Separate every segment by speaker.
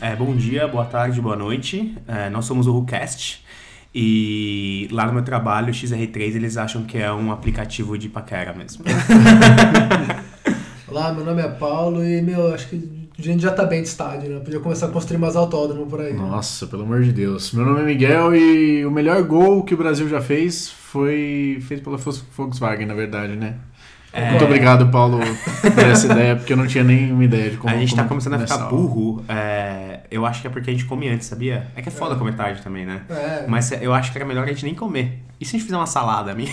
Speaker 1: É, bom dia, boa tarde, boa noite. É, nós somos o WhoCast e lá no meu trabalho, o XR3, eles acham que é um aplicativo de paquera mesmo.
Speaker 2: É,
Speaker 3: Olá, meu nome é Paulo e, meu, acho que a gente já tá bem de estádio, né? Podia começar a construir mais autódromo por aí.
Speaker 2: Nossa, pelo amor de Deus. Meu nome é Miguel e o melhor gol que o Brasil já fez foi feito pela Volkswagen, na verdade, né?
Speaker 1: É.
Speaker 2: Muito obrigado, Paulo, por essa ideia, porque eu não tinha nenhuma ideia de como
Speaker 1: a gente tá
Speaker 2: como
Speaker 1: começando a ficar
Speaker 2: começar.
Speaker 1: burro. é, eu acho que é porque a gente come antes, sabia? É que é foda comer tarde também, né?
Speaker 3: É.
Speaker 1: Mas eu acho que era melhor a gente nem comer. E se a gente fizer uma salada, minha?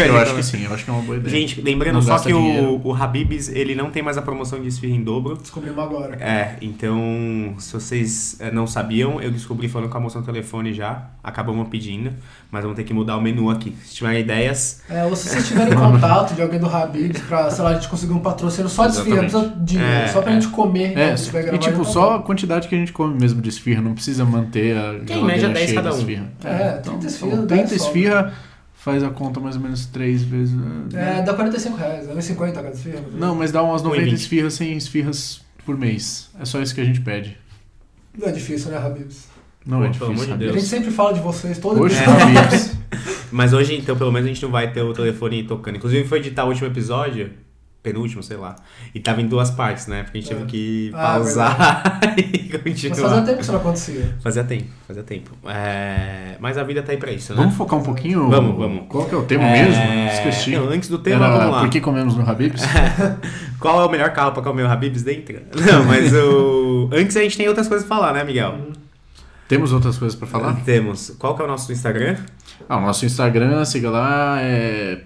Speaker 1: Eu
Speaker 2: Eu acho que sim, eu acho que é uma boa ideia.
Speaker 1: Gente, lembrando
Speaker 2: Não
Speaker 1: só
Speaker 2: gasta
Speaker 1: que
Speaker 2: dinheiro.
Speaker 1: o, o Habibs, ele não tem mais a promoção de esfirra em dobro.
Speaker 3: Descobrimos agora.
Speaker 1: É, então, se vocês eh, não sabiam, eu descobri falando com a moça no telefone já. Acabamos pedindo, mas vamos ter que mudar o menu aqui. Se tiverem ideias,
Speaker 3: É, ou se vocês tiverem contato de alguém do Habibs pra, sei lá, a gente conseguir um patrocínio só de esfirra, não
Speaker 2: Exatamente.
Speaker 3: precisa de dinheiro,
Speaker 1: É,
Speaker 3: só pra
Speaker 1: é.
Speaker 3: gente comer. né?
Speaker 2: É,
Speaker 3: A gente vai gravar
Speaker 2: e tipo,
Speaker 3: já tá
Speaker 2: só a
Speaker 3: bom.
Speaker 2: quantidade que a gente come mesmo de esfirra, não precisa manter a
Speaker 1: Que em média
Speaker 2: geladeira
Speaker 1: 10
Speaker 2: cheia
Speaker 1: cada
Speaker 2: de
Speaker 1: um.
Speaker 2: esfirra.
Speaker 3: É, 30 esfirra,
Speaker 2: então,
Speaker 3: 10
Speaker 2: 30
Speaker 3: só.
Speaker 2: esfirra faz a conta mais ou menos 3 vezes. né?
Speaker 3: É, dá 45 reais, é 50 cada esfirra.
Speaker 2: Não, mas dá umas 90
Speaker 1: 20.
Speaker 2: esfirras, 100 esfirras por mês. É só isso que a gente pede.
Speaker 3: Não é difícil, né, Habibs?
Speaker 2: Não
Speaker 1: Pô,
Speaker 2: é
Speaker 1: pelo
Speaker 2: difícil.
Speaker 1: amor de
Speaker 2: sabe?
Speaker 3: A
Speaker 1: Deus. É. Né?
Speaker 3: gente sempre fala de vocês, todo
Speaker 2: Hoje
Speaker 3: episódio.
Speaker 2: tá Vips.
Speaker 1: mas hoje então pelo menos a gente não vai ter o telefone tocando. Inclusive foi editar o último episódio, penúltimo, sei lá. E tava em duas partes, né? Porque a gente
Speaker 3: É.
Speaker 1: teve que
Speaker 3: Ah,
Speaker 1: pausar e
Speaker 3: Mas fazia
Speaker 1: continuar.
Speaker 3: tempo que isso não acontecia.
Speaker 1: Fazia tempo, fazia tempo. É, Mas a vida tá aí pra isso, né?
Speaker 2: Vamos focar um pouquinho?
Speaker 1: Vamos, vamos.
Speaker 2: Qual que é o tema
Speaker 1: É,
Speaker 2: mesmo? Esqueci.
Speaker 1: não, antes do tema,
Speaker 2: Era
Speaker 1: vamos lá.
Speaker 2: Por que comemos no Habibs?
Speaker 1: Qual é o melhor carro pra comer o Habibs dentro? Não, mas o. Antes a gente tem outras coisas pra falar, né, Miguel?
Speaker 2: Temos outras coisas pra falar?
Speaker 1: Temos. Qual que é o nosso Instagram?
Speaker 2: Ah, o nosso Instagram, siga lá, é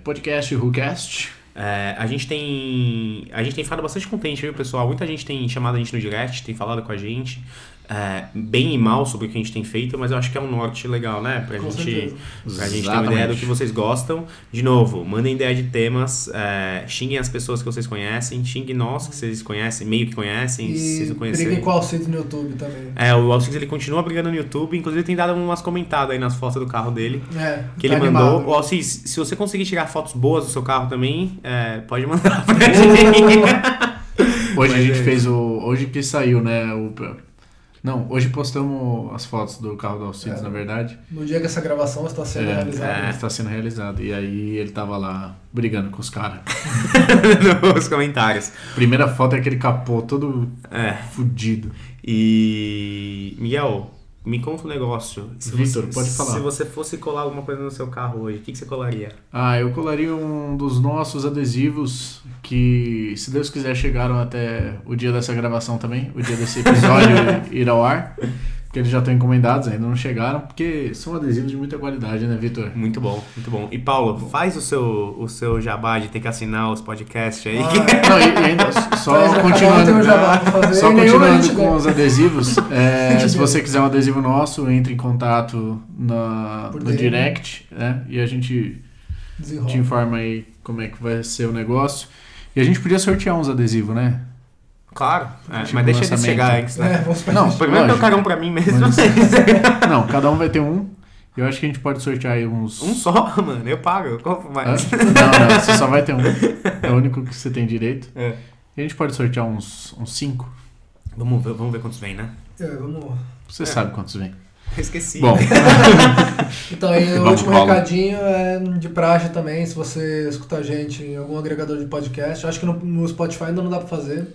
Speaker 2: podcast WhoCast.
Speaker 1: É, a gente tem. A gente tem ficado bastante contente, viu, pessoal? Muita gente tem chamado a gente no direct, tem falado com a gente, é, bem e mal sobre o que a gente tem feito, mas eu acho que é um norte legal, né? Pra
Speaker 3: Com
Speaker 1: gente.
Speaker 3: certeza.
Speaker 1: Pra gente ter uma
Speaker 2: Exatamente.
Speaker 1: ideia do que vocês gostam. De novo, mandem ideia de temas, é, xinguem as pessoas que vocês conhecem, xinguem nós que vocês conhecem, meio que conhecem, se vocês
Speaker 3: E
Speaker 1: não
Speaker 3: briguem
Speaker 1: conhecerem.
Speaker 3: com o Alcides no YouTube também.
Speaker 1: É, o Alcix ele continua brigando no YouTube, inclusive tem dado umas comentadas aí nas fotos do carro dele.
Speaker 3: É,
Speaker 1: Que ele
Speaker 3: tá animado.
Speaker 1: mandou. Ô, Alcis, se você conseguir tirar fotos boas do seu carro também, é, pode mandar pra gente.
Speaker 2: Hoje a
Speaker 1: Mas
Speaker 2: gente
Speaker 1: é
Speaker 2: fez o. Hoje que saiu, né? O, não, hoje postamos as fotos do carro do Alcides,
Speaker 3: É.
Speaker 2: na verdade.
Speaker 3: No dia que essa gravação está sendo realizada.
Speaker 2: é, está sendo realizado. E aí ele tava lá brigando com os caras.
Speaker 1: Nos comentários.
Speaker 2: Primeira foto é aquele capô todo
Speaker 1: É.
Speaker 2: fudido.
Speaker 1: E. Miguel, me conta um negócio. Se
Speaker 2: Vitor,
Speaker 1: você-
Speaker 2: pode falar.
Speaker 1: Se você fosse colar alguma coisa no seu carro hoje, o que, que você colaria?
Speaker 2: Ah, eu colaria um dos nossos adesivos que, se Deus quiser, chegaram até o dia dessa gravação também, o dia desse episódio ir ao ar. Porque eles já estão encomendados, ainda não chegaram, porque são adesivos de muita qualidade, né, Vitor?
Speaker 1: Muito bom, muito bom. E Paulo, faz o seu, o seu jabá de ter que assinar os podcasts
Speaker 2: é.
Speaker 1: aí.
Speaker 3: Ah,
Speaker 2: Não, e, e ainda,
Speaker 3: Mas
Speaker 2: só
Speaker 3: acabou,
Speaker 2: continuando, né,
Speaker 3: tem um jabá pra fazer,
Speaker 2: só
Speaker 3: e nenhum a
Speaker 2: continuando
Speaker 3: gente
Speaker 2: com
Speaker 3: deu.
Speaker 2: os adesivos, é,
Speaker 3: A gente
Speaker 2: se
Speaker 3: deu.
Speaker 2: você quiser um adesivo nosso, entre em contato na,
Speaker 3: Por
Speaker 2: no
Speaker 3: DM.
Speaker 2: direct, né, e a gente
Speaker 3: Desenrola.
Speaker 2: te informa aí como é que vai ser o negócio. E a gente podia sortear uns adesivos, né?
Speaker 1: Claro, é,
Speaker 2: Tipo,
Speaker 1: mas deixa eles
Speaker 2: lançamento.
Speaker 1: chegar antes, né?
Speaker 3: É, vamos pra
Speaker 2: Não,
Speaker 1: O problema é que eu
Speaker 2: lógico.
Speaker 1: quero um pra mim mesmo.
Speaker 2: Mas-
Speaker 1: mas-
Speaker 2: Não, cada um vai ter um. Eu acho que a gente pode sortear aí uns.
Speaker 1: um só, né? mano, eu pago, eu compro
Speaker 2: Hã?
Speaker 1: mais.
Speaker 2: Não, não, você só vai ter um. É o único que você tem direito.
Speaker 1: É.
Speaker 2: E a gente pode sortear uns, uns cinco.
Speaker 1: Vamos ver, vamos ver quantos vem, né?
Speaker 3: É, vamos.
Speaker 2: Você
Speaker 1: É.
Speaker 2: sabe quantos vem.
Speaker 1: Eu esqueci.
Speaker 2: Bom,
Speaker 3: Então, aí, o
Speaker 2: Vamos,
Speaker 3: último
Speaker 2: Paulo.
Speaker 3: recadinho é de praxe também, se você escutar a gente em algum agregador de podcast. Acho que no, no Spotify ainda não dá pra fazer.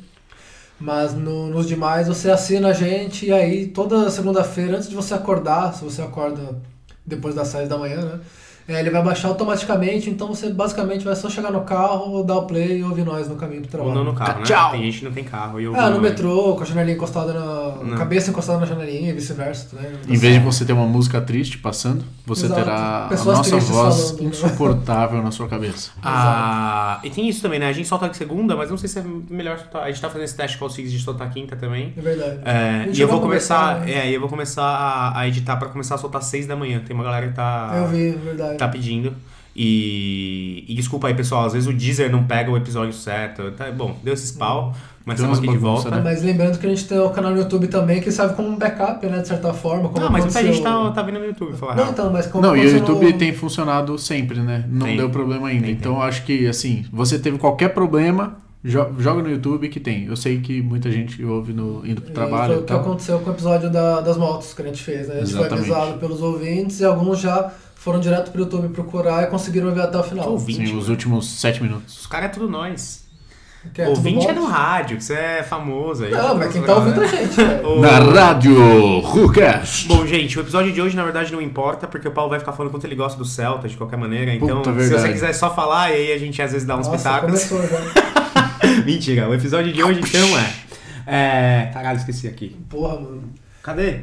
Speaker 3: Mas no- nos demais você assina a gente e aí toda segunda-feira, antes de você acordar, se você acorda depois das 6 da manhã, né? é, ele vai baixar automaticamente, então você basicamente vai só chegar no carro, dar o play e ouvir nós no caminho pro
Speaker 1: Ou
Speaker 3: trabalho.
Speaker 1: não no carro, né?
Speaker 2: Tchau.
Speaker 1: Tem gente que não tem carro. E eu
Speaker 3: Ah,
Speaker 1: não,
Speaker 3: no
Speaker 1: né?
Speaker 3: metrô, com a janelinha encostada na.
Speaker 1: Não.
Speaker 3: cabeça encostada na janelinha e vice-versa, né?
Speaker 2: em vez de você ter uma música triste passando, você
Speaker 3: Exato.
Speaker 2: terá
Speaker 3: Pessoas
Speaker 2: a nossa
Speaker 3: tristes
Speaker 2: voz
Speaker 3: falando, né?
Speaker 2: insuportável na sua cabeça.
Speaker 1: Ah, e tem isso também, né? A gente solta de segunda, mas não sei se é melhor soltar. A gente tá fazendo esse teste com o Six de soltar quinta também.
Speaker 3: É verdade. A
Speaker 1: É,
Speaker 3: gente
Speaker 1: e eu
Speaker 3: vai
Speaker 1: vou começar,
Speaker 3: conversar, né?
Speaker 1: é, e eu vou começar a, a editar pra começar a soltar às seis da manhã. Tem uma galera que tá
Speaker 3: Eu vi, é verdade.
Speaker 1: tá pedindo. E, e desculpa aí, pessoal, às vezes o Deezer não pega o episódio certo. Tá, bom, deu esses
Speaker 3: Uhum.
Speaker 1: pau, mas
Speaker 2: Deu
Speaker 1: estamos aqui
Speaker 2: umas
Speaker 1: de
Speaker 2: bagunça,
Speaker 1: volta.
Speaker 2: né?
Speaker 3: Mas lembrando que a gente tem o canal no YouTube também que serve como um backup, né? De certa forma. Como
Speaker 1: Não, mas muita
Speaker 3: aconteceu-
Speaker 1: gente tá, tá vendo no YouTube falar.
Speaker 3: Não,
Speaker 1: real.
Speaker 3: então, mas como
Speaker 2: Não, e o
Speaker 3: aconteceu
Speaker 2: YouTube
Speaker 3: no-
Speaker 2: tem funcionado sempre, né? Não
Speaker 1: Tem.
Speaker 2: deu problema ainda.
Speaker 1: Tem, tem.
Speaker 2: então acho que, assim, você teve qualquer problema, Jo- joga no YouTube que tem. Eu sei que muita gente ouve no, indo pro trabalho.
Speaker 3: E foi
Speaker 2: e
Speaker 3: o que
Speaker 2: tal.
Speaker 3: aconteceu com o episódio da- das motos que a gente fez, né? Isso foi
Speaker 2: Exatamente.
Speaker 3: avisado pelos ouvintes e alguns já foram direto pro YouTube procurar e conseguiram ver até o final.
Speaker 1: Ouvi.
Speaker 2: Sim,
Speaker 1: 20,
Speaker 2: os
Speaker 1: né?
Speaker 2: últimos sete minutos.
Speaker 1: Os caras é tudo nós.
Speaker 3: Que é tudo
Speaker 1: Ouvinte
Speaker 3: bom?
Speaker 1: é no rádio, que você é famoso aí.
Speaker 3: Não, mas quem tá ouvindo a gente, né?
Speaker 1: Ô,
Speaker 2: rádio Rucast.
Speaker 1: Bom, gente, o episódio de hoje, na verdade, não importa, porque o Paulo vai ficar falando quanto ele gosta do Celta, de qualquer maneira. Então,
Speaker 2: Puta,
Speaker 1: se
Speaker 2: verdade.
Speaker 1: você quiser só falar, e aí a gente às vezes dá uns
Speaker 3: Nossa, é
Speaker 1: pitacos.
Speaker 3: começou já.
Speaker 1: Mentira, o episódio de hoje, então, é... É... Caralho, esqueci aqui.
Speaker 3: Porra, mano.
Speaker 1: Cadê?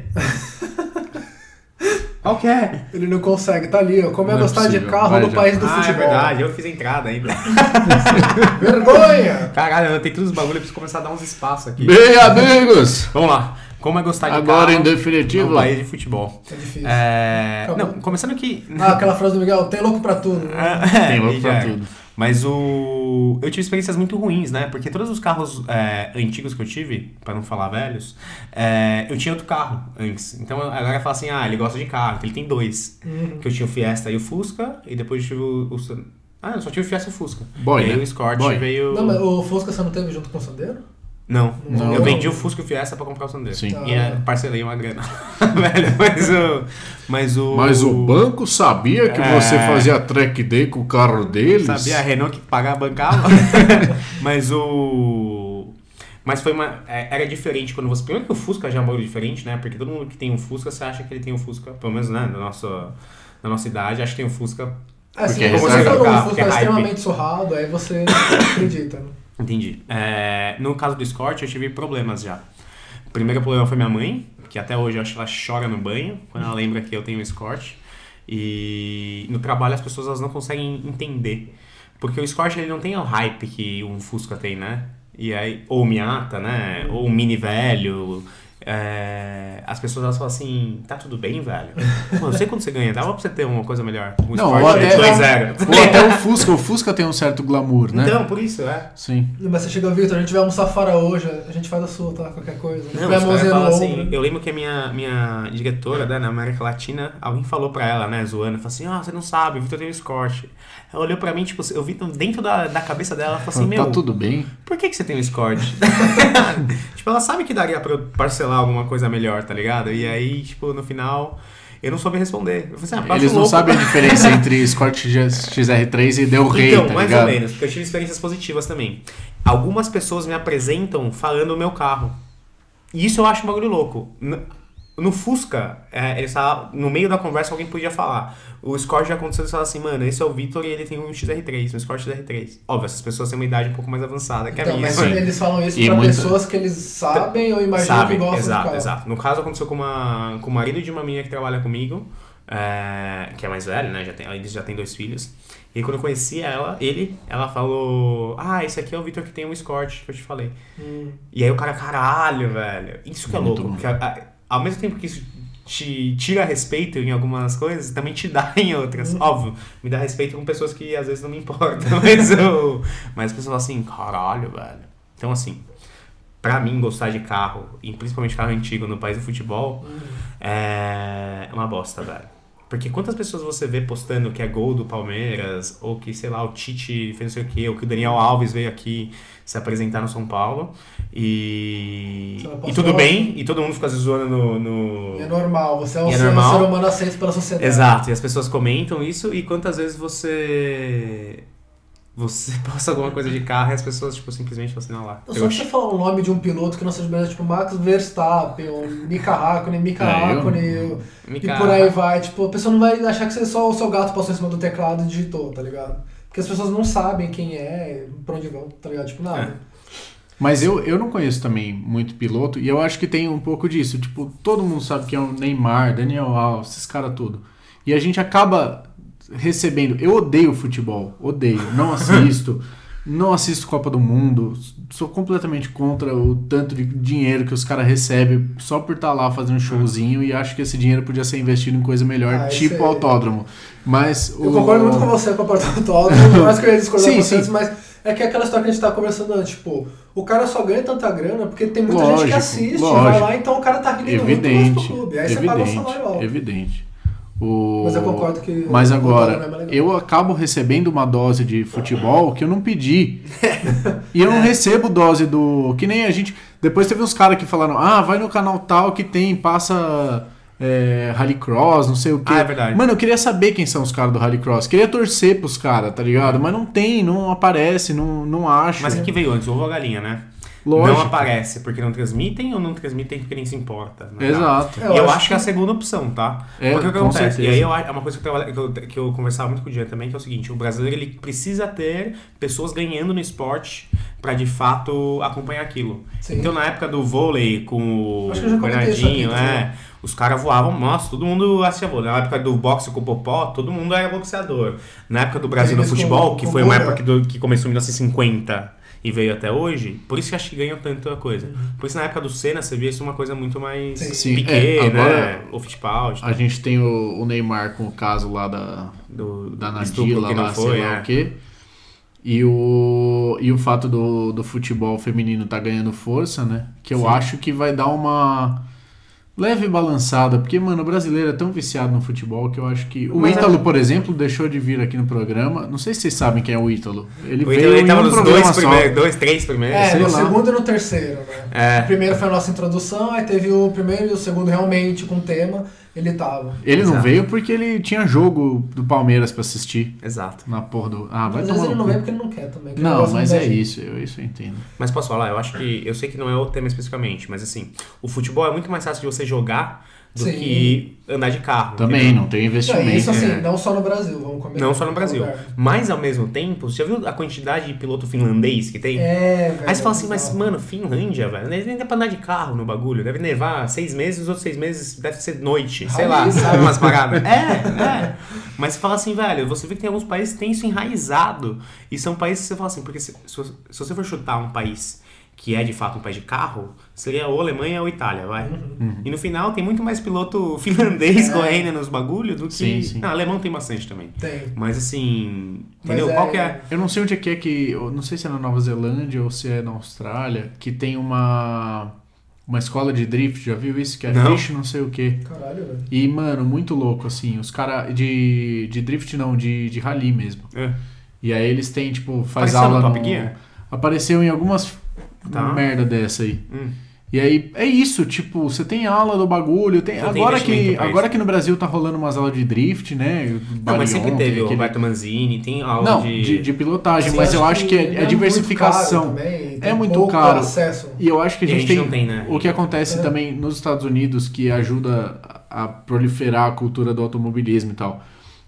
Speaker 1: Qual que é?
Speaker 3: Ele não consegue, tá ali, ó. Como é
Speaker 2: Não é
Speaker 3: gostar de
Speaker 2: possível.
Speaker 3: carro
Speaker 2: Vai
Speaker 3: no
Speaker 2: já.
Speaker 3: país do
Speaker 1: Ah, é
Speaker 3: futebol.
Speaker 1: verdade, eu fiz a entrada ainda.
Speaker 3: Vergonha!
Speaker 1: Caralho, eu anotei todos os bagulhos, eu preciso começar a dar uns espaços aqui.
Speaker 2: Bem, amigos!
Speaker 1: Vamos lá. Como é gostar de
Speaker 2: Agora em
Speaker 1: carro
Speaker 2: definitivo.
Speaker 1: no país de futebol.
Speaker 3: É difícil.
Speaker 1: É...
Speaker 3: Acabou.
Speaker 1: Não, começando aqui...
Speaker 3: Ah, aquela frase do Miguel, tem louco pra tudo. né?
Speaker 1: É,
Speaker 2: Tem louco
Speaker 1: e
Speaker 2: pra
Speaker 1: já era.
Speaker 2: tudo.
Speaker 1: Mas o. Eu tive experiências muito ruins, né? Porque todos os carros é, antigos que eu tive, pra não falar velhos, é, eu tinha outro carro antes. Então a galera fala assim: ah, ele gosta de carro, então ele tem dois.
Speaker 3: Uhum.
Speaker 1: Que eu tinha o Fiesta e o Fusca, e depois eu tive o. o San- Ah, eu só tive o Fiesta e o Fusca.
Speaker 2: Boy,
Speaker 1: veio
Speaker 2: né?
Speaker 1: o Escort,
Speaker 2: Boy.
Speaker 1: veio.
Speaker 3: Não, mas o Fusca você não teve junto com o Sandeiro?
Speaker 1: Não.
Speaker 3: Não. Tá.
Speaker 1: eu vendi o Fusca e o Fiesta pra comprar o Sandero.
Speaker 2: Sim.
Speaker 1: E é, parcelei uma grana. Velho, mas o. Mas o.
Speaker 2: Mas o banco sabia que
Speaker 1: É.
Speaker 2: você fazia track day com o carro deles?
Speaker 1: Sabia a Renault que pagava bancava. Mas o. Mas foi uma. é, Era diferente quando você. Primeiro que o Fusca já é um bagulho diferente, né? Porque todo mundo que tem um Fusca, você acha que ele tem um Fusca, pelo menos, né? Na nossa, na nossa idade, acha que tem um Fusca.
Speaker 3: É, assim,
Speaker 2: Porque
Speaker 3: como
Speaker 2: é
Speaker 3: você falou,
Speaker 1: carro,
Speaker 3: o
Speaker 1: porque é
Speaker 3: Fusca é
Speaker 1: hype.
Speaker 3: extremamente surrado, aí você acredita, né?
Speaker 1: Entendi. É, no caso do Escort, eu tive problemas já. O primeiro problema foi minha mãe, que até hoje eu acho que ela chora no banho, quando ela lembra que eu tenho um Escort. E no trabalho as pessoas elas não conseguem entender. Porque o Escort ele não tem o hype que um Fusca tem, né? E aí, ou o Miata, né? Ou o Mini Velho. É, as pessoas elas falam assim: tá tudo bem, velho? Pô, eu sei quando você ganha, dava pra você ter uma coisa melhor. Um
Speaker 2: Não,
Speaker 1: Escort
Speaker 2: ou até-
Speaker 1: 2.0.
Speaker 2: Ou até o Fusca. O Fusca tem um certo glamour, né?
Speaker 1: Então, por isso, é.
Speaker 2: Sim.
Speaker 3: Mas você chega, Victor, a gente vai almoçar fora hoje, a gente faz a sua, tá? Qualquer coisa.
Speaker 1: Não,
Speaker 3: Põe a
Speaker 1: os caras
Speaker 3: mãozinha no
Speaker 1: falam
Speaker 3: ombro.
Speaker 2: né?
Speaker 1: assim, eu lembro que a minha, minha diretora né, na América Latina, alguém falou pra ela, né, zoando, falou assim, ah, você não sabe, o Vitor tem um Escort. Ela olhou pra mim, tipo, eu vi dentro da, da cabeça dela, ela falou assim, meu,
Speaker 2: tá tudo bem.
Speaker 1: por que, que você tem um Escort? tipo, ela sabe que daria pra eu parcelar alguma coisa melhor, tá ligado? E aí, tipo, no final, eu não soube responder. Eu falei assim, ah, papo
Speaker 2: Eles não
Speaker 1: louco.
Speaker 2: sabem a diferença entre Escort XR3 e Del Rey,
Speaker 1: Então,
Speaker 2: tá
Speaker 1: mais
Speaker 2: ligado?
Speaker 1: ou menos, porque eu tive experiências positivas também. Algumas pessoas me apresentam falando o meu carro. E isso eu acho um bagulho louco. No, no Fusca, é, eles falavam- no meio da conversa alguém podia falar. O Scott já aconteceu, eles falaram assim, mano, esse é o Vitor e ele tem um XR3, um Scott XR3. Óbvio, essas pessoas têm uma idade um pouco mais avançada que a
Speaker 3: Então,
Speaker 1: minha.
Speaker 3: mas
Speaker 1: né?
Speaker 3: eles falam isso
Speaker 2: E
Speaker 3: pra
Speaker 2: muito-
Speaker 3: pessoas que eles sabem ou imaginam
Speaker 1: Sabe,
Speaker 3: que gostam
Speaker 1: exato,
Speaker 3: de carro.
Speaker 1: exato. No caso aconteceu com, uma, com o marido de uma menina que trabalha comigo, é, que é mais velho, né? Já tem, eles já têm dois filhos. E quando eu conheci ela, ele, ela falou: Ah, esse aqui é o Vitor que tem um escort que eu te falei.
Speaker 3: Hum.
Speaker 1: E aí o cara, caralho, velho. Isso que é
Speaker 2: Muito
Speaker 1: louco.
Speaker 2: bom.
Speaker 1: Porque a- a- ao mesmo tempo que isso te tira respeito em algumas coisas, também te dá em outras.
Speaker 3: Hum.
Speaker 1: Óbvio, me dá respeito com pessoas que às vezes não me importam. Mas, eu, mas as pessoas falam assim, caralho, velho. Então, assim, pra mim, gostar de carro, e principalmente carro antigo no país do futebol,
Speaker 3: Uhum.
Speaker 1: é uma bosta, velho. Porque quantas pessoas você vê postando que é gol do Palmeiras, ou que, sei lá, o Tite fez não sei o quê, ou que o Daniel Alves veio aqui se apresentar no São Paulo, e,
Speaker 3: Você vai
Speaker 1: e
Speaker 3: postar
Speaker 1: tudo
Speaker 3: lá?
Speaker 1: bem, e todo mundo fica se zoando no... no-
Speaker 3: E é normal, você é um
Speaker 1: E é
Speaker 3: ser,
Speaker 1: normal.
Speaker 3: ser humano aceito pela sociedade.
Speaker 1: Exato, e as pessoas comentam isso, e quantas vezes você... Você posta alguma coisa de carro e as pessoas, tipo, simplesmente falam assim, não lá.
Speaker 3: Eu
Speaker 1: eu
Speaker 3: Então, só você falar o nome de um piloto que não seja brasileiro, tipo Max Verstappen, ou Mika Hakkinen, Mika
Speaker 2: É, eu-
Speaker 3: Hakkinen,
Speaker 1: me
Speaker 3: e
Speaker 1: cago."
Speaker 3: por aí vai. Tipo, a pessoa não vai achar que você só o seu gato passou em cima do teclado e digitou, tá ligado? Porque as pessoas não sabem quem é, pra onde vão, tá ligado? Tipo,
Speaker 2: É,
Speaker 3: nada.
Speaker 2: Mas eu, eu não conheço também muito piloto e eu acho que tem um pouco disso. Tipo, todo mundo sabe que é o Neymar, Daniel Alves, esses caras tudo. E a gente acaba recebendo. Eu odeio futebol, odeio, não assisto. Não assisto Copa do Mundo, sou completamente contra o tanto de dinheiro que os caras recebem só por estar lá fazendo um showzinho e acho que esse dinheiro podia ser investido em coisa melhor,
Speaker 3: Ah, isso
Speaker 2: tipo
Speaker 3: aí.
Speaker 2: autódromo. Mas
Speaker 3: Eu
Speaker 2: o-
Speaker 3: concordo muito com você com a porta do autódromo, por mais que eu ia discordar
Speaker 2: Sim,
Speaker 3: com vocês,
Speaker 2: sim.
Speaker 3: mas é que é aquela história que a gente tava conversando antes, tipo, o cara só ganha tanta grana porque tem muita gente que
Speaker 2: Lógico,
Speaker 3: assiste, vai
Speaker 2: lógico.
Speaker 3: lá, então o cara tá rendendo muito mais pro
Speaker 2: evidente,
Speaker 3: clube. Aí você paga o
Speaker 2: evidente,
Speaker 3: salário alto.
Speaker 2: evidente. O...
Speaker 3: Mas eu concordo que o programa
Speaker 2: Mas
Speaker 3: é mais
Speaker 2: agora,
Speaker 3: legal.
Speaker 2: eu acabo recebendo uma dose de futebol que eu não pedi. e
Speaker 3: É.
Speaker 2: eu não recebo dose do. Que nem a gente. Depois teve uns caras que falaram: ah, vai no canal tal que tem, passa. É, Rallycross, não sei o que.
Speaker 1: Ah, é verdade.
Speaker 2: Mano, eu queria saber quem são os caras do Rallycross. Queria torcer pros caras, tá ligado? Mas não tem, não aparece, não, não acho.
Speaker 3: é
Speaker 1: Mas o que veio antes? O ovo ou a galinha, né? Não aparece porque não transmitem ou não transmitem porque nem se importa. na real.
Speaker 2: Exato.
Speaker 3: É,
Speaker 1: E eu acho que é a segunda opção, tá?
Speaker 2: É,
Speaker 1: Porque o que
Speaker 2: com
Speaker 1: acontece?
Speaker 2: certeza.
Speaker 1: E aí eu, acho- é uma coisa que eu, trabalho- que, eu, que eu conversava muito com o Jean também, que é o seguinte, o brasileiro ele precisa ter pessoas ganhando no esporte pra de fato acompanhar aquilo.
Speaker 3: Sim.
Speaker 1: Então na época do vôlei com o
Speaker 3: Acho que eu já comentei isso aqui
Speaker 1: Bernardinho,
Speaker 3: também.
Speaker 1: né? Os caras voavam, nossa, todo mundo assistia vôlei. Na época do boxe com o Popó, todo mundo era boxeador. Na época do Brasil no
Speaker 3: Eles com-
Speaker 1: futebol, que
Speaker 3: com
Speaker 1: foi uma
Speaker 3: bola.
Speaker 1: época que, do- que começou em 1950 e veio até hoje, por isso que acho que ganhou tanta coisa. Por isso na época do Senna você via isso uma coisa muito mais
Speaker 3: Uhum. Sim.
Speaker 2: Sim,
Speaker 1: Piquet,
Speaker 2: é, agora-
Speaker 1: né? O Fittipaldi,
Speaker 2: A gente tem o, o Neymar com o caso lá da,
Speaker 1: do
Speaker 2: da
Speaker 1: estupro
Speaker 2: Nadila,
Speaker 1: que não
Speaker 2: lá,
Speaker 1: foi,
Speaker 2: sei lá
Speaker 1: é.
Speaker 2: o quê. E o, e o fato do, do futebol feminino tá ganhando força, né? Que eu
Speaker 1: Sim.
Speaker 2: acho que vai dar uma leve balançada, porque, mano, o brasileiro é tão viciado no futebol que eu acho que. O
Speaker 3: Mas-
Speaker 1: é-
Speaker 2: Ítalo, por exemplo, deixou de vir aqui no programa. Não sei se vocês sabem quem é o Ítalo. Ele
Speaker 1: O Inter
Speaker 2: veio
Speaker 1: então ele
Speaker 2: em
Speaker 1: tava
Speaker 2: um
Speaker 1: nos
Speaker 2: programa
Speaker 1: dois
Speaker 2: só.
Speaker 1: primeiros, dois, três primeiros. assim.
Speaker 3: É,
Speaker 2: sei
Speaker 3: no
Speaker 2: lá.
Speaker 3: segundo e no terceiro, né?
Speaker 1: É.
Speaker 3: O primeiro foi a nossa introdução, aí teve o primeiro e o segundo realmente com tema, ele tava.
Speaker 2: Ele não
Speaker 1: Exato.
Speaker 2: veio porque ele tinha jogo do Palmeiras pra assistir.
Speaker 1: Exato.
Speaker 2: Na porra do. Ah, vai
Speaker 3: Às
Speaker 2: tomar
Speaker 3: vezes ele
Speaker 2: no
Speaker 3: não
Speaker 2: cu.
Speaker 3: vem porque ele não quer também. que ele
Speaker 2: Não,
Speaker 3: gosta
Speaker 2: mas
Speaker 3: muito
Speaker 2: é
Speaker 3: da gente.
Speaker 2: isso, eu, isso eu entendo.
Speaker 1: Mas posso falar, eu acho que. Eu sei que não é o tema especificamente, mas assim, o futebol é muito mais fácil de você jogar do
Speaker 3: Sim.
Speaker 1: que andar de carro.
Speaker 2: Também,
Speaker 1: entendeu?
Speaker 2: não tem investimento.
Speaker 3: É, isso assim,
Speaker 1: é.
Speaker 3: não só no Brasil, vamos combinar.
Speaker 1: Não só no Brasil.
Speaker 3: Qualquer lugar.
Speaker 1: Mas ao mesmo tempo, você já viu a quantidade de piloto finlandês que tem?
Speaker 3: É, velho.
Speaker 1: Aí você fala assim, mas
Speaker 3: bizarro.
Speaker 1: mano, Finlândia, velho, nem dá pra andar de carro no bagulho, deve nevar seis meses, os outros seis meses deve ser noite, sei lá,
Speaker 3: Raiz, né?
Speaker 1: sabe umas paradas. É, é. Mas você fala assim, velho, você vê que tem alguns países que tem isso enraizado, e são países que você fala assim, porque se, se você- se você for chutar um país que é de fato um país de carro, seria ou Alemanha ou Itália, vai.
Speaker 2: Uhum.
Speaker 1: E no final tem muito mais piloto finlandês
Speaker 3: Uhum. É.
Speaker 1: correndo nos bagulhos do que...
Speaker 2: Sim, sim.
Speaker 1: Não, alemão tem bastante também.
Speaker 3: Tem.
Speaker 1: Mas assim,
Speaker 3: Mas
Speaker 1: entendeu? Qual que é...
Speaker 2: Eu não sei onde é que é que. eu não sei se é na Nova Zelândia ou se é na Austrália, que tem uma. Uma escola de drift, já viu isso? Que é
Speaker 1: Não.
Speaker 2: Fish não sei o quê.
Speaker 3: Caralho, velho.
Speaker 2: E, mano, muito louco, assim. Os caras. De, de drift não, de, de rally mesmo.
Speaker 1: É.
Speaker 2: E aí eles têm, tipo, faz
Speaker 1: Apareceu no
Speaker 2: aula.
Speaker 1: Top Gear?
Speaker 2: Apareceu em algumas.
Speaker 1: Tá.
Speaker 2: Merda dessa aí.
Speaker 1: Hum.
Speaker 2: E aí, é isso, tipo, você tem aula do bagulho, tem,
Speaker 1: Não tem
Speaker 2: agora,
Speaker 1: investimento
Speaker 2: que,
Speaker 1: pra
Speaker 2: agora
Speaker 1: isso.
Speaker 2: que no Brasil tá rolando umas aulas de drift, né?
Speaker 1: Não, mas
Speaker 2: Barion,
Speaker 1: sempre
Speaker 2: tem
Speaker 1: teve o
Speaker 2: aquele-
Speaker 1: Roberto Manzini, tem aula
Speaker 2: Não,
Speaker 1: de...
Speaker 2: de, de pilotagem,
Speaker 3: Sim,
Speaker 2: mas eu acho que é, é
Speaker 3: muito caro
Speaker 2: diversificação.
Speaker 3: também,
Speaker 2: É
Speaker 3: tem
Speaker 2: muito
Speaker 3: pouco
Speaker 2: caro.
Speaker 3: acesso.
Speaker 2: E eu acho que a
Speaker 1: E
Speaker 2: gente, tem,
Speaker 1: não tem, né?
Speaker 2: o que acontece
Speaker 3: É.
Speaker 2: também nos Estados Unidos que ajuda a a proliferar a cultura do automobilismo e tal.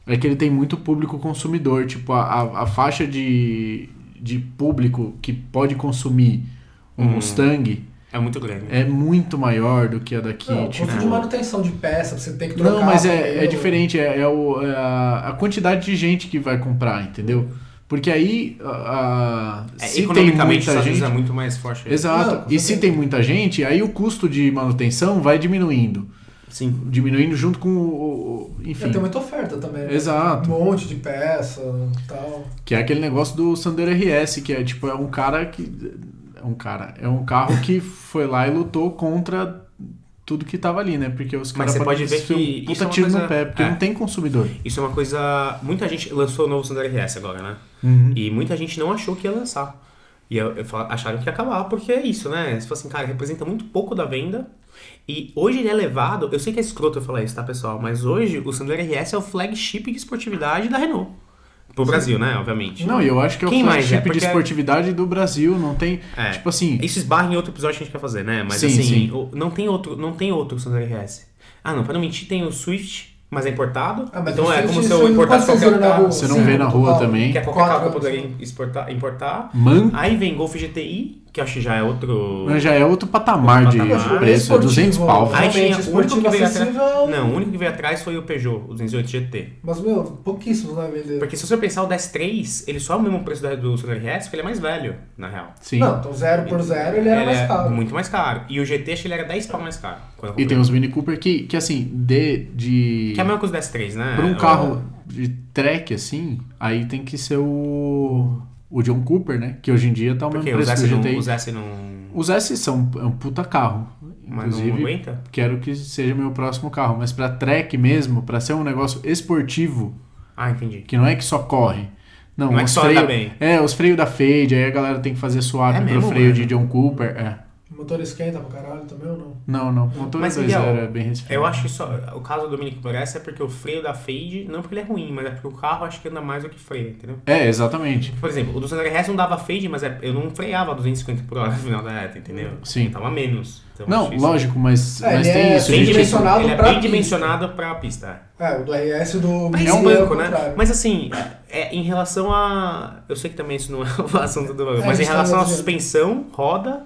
Speaker 2: É que ele tem muito público consumidor, tipo a, a, a faixa de, de público que pode consumir um
Speaker 1: Hum.
Speaker 2: Mustang
Speaker 1: É muito grande.
Speaker 2: é muito maior do que a daqui.
Speaker 3: Não, o
Speaker 2: tipo,
Speaker 3: custo de manutenção de peça, você tem que trocar.
Speaker 2: Não, mas
Speaker 3: pneu.
Speaker 2: é, é diferente, é, é o- é a, a quantidade de gente que vai comprar, entendeu? Porque aí, a, a-
Speaker 1: É,
Speaker 2: se tem
Speaker 1: economicamente, os
Speaker 2: muita
Speaker 1: Estados Unidos
Speaker 2: gente...
Speaker 1: é muito mais forte.
Speaker 2: Exato,
Speaker 3: Não,
Speaker 2: e se
Speaker 3: exatamente.
Speaker 2: tem muita gente, aí o custo de manutenção vai diminuindo.
Speaker 1: Sim.
Speaker 2: Diminuindo junto com o... o-
Speaker 3: Já
Speaker 2: enfim,
Speaker 3: tem muita oferta também. né? Um
Speaker 2: exato.
Speaker 3: monte de peça e tal.
Speaker 2: Que é aquele negócio do Sandero RS, que é tipo, é um cara que... É um cara, é um carro que foi lá e lutou contra tudo que tava ali, né? Porque os
Speaker 1: Mas
Speaker 2: caras
Speaker 1: você
Speaker 2: podem
Speaker 1: pode ver
Speaker 2: ser um
Speaker 1: que isso
Speaker 2: puta
Speaker 1: é uma
Speaker 2: tiro no
Speaker 1: coisa-
Speaker 2: pé, porque
Speaker 1: é.
Speaker 2: não tem consumidor.
Speaker 1: Isso é uma coisa... Muita gente lançou o novo Sandero RS agora, né? E muita gente não achou que ia lançar. E eu, eu fala- acharam que ia acabar, porque é isso, né? Você fala assim, cara, representa muito pouco da venda. E hoje ele é levado... Eu sei que é escroto eu falar isso, tá, pessoal? Mas hoje o Sandero RS é o flagship de esportividade da Renault. Pro Brasil, né? Obviamente.
Speaker 2: Não, e eu acho que é o
Speaker 1: Quem mais
Speaker 2: flagship
Speaker 1: é? Porque-
Speaker 2: de esportividade do Brasil, não tem.
Speaker 1: É.
Speaker 2: Tipo assim,
Speaker 1: Isso esbarra em outro episódio que a gente quer fazer, né? Mas
Speaker 2: Sim,
Speaker 1: assim,
Speaker 2: sim.
Speaker 1: o- não tem outro, não tem outro Sandero RS. Ah, não, pra não mentir, tem o Swift, mas é importado.
Speaker 3: Ah, mas
Speaker 1: então
Speaker 3: o
Speaker 1: é
Speaker 3: Swift,
Speaker 1: como se
Speaker 3: isso
Speaker 1: eu
Speaker 3: não
Speaker 1: importasse
Speaker 3: pode
Speaker 1: qualquer
Speaker 3: fazer na
Speaker 1: carro.
Speaker 3: rua.
Speaker 2: você não
Speaker 3: Sim,
Speaker 2: vê na rua
Speaker 3: total.
Speaker 2: também.
Speaker 1: Que é qualquer
Speaker 3: Quatro,
Speaker 1: carro que eu poderia
Speaker 3: sim.
Speaker 1: exportar, importar.
Speaker 2: Man,
Speaker 1: Aí vem Golf GTI, que eu acho que já é outro.
Speaker 2: Man já é outro patamar de
Speaker 1: Outro patamar.
Speaker 2: preço, é 200
Speaker 3: Esportivo,
Speaker 2: pau.
Speaker 1: Aí tinha
Speaker 3: Realmente,
Speaker 1: o único
Speaker 3: esportivo
Speaker 1: que veio
Speaker 3: acessível.
Speaker 1: atrás. Não, o único que veio atrás foi o Peugeot, o 208 GT.
Speaker 3: Mas, meu, pouquíssimos na vender.
Speaker 1: Porque se você pensar o 103, ele só é o mesmo preço da- do Sandero RS, porque ele é mais velho, na real.
Speaker 2: Sim.
Speaker 3: Não, então zero por zero ele era
Speaker 1: Ele
Speaker 3: mais caro.
Speaker 1: É muito mais caro. E o GT, acho que ele era 10 pau mais caro. quando eu
Speaker 2: E
Speaker 1: comprei.
Speaker 2: tem os Mini Cooper que, que assim, de. de
Speaker 1: Que é a mesma coisa do S3, né?
Speaker 2: Pra um
Speaker 1: O-
Speaker 2: carro de track, assim, aí tem que ser o. O John Cooper, né? Que hoje em dia tá o mesmo
Speaker 1: Porque os
Speaker 2: preço do
Speaker 1: S, não,
Speaker 2: GTI.
Speaker 1: os S não.
Speaker 2: Os S são é um puta carro.
Speaker 1: Mas não
Speaker 2: Inclusive,
Speaker 1: aguenta?
Speaker 2: Quero que seja meu próximo carro, mas pra trek mesmo, pra ser um negócio esportivo,
Speaker 1: Ah, entendi.
Speaker 2: que não é que só corre. Não,
Speaker 1: Não é que
Speaker 2: os
Speaker 1: só
Speaker 2: freio-
Speaker 1: anda bem.
Speaker 2: É, os freios da Fade, aí a galera tem que fazer suave
Speaker 1: É
Speaker 2: pro
Speaker 1: mesmo,
Speaker 2: freio
Speaker 1: mano?
Speaker 2: de John Cooper. É.
Speaker 3: O motor esquenta pra caralho também ou não?
Speaker 2: Não, não, motor
Speaker 1: Mas,
Speaker 2: 2.0
Speaker 1: Miguel,
Speaker 2: é bem resfriado.
Speaker 1: Eu acho que só, o caso do Dominic Moraes é porque o freio da Fade, não porque ele é ruim, mas é porque o carro acho que anda mais do que freia, entendeu?
Speaker 2: É, exatamente.
Speaker 1: Por exemplo, o do Sandra Hess não dava fade, mas é- eu não freava 250 por hora no final da reta, entendeu?
Speaker 2: Sim.
Speaker 1: Eu tava menos. Então,
Speaker 2: Não,
Speaker 1: acho isso.
Speaker 2: lógico, mas,
Speaker 3: É,
Speaker 2: mas
Speaker 3: ele
Speaker 2: tem
Speaker 3: é
Speaker 2: isso.
Speaker 1: Bem
Speaker 3: bem
Speaker 2: gente.
Speaker 3: dimensional. dimensionado
Speaker 1: dimensionado, ele é
Speaker 3: pra
Speaker 1: bem
Speaker 3: pista.
Speaker 1: dimensionado pra pista.
Speaker 3: É, o do RS do
Speaker 1: Mas é
Speaker 3: Miguel
Speaker 1: um banco,
Speaker 3: ao
Speaker 1: né?
Speaker 3: contrário.
Speaker 1: Mas assim, é, em relação a. Eu sei que também isso não é o assunto do bagulho,
Speaker 3: É,
Speaker 1: mas
Speaker 3: a
Speaker 1: em
Speaker 3: gente
Speaker 1: relação
Speaker 3: tava
Speaker 1: à
Speaker 3: vendo.
Speaker 1: suspensão, roda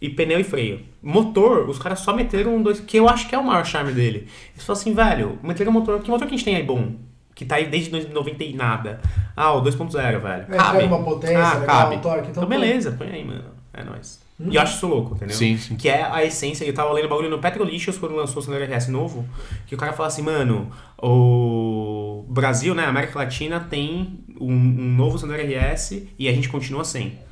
Speaker 1: e pneu e freio. Motor, os caras só meteram um dois, que eu acho que é o maior charme dele. Eles falaram assim, velho, meteram um motor. Que motor que a gente tem aí bom? Que tá aí desde 1990 e nada. Ah, o 2.0, velho.
Speaker 3: É,
Speaker 1: Cabe.
Speaker 3: tiveram uma potência
Speaker 1: ah,
Speaker 3: legal,
Speaker 1: cabe.
Speaker 3: um torque, então
Speaker 1: Então beleza, põe aí, mano. É nóis.
Speaker 3: Uhum.
Speaker 1: E eu acho isso louco, entendeu?
Speaker 2: Sim, sim.
Speaker 1: Que é a essência, eu tava lendo o bagulho no Petrolicious quando lançou o celular RS novo, que o cara fala assim, mano, o Brasil, né, a América Latina tem um, um novo celular RS e a gente continua sem.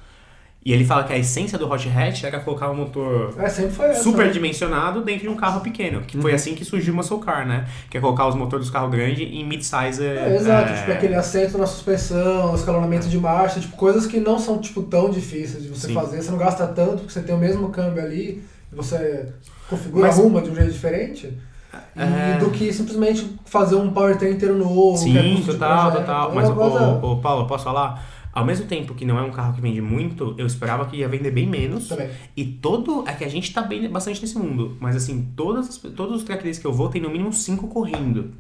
Speaker 1: E ele fala que a essência do Hot Hatch era colocar um motor
Speaker 3: É, sempre foi essa. né?
Speaker 1: superdimensionado dentro de um carro pequeno, que
Speaker 3: Uhum.
Speaker 1: foi assim que surgiu o Muscle Car, né, que é colocar os motores dos carros grandes em mid-size.
Speaker 3: É, exato,
Speaker 1: é,
Speaker 3: tipo aquele assento na suspensão, escalonamento de marcha, tipo coisas que não são tipo tão difíceis de você
Speaker 1: Sim.
Speaker 3: fazer, você não gasta tanto, porque você tem o mesmo câmbio ali, e você configura
Speaker 1: Mas-
Speaker 3: uma de um jeito diferente. e-
Speaker 1: É.
Speaker 3: do que simplesmente fazer um powertrain inteiro novo. que é
Speaker 1: Sim,
Speaker 3: custo de
Speaker 1: total,
Speaker 3: projeto.
Speaker 1: total.
Speaker 3: É
Speaker 1: Mas,
Speaker 3: uma coisa-
Speaker 1: ô, ô, Paulo, posso falar? Ao mesmo tempo que não é um carro que vende muito, eu esperava que ia vender bem menos.
Speaker 3: Também.
Speaker 1: E todo. É que a gente tá bem bastante nesse mundo. Mas assim, todas as- todos os track days que eu vou tem no mínimo cinco correndo.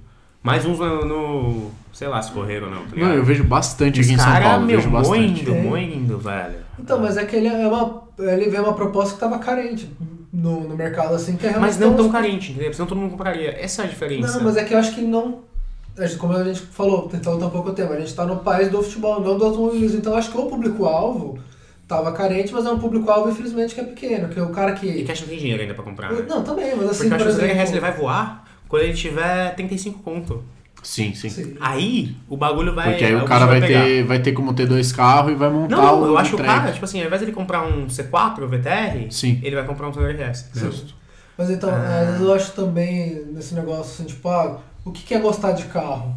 Speaker 1: Mais uns no. no- sei lá se correram ou não. Tá
Speaker 2: Não, eu
Speaker 1: ligado?
Speaker 2: vejo bastante
Speaker 1: Os
Speaker 2: aqui em São
Speaker 1: cara, é
Speaker 2: Paulo.
Speaker 1: meu,
Speaker 2: vejo bastante.
Speaker 1: moendo,
Speaker 3: É.
Speaker 1: moendo, velho.
Speaker 3: Então, mas é que ele é uma. Ele vê uma proposta que tava carente no, no mercado, assim, que é realmente.
Speaker 1: Mas não tão
Speaker 3: uns-
Speaker 1: carente, entendeu? Senão todo mundo compraria. Essa é a diferença.
Speaker 3: Não, mas é que eu acho que não. a gente- Como a gente falou, tentando tão pouco tempo, a gente tá no país do futebol, não do automobilismo. Então eu acho que o público-alvo tava carente, mas é um público-alvo, infelizmente, que é pequeno, que é o cara
Speaker 1: E
Speaker 3: que.
Speaker 1: que acha que não tem dinheiro ainda pra comprar. né?
Speaker 3: Não, também, mas assim,
Speaker 1: Porque eu acho que
Speaker 3: por
Speaker 1: o Zé
Speaker 3: exemplo.
Speaker 1: Ress, ele vai voar quando ele tiver 35 conto.
Speaker 2: Sim, sim.
Speaker 3: Sim.
Speaker 1: Aí o bagulho vai.
Speaker 2: Porque aí o
Speaker 1: bicho
Speaker 2: cara vai
Speaker 1: É, pegar.
Speaker 2: ter, um vai ter como ter dois carros e vai montar
Speaker 1: Não, não,
Speaker 2: o
Speaker 1: eu acho que o
Speaker 2: track.
Speaker 1: cara, tipo assim, ao invés de ele comprar um C4 VTR,
Speaker 2: Sim.
Speaker 1: ele vai comprar um Sandero RS.
Speaker 2: Justo.
Speaker 3: Mas então,
Speaker 2: Ah.
Speaker 3: às vezes eu acho também nesse negócio assim, tipo, ah, o que que é gostar de carro?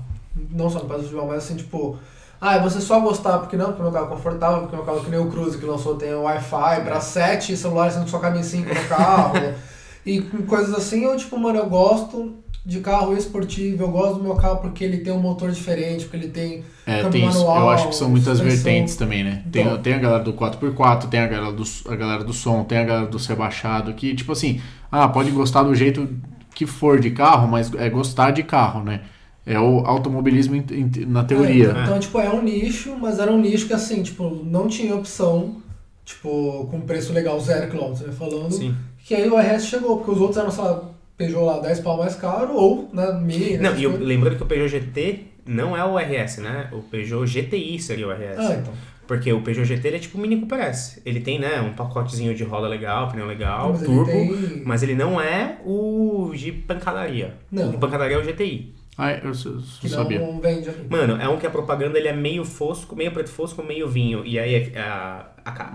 Speaker 3: Não só no país do futebol, mas assim, tipo, ah, é você só gostar porque não, porque meu carro é confortável, porque meu carro que nem o Cruze que lançou tem um Wi-Fi
Speaker 2: É.
Speaker 3: pra 7 celulares, sendo que só cabe em 5 no carro. e com coisas assim, eu tipo, mano, eu gosto de carro esportivo, eu gosto do meu carro porque ele tem um motor diferente, porque ele tem
Speaker 2: É,
Speaker 3: câmbio
Speaker 2: tem isso. Eu
Speaker 3: manual, é um
Speaker 2: acho que são muitas
Speaker 3: suspensão.
Speaker 2: vertentes também, né? Tem,
Speaker 3: Então.
Speaker 2: tem a galera do 4x4, tem a galera do, a galera do som, tem a galera do ser baixado, que, tipo assim, ah, pode gostar do jeito que for de carro, mas é gostar de carro, né? É o automobilismo em- em- na teoria.
Speaker 3: É, então, tipo, é um nicho, mas era um nicho que, assim, tipo, não tinha opção, tipo, com preço legal, zero quilômetro, né, falando.
Speaker 1: Sim.
Speaker 3: Que aí o RS chegou, porque os outros eram, sei lá, Peugeot lá, 10 pau mais caro, ou, né, Mi, né,
Speaker 1: Não,
Speaker 3: essas
Speaker 1: e o-
Speaker 3: coisas.
Speaker 1: lembrando que o Peugeot GT não é o RS, né? O Peugeot GTI seria o RS.
Speaker 3: Ah, então.
Speaker 1: Porque o Peugeot GT ele é tipo um mini Cooper S. Ele tem, né, um pacotezinho de roda legal, pneu legal,
Speaker 3: Mas ele
Speaker 1: turbo.
Speaker 3: tem-
Speaker 1: Mas ele não é o de pancadaria.
Speaker 3: Não.
Speaker 1: O pancadaria é o GTI.
Speaker 2: Ah, eu, s- s-
Speaker 3: Que não
Speaker 2: sabia.
Speaker 3: vende aqui.
Speaker 1: Mano, é um que a propaganda ele é meio fosco, meio preto fosco, meio vinho. E aí é a, a, ca-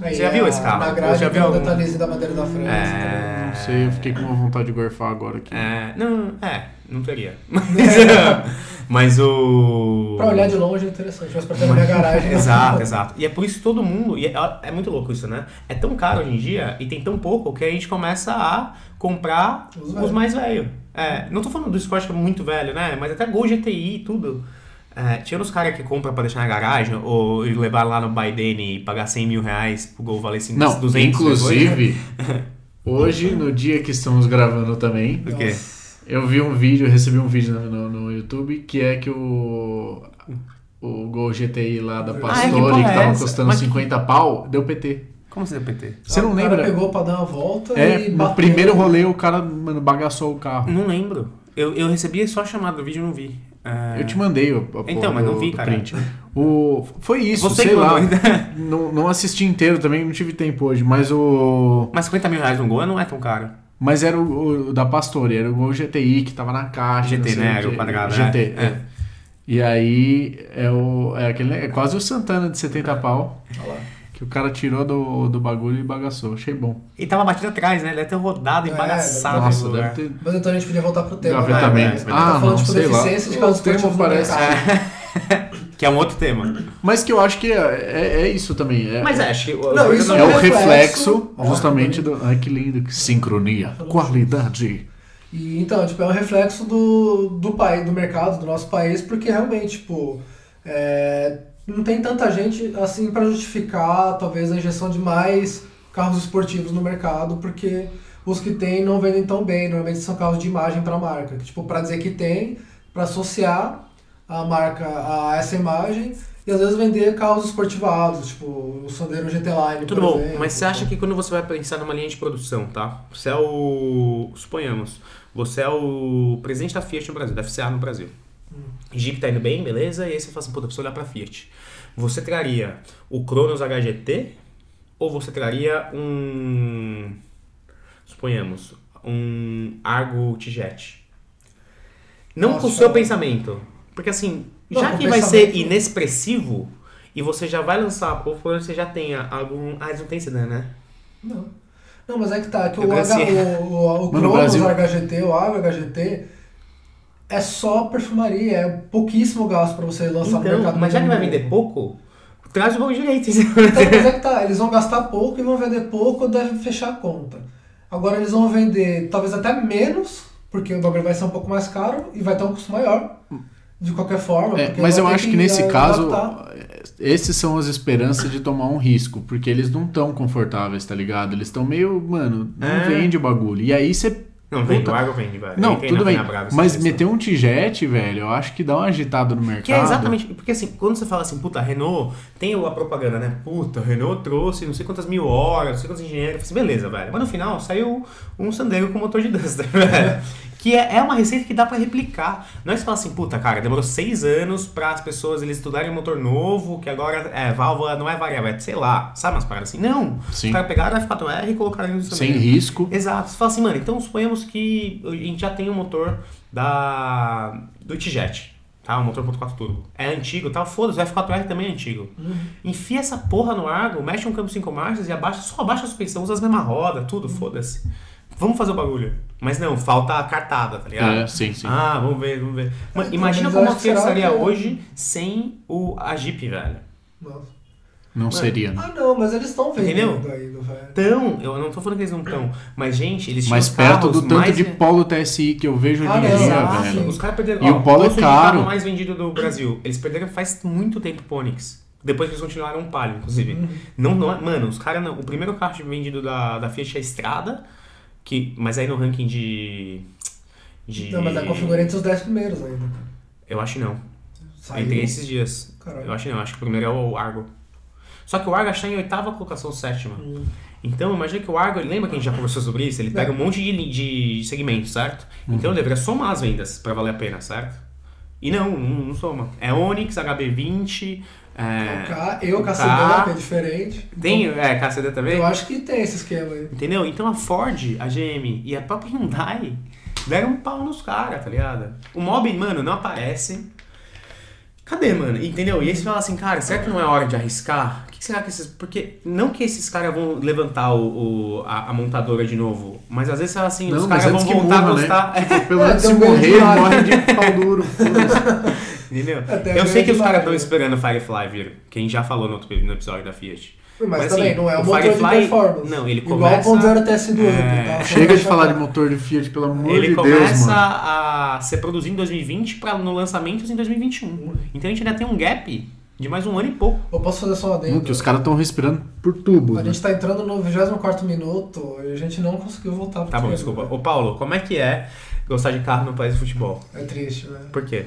Speaker 3: Aí,
Speaker 1: Você já viu esse carro?
Speaker 3: Ah, Na grade tá-
Speaker 1: Já
Speaker 3: já
Speaker 1: viu
Speaker 3: viu o
Speaker 1: algum?
Speaker 3: detalhezinho da bandeira da assim, França. entendeu?
Speaker 2: Não sei, eu fiquei com uma vontade de gorfar agora aqui.
Speaker 1: É, não, é, não teria. Mas, mas o.
Speaker 3: Pra olhar de longe é interessante, mas pra ter na minha garagem...
Speaker 1: Exato, exato. E é por isso que todo mundo. E é, é muito louco isso, né? É tão caro hoje em dia e tem tão pouco que a gente começa a comprar
Speaker 3: Os
Speaker 1: os,
Speaker 3: velhos.
Speaker 1: mais velhos. É, não tô falando do Scott que é muito velho, né? Mas até Gol GTI e tudo. É, tirando os caras que compram pra deixar na garagem ou e levar lá no Biden e pagar 100 mil reais pro Gol valer 5,
Speaker 2: Não,
Speaker 1: 200 depois.
Speaker 2: inclusive,
Speaker 3: né?
Speaker 2: hoje, no dia que estamos gravando também,
Speaker 1: O quê?
Speaker 2: eu vi um vídeo, eu recebi um vídeo no, no- no YouTube, que é que o. O Gol GTI lá da
Speaker 3: Ah, é, que
Speaker 2: Pastore,
Speaker 1: porra
Speaker 2: que
Speaker 1: é
Speaker 2: tava
Speaker 1: essa?
Speaker 2: custando
Speaker 1: Mas que-
Speaker 2: 50 pau, deu PT.
Speaker 1: Como você deu PT?
Speaker 2: Você não
Speaker 3: Ah, O cara
Speaker 2: lembra?
Speaker 3: pegou pra dar uma volta
Speaker 2: É,
Speaker 3: e
Speaker 2: no
Speaker 3: bateu.
Speaker 2: primeiro rolê o cara, mano, bagaçou o carro.
Speaker 1: Não lembro. Eu, eu recebi só a chamada do vídeo e não vi. É,
Speaker 2: Eu te mandei o a porra
Speaker 1: Então, mas não
Speaker 2: do-
Speaker 1: vi,
Speaker 2: do
Speaker 1: cara.
Speaker 2: print. O, foi isso,
Speaker 1: Você
Speaker 2: sei
Speaker 1: que
Speaker 2: lá.
Speaker 1: mandou né? ainda.
Speaker 2: Não, não assisti inteiro também, não tive tempo hoje, mas o.
Speaker 1: Mas 50 mil reais num Goa não é tão caro.
Speaker 2: Mas era o, o da Pastore, era o Gol GTI que tava na caixa.
Speaker 1: GT,
Speaker 2: não sei
Speaker 1: né?
Speaker 2: o
Speaker 1: Era
Speaker 2: quê.
Speaker 1: o quadrado,
Speaker 2: GT,
Speaker 1: né?
Speaker 2: é. E aí é, o, é, aquele, é quase o Santana de 70 pau.
Speaker 3: Olha lá.
Speaker 2: Que Que o cara tirou do, do bagulho e bagaçou. Achei bom.
Speaker 1: E tava batido atrás, né? Ele deve ter rodado e
Speaker 3: É,
Speaker 1: bagaçado. no
Speaker 2: Nossa,
Speaker 1: Ah, lugar.
Speaker 2: deve ter.
Speaker 3: Mas então a gente podia voltar pro tema. né?
Speaker 2: Gavetamento.
Speaker 1: vai.
Speaker 3: Tá
Speaker 2: Ah,
Speaker 3: falando,
Speaker 2: não,
Speaker 3: tipo,
Speaker 2: sei lá.
Speaker 3: deficiência de caso
Speaker 2: O termo
Speaker 3: esportivo no
Speaker 2: parece.
Speaker 3: mercado.
Speaker 1: Que é um outro tema.
Speaker 2: Mas que eu acho que é, é, é isso também. É,
Speaker 1: Mas é, acho que.
Speaker 3: Não, isso um
Speaker 2: é o
Speaker 3: reflexo-
Speaker 2: reflexo,
Speaker 1: Ah,
Speaker 2: justamente do. Ai, que lindo. que Sincronia. Qualidade.
Speaker 3: E então, tipo, é um reflexo do, do país, do mercado, do nosso país, porque realmente, tipo, é, não tem tanta gente assim para justificar talvez a injeção de mais carros esportivos no mercado, porque os que tem não vendem tão bem, normalmente são carros de imagem para a marca, que, tipo, para dizer que tem, para associar a marca a essa imagem. E às vezes vender carros esportivados, tipo o Sandero GT Line,
Speaker 1: Tudo
Speaker 3: por
Speaker 1: bom,
Speaker 3: exemplo.
Speaker 1: mas você acha que quando você vai pensar numa linha de produção, tá? Você é o. Suponhamos, você é o presidente da Fiat no Brasil, da FCA no Brasil. Jeep tá indo bem, beleza? E aí você fala assim, puta, preciso olhar pra Fiat. Você traria o Cronos HGT ou você traria um. Suponhamos, um Argo T-Jet? Não
Speaker 3: Posso
Speaker 1: com o seu
Speaker 3: falar?
Speaker 1: pensamento. Porque assim,
Speaker 3: Não,
Speaker 1: já
Speaker 3: com
Speaker 1: que vai ser
Speaker 3: pensamento.
Speaker 1: inexpressivo e você já vai lançar, ou pelo menos você já tenha algum. Ah, eles não tem sedã, né?
Speaker 3: Não. Não, mas é que tá, que
Speaker 1: Eu
Speaker 3: o, H,
Speaker 1: pensei.
Speaker 3: o, o, o
Speaker 2: Mano, o
Speaker 3: Cronos
Speaker 2: Brasil-
Speaker 3: HGT, o Agro HGT, é só perfumaria, é pouquíssimo gasto pra você lançar no
Speaker 1: Então,
Speaker 3: mercado.
Speaker 1: mas já que vai
Speaker 3: mundial.
Speaker 1: vender pouco, traz o bom direito. entendeu?
Speaker 3: Então, mas é que tá, eles vão gastar pouco e vão vender pouco, deve fechar a conta. Agora eles vão vender talvez até menos, porque o bagulho vai ser um pouco mais caro e vai ter um custo maior. De qualquer forma.
Speaker 2: É,
Speaker 3: porque
Speaker 2: mas
Speaker 3: vai
Speaker 2: eu
Speaker 3: ter
Speaker 2: acho que nesse
Speaker 3: eh,
Speaker 2: caso, é,
Speaker 3: adaptar.
Speaker 2: esses são as esperanças de tomar um risco, porque eles não estão confortáveis, tá ligado? Eles estão meio, mano, não
Speaker 1: É.
Speaker 2: vende o bagulho. E aí você.
Speaker 1: Não, vende,
Speaker 2: Puta.
Speaker 1: o Argo vende, velho.
Speaker 2: Não,
Speaker 1: Quem é
Speaker 2: tudo
Speaker 1: na
Speaker 2: bem.
Speaker 1: Fina Brava, essa
Speaker 2: Mas
Speaker 1: questão.
Speaker 2: meter um tijete, velho, eu acho que dá uma agitada no mercado.
Speaker 1: Que é exatamente. Porque assim, quando você fala assim, puta, a Renault, tem a propaganda, né? Puta, a Renault trouxe não sei quantas mil horas, não sei quantos engenheiros. Eu falei assim, beleza, velho. Mas no final saiu um Sandero com motor de Duster, velho. Que é, é uma receita que dá pra replicar. Não é você falar assim, puta, cara, demorou seis anos pra as pessoas eles estudarem um motor novo, que agora é válvula, não é variável, é sei lá, sabe umas paradas assim? Não.
Speaker 2: Sim.
Speaker 1: Os caras pegaram a F4R e colocaram no
Speaker 2: Sem
Speaker 1: Sandero.
Speaker 2: risco.
Speaker 1: Exato. Você fala assim, mano, então suponhamos que a gente já tem o motor da do T-Jet, tá? O motor 1.4 turbo. É antigo, tá? Foda-se, o F4R também é antigo.
Speaker 3: Uhum.
Speaker 1: Enfia essa porra no Argo, mexe um câmbio 5 marchas e abaixa, só abaixa a suspensão, usa as mesmas rodas, tudo,
Speaker 3: Uhum.
Speaker 1: foda-se. Vamos fazer o bagulho. Mas não, falta a cartada, tá ligado?
Speaker 2: É, sim, sim.
Speaker 1: Ah, vamos ver, vamos ver. Mano,
Speaker 3: Então,
Speaker 1: imagina
Speaker 3: mas
Speaker 1: como
Speaker 3: eu
Speaker 1: a
Speaker 3: acho que
Speaker 1: Fiat
Speaker 3: será
Speaker 1: estaria
Speaker 3: que-
Speaker 1: hoje sem o, a Jeep, velho.
Speaker 3: Nossa.
Speaker 2: Não seria, né?
Speaker 3: Ah não, mas eles estão vendendo
Speaker 1: Entendeu?
Speaker 3: ainda, velho.
Speaker 1: Então, eu não tô falando que eles não estão, mas, gente, eles tinham
Speaker 2: Mas perto
Speaker 1: carros
Speaker 2: do tanto
Speaker 1: mais-
Speaker 2: de polo TSI que eu vejo hoje
Speaker 3: Ah,
Speaker 2: em
Speaker 3: não,
Speaker 2: dia,
Speaker 3: ah,
Speaker 2: velho.
Speaker 3: sim.
Speaker 1: Os caras perderam.
Speaker 2: Tá E
Speaker 1: ó,
Speaker 2: o Polo é
Speaker 1: posto de
Speaker 2: caro.
Speaker 1: carro mais vendido do Brasil. Eles perderam faz muito tempo pro Onix. Depois que eles continuaram um Palio, inclusive.
Speaker 3: Uhum.
Speaker 1: Não, não, é- mano, os caras não. O primeiro carro vendido da, da Fiat é a Estrada, que, mas aí no ranking de. de
Speaker 3: Não, mas a configura entre os 10 primeiros ainda.
Speaker 1: Eu acho que não.
Speaker 3: Saiu.
Speaker 1: Entre esses dias.
Speaker 3: Caralho.
Speaker 1: Eu acho que não. Acho que o primeiro é o Argo. Só que o Argo está em oitava colocação, sétima.
Speaker 3: Hum. É.
Speaker 1: Então, imagina que o Argo, lembra que a gente já conversou sobre isso? Ele pega um monte de, li- de segmentos, certo? Então ele deveria somar as vendas pra valer a pena, certo? E não, não, não soma. É Onix, HB20,
Speaker 3: O
Speaker 1: é...
Speaker 3: K, eu,
Speaker 1: O K.
Speaker 3: Caçador, que é diferente.
Speaker 1: Tem é, KCD também?
Speaker 3: Eu acho que tem esse esquema aí.
Speaker 1: Entendeu? Então a Ford, a GM e a própria Hyundai deram um pau nos caras, tá ligado? O Mobin, mano, não aparece. Cadê, mano? Entendeu? E aí você fala assim, cara, será que não é hora de arriscar? O que será que esses. Porque não que esses caras vão levantar o, o- a, a montadora de novo, mas às vezes fala assim, os
Speaker 2: Não,
Speaker 1: caras
Speaker 2: mas
Speaker 1: vão
Speaker 2: antes que
Speaker 1: voltar a
Speaker 2: morra, né?
Speaker 1: gostar.
Speaker 2: Tipo, pelo
Speaker 3: É,
Speaker 2: menos se
Speaker 3: tem um grande
Speaker 2: morrer,
Speaker 3: lado.
Speaker 2: morre de pau duro. foda-se.
Speaker 1: Entendeu?
Speaker 3: Até
Speaker 1: Eu sei que os
Speaker 3: grande
Speaker 1: caras estão
Speaker 3: maravilha.
Speaker 1: esperando o Firefly vir, quem já falou no, outro, no episódio da Fiat.
Speaker 3: Mas,
Speaker 1: Mas,
Speaker 3: também,
Speaker 1: assim,
Speaker 3: não é
Speaker 1: o
Speaker 3: um motor
Speaker 1: Firefly-
Speaker 3: de performance.
Speaker 1: não, ele começa-
Speaker 3: Igual o 1.0 TS2.
Speaker 1: É,
Speaker 3: tá?
Speaker 2: Chega de
Speaker 3: Só
Speaker 2: falar de
Speaker 3: pra-
Speaker 2: motor de Fiat, pelo amor
Speaker 1: Ele
Speaker 2: de Deus,
Speaker 1: começa
Speaker 2: mano.
Speaker 1: a ser produzido em 2020 para no lançamento assim, em 2021. Então a gente ainda tem um gap de mais um ano e pouco.
Speaker 3: Eu posso fazer só um adendo?
Speaker 2: Hum, que os caras estão respirando por tubo.
Speaker 3: A
Speaker 2: né?
Speaker 3: gente tá entrando no 24 minuto e a gente não conseguiu voltar pro
Speaker 1: Tá bom,
Speaker 3: tema.
Speaker 1: desculpa. Ô Paulo, como é que é gostar de carro no país do futebol?
Speaker 3: É triste, né?
Speaker 1: Por quê?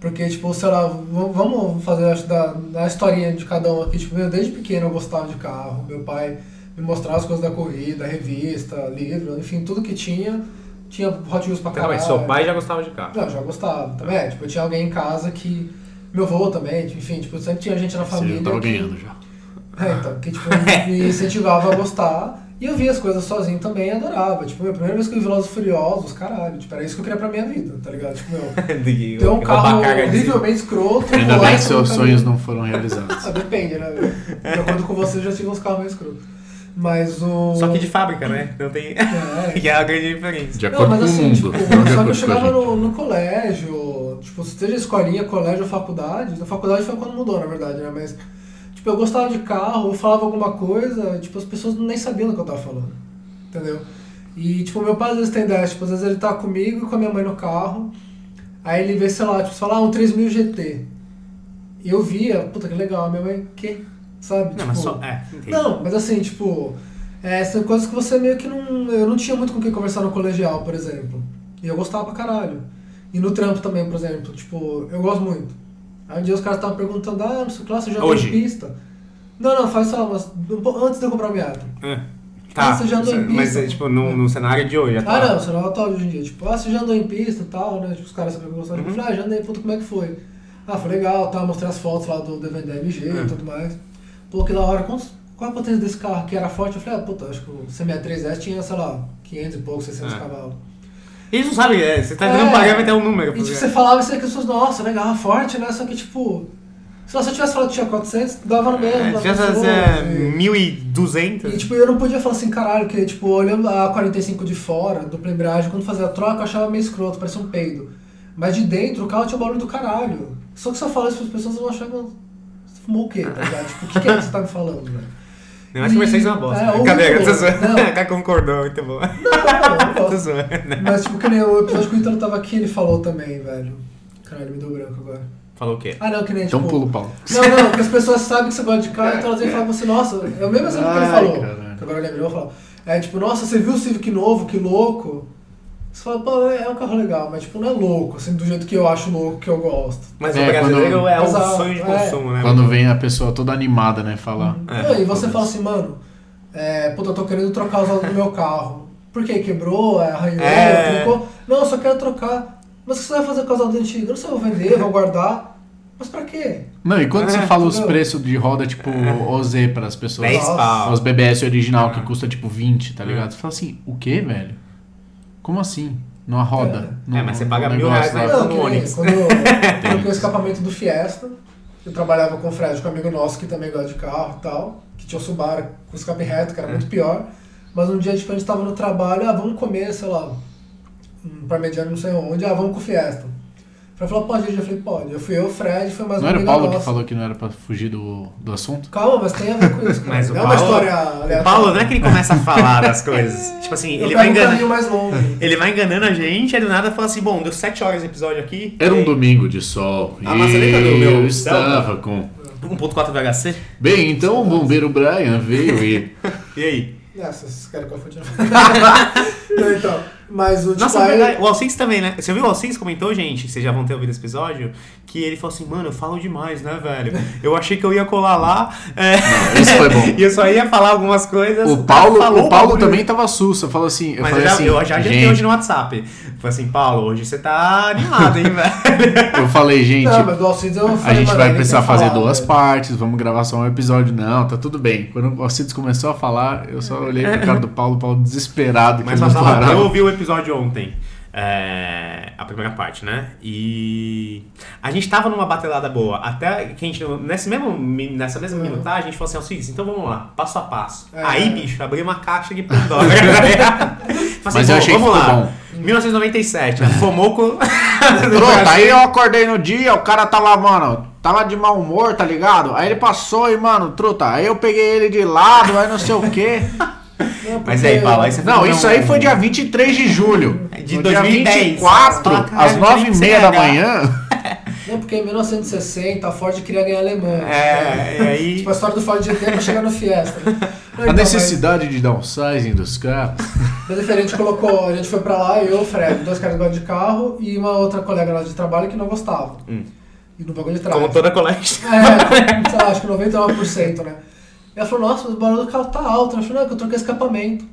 Speaker 3: Porque, tipo, sei lá, v- vamos fazer acho, da, da historinha de cada um aqui. Tipo, eu desde pequeno eu gostava de carro. Meu pai me mostrava as coisas da corrida, revista, livro, enfim, tudo que tinha. Tinha Hot Wheels pra
Speaker 1: Calma aí,
Speaker 3: caralho.
Speaker 1: Tá, Então, seu pai já gostava de carro.
Speaker 3: Não, eu já gostava também. É, tipo, eu tinha alguém em casa que... Meu avô também, enfim, tipo, sempre tinha gente na
Speaker 2: Você
Speaker 3: família
Speaker 2: já tava
Speaker 3: que-
Speaker 2: ganhando já.
Speaker 3: É, então, que tipo, me incentivava a gostar. E eu via as coisas sozinho também e adorava. Tipo, meu, a primeira vez que eu vi Velozes e Furiosos, caralho, tipo, era isso que eu queria pra minha vida, tá ligado? Tipo, meu,
Speaker 1: De-
Speaker 3: ter um
Speaker 1: roubar
Speaker 3: carro
Speaker 1: carga de-
Speaker 3: horrivelmente escroto.
Speaker 2: Ainda
Speaker 3: lá
Speaker 2: bem
Speaker 3: e
Speaker 2: que seus
Speaker 3: tudo
Speaker 2: sonhos não foram realizados.
Speaker 3: Ah, depende, né? velho? De acordo com você, eu já tive uns carros meio escroto. Mas o.
Speaker 1: Só que de fábrica, né? Não tem.
Speaker 3: É.
Speaker 1: que é a grande diferença.
Speaker 2: De
Speaker 3: Não,
Speaker 2: acordo
Speaker 3: mas
Speaker 2: com o
Speaker 3: assim,
Speaker 2: mundo.
Speaker 3: tipo,
Speaker 2: não de
Speaker 3: só que eu
Speaker 2: acordo com a
Speaker 3: chegava
Speaker 2: gente.
Speaker 3: no, no colégio, tipo, seja escolinha, colégio ou faculdade. Na faculdade foi quando mudou, na verdade, né? Mas, tipo, eu gostava de carro, eu falava alguma coisa, tipo, as pessoas nem sabiam do que eu tava falando. Entendeu? E, tipo, meu pai às vezes tem dessa, tipo, às vezes ele tá comigo e com a minha mãe no carro. Aí ele vê, sei lá, tipo, fala, ah, um 3000 GT. E eu via, puta que legal, a minha mãe, que? Sabe?
Speaker 1: Não, mas
Speaker 3: Tipo,
Speaker 1: só. É, entendi.
Speaker 3: não, mas assim, tipo, é, são coisas que você meio que não. Eu não tinha muito com quem conversar no colegial, por exemplo. E eu gostava pra caralho. E no trampo também, por exemplo, tipo, eu gosto muito. Aí um dia os caras estavam perguntando, ah, não sei o que lá, você já andou
Speaker 1: Hoje?
Speaker 3: em pista? Não, não, faz só, mas um pouco antes de eu comprar o Miata.
Speaker 1: É. Tá,
Speaker 3: Você já andou em
Speaker 1: mas
Speaker 3: pista?
Speaker 1: é, tipo, no, no cenário de hoje, já
Speaker 3: Ah,
Speaker 1: tá.
Speaker 3: não, você não é atual hoje em dia. Tipo, ah, você já andou em pista e tal, né? Tipo, os caras sabiam que eu gostava.
Speaker 1: Uhum.
Speaker 3: Eu falei, ah, já andei, puta, como é que foi? Ah, foi legal, tal, mostrei as fotos lá do DVD MG
Speaker 1: É.
Speaker 3: e tudo mais. Pô, que da hora, quantos, qual a potência desse carro que era forte? Eu falei, ah, puta, acho que o C63S tinha, sei lá, 500 e pouco, 600
Speaker 1: É.
Speaker 3: cavalos.
Speaker 1: Eles não sabem, é, você tá
Speaker 3: É.
Speaker 1: dando um parâmetro até um número.
Speaker 3: E tipo,
Speaker 1: porque-
Speaker 3: você falava isso aqui, as pessoas, nossa, legal, forte, né? Só que tipo, se lá, se eu tivesse falado que tinha 400, dava no mesmo.
Speaker 1: É,
Speaker 3: dava
Speaker 1: já
Speaker 3: no
Speaker 1: tá,
Speaker 3: mesmo,
Speaker 1: é,
Speaker 3: e-
Speaker 1: 1.200.
Speaker 3: tipo, E tipo, eu não podia falar assim, caralho, que tipo, olhando a 45 de fora, dupla embreagem, quando fazia a troca eu achava meio escroto, parecia um peido. Mas de dentro o carro tinha um barulho do caralho. Só que se eu falar isso pras pessoas, elas achavam. Você fumou o quê? Tá ligado? tipo, o que, que é que você tá me falando, velho?
Speaker 1: Não, acho que Mercedes é uma
Speaker 3: É,
Speaker 1: bosta.
Speaker 3: ou-
Speaker 1: Cadê? Você
Speaker 3: não.
Speaker 1: zoando. Tá concordou, muito bom.
Speaker 3: Não, não,
Speaker 1: Tô
Speaker 3: não.
Speaker 1: zoando. né?
Speaker 3: Mas tipo, que nem o episódio que o Ítalo tava aqui, ele falou também, velho. Caralho, me deu branco agora.
Speaker 1: Falou o quê?
Speaker 3: Ah não, que nem
Speaker 2: Então
Speaker 3: tipo.
Speaker 2: pulo o pau.
Speaker 3: Não, não, que as pessoas sabem que você gosta de carro, então elas vêm falar com você, nossa, é o mesmo exemplo que ele
Speaker 2: Ai,
Speaker 3: falou.
Speaker 2: caralho.
Speaker 3: Que agora eu lembrei, eu vou falar. É tipo, nossa, você viu o Civic novo, que louco. Você fala, pô, é um carro legal, mas tipo, não é louco, assim, do jeito que eu acho louco, que eu gosto.
Speaker 1: Mas
Speaker 2: É,
Speaker 1: o brasileiro
Speaker 2: quando-
Speaker 1: é um
Speaker 3: Exato,
Speaker 1: sonho de
Speaker 3: é. Uhum.
Speaker 1: consumo, né?
Speaker 2: Quando vem a pessoa toda animada, né? Falar.
Speaker 1: É,
Speaker 3: Não, e você
Speaker 2: foda-se.
Speaker 3: fala assim, mano, é, puta, eu tô querendo trocar os autos do meu carro. Por quê? Quebrou, é, arranhou,
Speaker 1: É.
Speaker 3: trincou? Não, eu só quero trocar. Mas o que você vai fazer com os autos antigos? Eu não sei, eu vou vender, vou guardar. Mas pra quê?
Speaker 2: Não, e quando você
Speaker 1: É,
Speaker 2: fala os
Speaker 3: entendeu?
Speaker 2: preços de roda, tipo,
Speaker 3: É.
Speaker 2: OZ para as pessoas.
Speaker 1: 10 pau.
Speaker 2: Os BBS original que custa tipo 20,
Speaker 3: É.
Speaker 2: tá ligado? Você fala assim, o que, velho? Como assim? Numa roda?
Speaker 1: É,
Speaker 2: num-
Speaker 1: mas você
Speaker 2: num
Speaker 1: paga mil
Speaker 2: negócio
Speaker 1: reais,
Speaker 2: lá.
Speaker 1: né?
Speaker 3: Não,
Speaker 1: no
Speaker 3: que nem
Speaker 1: ônibus.
Speaker 3: Quando eu troquei o escapamento do Fiesta, eu trabalhava com o Fred, com um amigo nosso que também gosta de carro e tal, que tinha o Subaru com escape reto,
Speaker 1: É.
Speaker 3: que era muito pior. Mas um dia tipo, a gente tava no trabalho, ah, vamos comer, sei lá, um parmegiano não sei onde, ah, vamos com o Fiesta. O Fred falou, pode ir, eu falei, pode. Eu fui eu, o Fred, foi mais
Speaker 2: Não
Speaker 3: um
Speaker 2: era o
Speaker 3: amigo
Speaker 2: Paulo que
Speaker 3: nosso.
Speaker 2: falou que não era pra fugir do, do assunto?
Speaker 3: Calma, mas tem a ver com isso, cara.
Speaker 1: Mas o
Speaker 3: não é uma
Speaker 1: Paulo-
Speaker 3: história
Speaker 1: O
Speaker 3: aleatória.
Speaker 1: Paulo, não é que ele começa a falar das coisas. Tipo assim,
Speaker 3: Eu
Speaker 1: ele
Speaker 3: pego
Speaker 1: vai
Speaker 3: um
Speaker 1: enganando.
Speaker 3: caminho mais longo.
Speaker 1: Ele vai enganando a gente, aí do nada fala assim, bom, deu 7 horas de episódio aqui.
Speaker 2: Era um domingo de sol.
Speaker 1: A
Speaker 2: e
Speaker 1: maçaneta do meu
Speaker 2: eu
Speaker 1: céu.
Speaker 2: estava com.
Speaker 1: 1.4 VHC.
Speaker 2: Bem, então o bombeiro Brian veio e.
Speaker 1: E aí?
Speaker 3: É, vocês querem que eu fude. Não, então, mas o tipo,
Speaker 1: Nossa,
Speaker 3: aí-
Speaker 1: verdade, o Alcides também, né? Você viu o Alcides comentou, gente, vocês já vão ter ouvido esse episódio, que ele falou assim, mano, eu falo demais, né, velho? Eu achei que eu ia colar lá. é,
Speaker 2: Isso foi bom.
Speaker 1: E eu só ia falar algumas coisas.
Speaker 2: O Paulo,
Speaker 1: falou
Speaker 2: o Paulo
Speaker 1: bagulho.
Speaker 2: também tava sussa. Falou assim, eu
Speaker 1: Mas eu
Speaker 2: falei
Speaker 1: já,
Speaker 2: assim,
Speaker 1: eu já ajeitei
Speaker 2: gente,
Speaker 1: hoje no WhatsApp. Falei assim, Paulo, hoje você tá animado, hein, velho?
Speaker 2: eu falei, gente,
Speaker 3: Não, mas do Alcides é eu
Speaker 2: a
Speaker 3: falei,
Speaker 2: gente
Speaker 3: mano,
Speaker 2: vai
Speaker 3: ele
Speaker 2: precisar
Speaker 3: tem né, que
Speaker 2: fazer
Speaker 3: falar,
Speaker 2: duas
Speaker 3: velho.
Speaker 2: partes, vamos gravar só um episódio. Não, tá tudo bem. Quando o Alcides começou a falar, eu só olhei pro cara do Paulo, o Paulo desesperado, que
Speaker 1: Mas
Speaker 2: ele
Speaker 1: pra
Speaker 2: não
Speaker 1: falar, eu
Speaker 2: parava.
Speaker 1: ouvi o episódio ontem. é, a primeira parte, né? E a gente tava numa batelada boa. Até que a gente, nesse mesmo, mi- nessa mesma
Speaker 3: Uhum.
Speaker 1: minutagem, a gente falou assim: ó, seguinte, então vamos lá, passo a passo.
Speaker 3: É.
Speaker 1: Aí, bicho, abri uma caixa de Pandora. Falei assim,
Speaker 2: Mas eu achei que
Speaker 1: vamos lá.
Speaker 2: ficou bom. É.
Speaker 1: 1997, a Fomoco.
Speaker 2: Pronto, aí eu acordei no dia, o cara tava, mano, tava de mau humor, tá ligado? Aí ele passou e, mano, truta, aí eu peguei ele de lado, aí não sei o quê.
Speaker 3: Não,
Speaker 1: Mas aí,
Speaker 3: porque-
Speaker 1: Paulo, aí você um
Speaker 2: Não, isso aí foi dia 23 de julho.
Speaker 1: De
Speaker 2: no
Speaker 1: 2010.
Speaker 2: dia 24,
Speaker 1: Ah, cara,
Speaker 2: às
Speaker 1: tem
Speaker 2: 9h30 da
Speaker 1: que ser
Speaker 2: manhã.
Speaker 3: Não, porque em 1960 a Ford queria ganhar alemã.
Speaker 1: É, e aí.
Speaker 3: Tipo, a história do Ford GT pra chegar no Fiesta. Não, então,
Speaker 2: A necessidade de downsizing dos carros.
Speaker 3: Mas, mas diferente, colocou, a gente foi pra lá, eu, o Fred, dois caras que gostam de carro e uma outra colega lá de trabalho que não gostava.
Speaker 2: Hum.
Speaker 3: E no bagulho de trás.
Speaker 1: Como toda colégio.
Speaker 3: É, sei lá, acho que 99%, né? E ela falou, nossa, mas o barulho do carro tá alto. Eu falei, não, é que eu troquei escapamento.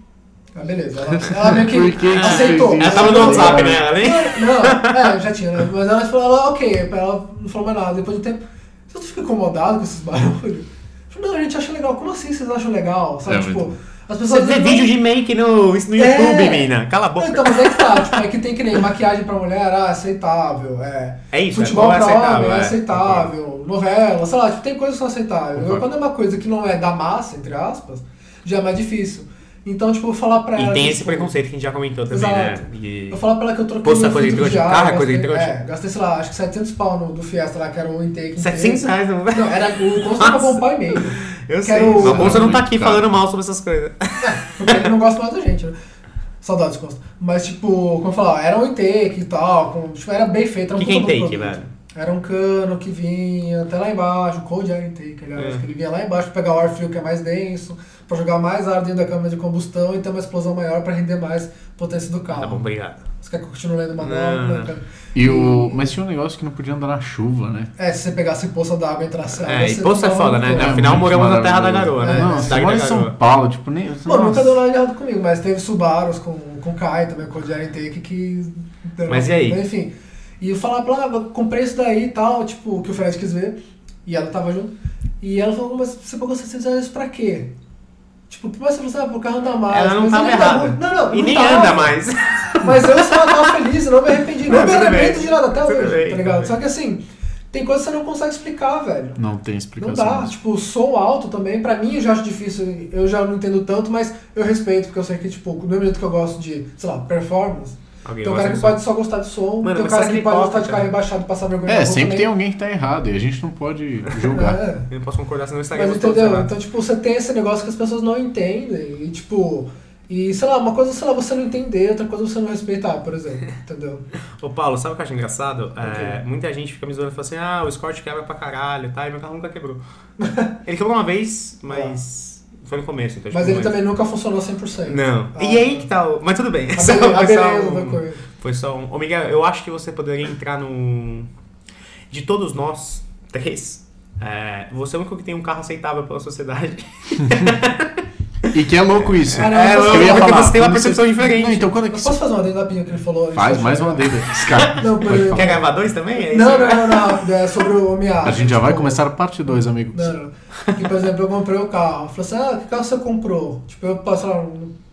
Speaker 3: Ah, beleza. Ela, ela meio que,
Speaker 2: Por que que
Speaker 3: aceitou.
Speaker 2: você fez
Speaker 1: Ela
Speaker 2: isso?
Speaker 1: tava no
Speaker 2: Não,
Speaker 1: WhatsApp, né? Ela nem-
Speaker 3: Não, é, já tinha, né? Mas ela falou, ela, ok, ela não falou mais nada. Depois de um tempo, você fica incomodado com esses barulhos? Eu falei, não, a gente acha legal. Como assim vocês acham legal? Sabe,
Speaker 2: É,
Speaker 3: tipo,
Speaker 2: muito.
Speaker 3: As
Speaker 1: Você
Speaker 3: pessoas.
Speaker 1: vê
Speaker 3: não-
Speaker 1: vídeo de make no, no YouTube,
Speaker 3: É.
Speaker 1: mina. Cala a boca.
Speaker 3: Então, mas é que tá, tipo, é que tem que nem maquiagem pra mulher, ah, aceitável, é.
Speaker 1: é isso,
Speaker 3: Futebol
Speaker 1: é
Speaker 3: pra
Speaker 1: aceitável.
Speaker 3: homem, é
Speaker 1: é.
Speaker 3: aceitável, novela, sei lá, tipo, tem coisas que são aceitáveis.
Speaker 1: Concordo.
Speaker 3: Quando é uma coisa que não é da massa, entre aspas, já é mais difícil. Então, tipo, eu vou falar pra ela.
Speaker 1: E tem
Speaker 3: que,
Speaker 1: esse
Speaker 3: tipo,
Speaker 1: preconceito que a gente já comentou também,
Speaker 3: Exato.
Speaker 1: né? E-
Speaker 3: Eu falar pra ela que eu troquei
Speaker 1: Poxa,
Speaker 3: meu
Speaker 1: coisa de
Speaker 3: filtro de
Speaker 1: trouxa.
Speaker 3: ar,
Speaker 1: Carro,
Speaker 3: gastei-
Speaker 1: coisa de trouxa.
Speaker 3: É, gastei, sei lá, acho que 700 pau no, do Fiesta lá, que era o intake.
Speaker 1: 700
Speaker 3: inteiro.
Speaker 1: reais, não
Speaker 3: Não, era o custo pra comprar e meio.
Speaker 1: Eu sei.
Speaker 3: Quero-
Speaker 1: O Bolsa não tá
Speaker 2: Muito
Speaker 1: aqui
Speaker 2: caro.
Speaker 1: falando mal sobre essas coisas.
Speaker 3: Porque ele não gosta mais da gente, né? Saudades, Costa. Mas, tipo, como eu falava, era um intake e tal. com- tipo, era bem feito. Era um
Speaker 1: O que que é
Speaker 3: puta do
Speaker 1: intake,
Speaker 3: produto.
Speaker 1: velho?
Speaker 3: Era um cano que vinha até lá embaixo. O cold air intake, aliás.
Speaker 1: É.
Speaker 3: Que ele vinha lá embaixo pra pegar o ar frio que é mais denso. Pra jogar mais ar dentro da câmara de combustão e ter uma explosão maior pra render mais potência do carro.
Speaker 1: Tá bom, obrigado.
Speaker 3: Você quer que eu continue lendo o
Speaker 1: Não,
Speaker 3: manual?
Speaker 1: não.
Speaker 3: Né?
Speaker 2: E o... Mas tinha um negócio que não podia andar na chuva, né?
Speaker 3: É, se você pegasse poça d'água e entrasse...
Speaker 1: É, e poça é foda, né?
Speaker 2: É
Speaker 1: Afinal,
Speaker 2: muito
Speaker 1: moramos na terra da garoa,
Speaker 2: maravilhoso.
Speaker 1: né? Cidade
Speaker 2: Não, você
Speaker 1: da
Speaker 2: mora em
Speaker 1: garoa.
Speaker 2: São Paulo, tipo, nem...
Speaker 3: Pô, nunca
Speaker 2: Nossa.
Speaker 3: deu nada errado comigo, mas teve Subarus com, com Kai também, com o Jerry Take que. deram-
Speaker 1: Mas e aí?
Speaker 3: enfim. E eu falava pra ela, "Ah, comprei isso daí e tal, tipo, que o Fred quis ver. E ela tava junto. E ela falou, mas você pagou 600 reais pra quê? Tipo, por mais que você falou, ah, pro carro andar mais.
Speaker 1: Ela não
Speaker 3: mas
Speaker 1: tava
Speaker 3: ele tá
Speaker 1: errada.
Speaker 3: muito- Não, não,
Speaker 1: E
Speaker 3: não
Speaker 1: nem
Speaker 3: tava. Então,
Speaker 1: anda mais.
Speaker 3: Mas eu só tava feliz, eu não me arrependi.
Speaker 1: Não,
Speaker 3: Não, me
Speaker 1: tudo bem.
Speaker 3: arrependo de nada até
Speaker 1: Tudo
Speaker 3: hoje,
Speaker 1: bem,
Speaker 3: tá ligado?
Speaker 1: tudo
Speaker 3: Só que assim, tem coisa que você não consegue explicar, velho.
Speaker 2: Não tem
Speaker 3: Não
Speaker 2: explicação.
Speaker 3: dá,
Speaker 2: mesmo.
Speaker 3: tipo, o som alto também, pra mim eu já acho difícil, eu já não entendo tanto, mas eu respeito, porque eu sei que, tipo, do mesmo jeito que eu gosto de, sei lá, performance,
Speaker 1: Alguém
Speaker 3: tem o
Speaker 1: gosta
Speaker 3: cara
Speaker 1: de
Speaker 3: que
Speaker 1: som?
Speaker 3: pode só gostar de som,
Speaker 1: é Mano,
Speaker 3: tem o
Speaker 1: mas
Speaker 3: cara
Speaker 1: sabe
Speaker 3: que
Speaker 1: que
Speaker 3: pode
Speaker 1: toca,
Speaker 3: gostar de
Speaker 1: cara?
Speaker 3: carro rebaixado e passar vergonha. na
Speaker 2: É,
Speaker 3: rua
Speaker 2: sempre tem um
Speaker 3: também.
Speaker 2: alguém que tá errado e a gente não pode julgar.
Speaker 3: É,
Speaker 1: Eu não posso concordar, senão eu estaria
Speaker 3: mas entendeu? Então, tipo, você tem esse negócio que as pessoas não entendem, e, tipo, e sei lá, uma coisa, sei lá, você não entender, outra coisa você não respeitar, por exemplo, entendeu?
Speaker 1: Ô Paulo, sabe o que eu acho engraçado? É, muita gente fica me zoando e fala assim, ah, o Scott quebra pra caralho, tá? E meu carro nunca quebrou. ele quebrou uma vez, mas foi no começo, então
Speaker 3: Tá. Mas
Speaker 1: tipo,
Speaker 3: ele também nunca funcionou 100%.
Speaker 1: Não.
Speaker 3: Ah,
Speaker 1: e aí que tal? Mas tudo bem.
Speaker 3: A,
Speaker 1: Só- foi
Speaker 3: bele- a
Speaker 1: só
Speaker 3: Ah, beleza
Speaker 1: um-
Speaker 3: da coisa.
Speaker 1: Foi só um. Ô, Miguel, eu acho que você poderia entrar no. De todos nós, três, é, você é o único que tem um carro aceitável pela sociedade.
Speaker 2: E que é louco isso.
Speaker 3: Cara,
Speaker 1: É,
Speaker 3: eu
Speaker 1: louco,
Speaker 3: ia
Speaker 1: porque
Speaker 2: falar,
Speaker 1: você tem uma
Speaker 2: quando
Speaker 1: percepção
Speaker 2: você-
Speaker 1: diferente.
Speaker 2: Não, então quando é que
Speaker 3: Mas
Speaker 2: isso
Speaker 3: posso fazer uma dedapinha que ele falou?
Speaker 2: faz mais uma dedo? Skype.
Speaker 3: Não, por-
Speaker 2: Pode
Speaker 1: Quer
Speaker 2: falar.
Speaker 1: gravar dois também? É isso?
Speaker 3: Não, não, não, não. É sobre o Homem-Aranha.
Speaker 2: A gente já vai
Speaker 3: Tipo,
Speaker 2: começar a parte 2, amigo.
Speaker 3: Não, não. Que, por exemplo, eu comprei o carro. Falei assim, ah, que carro você comprou? Tipo, eu posso falar,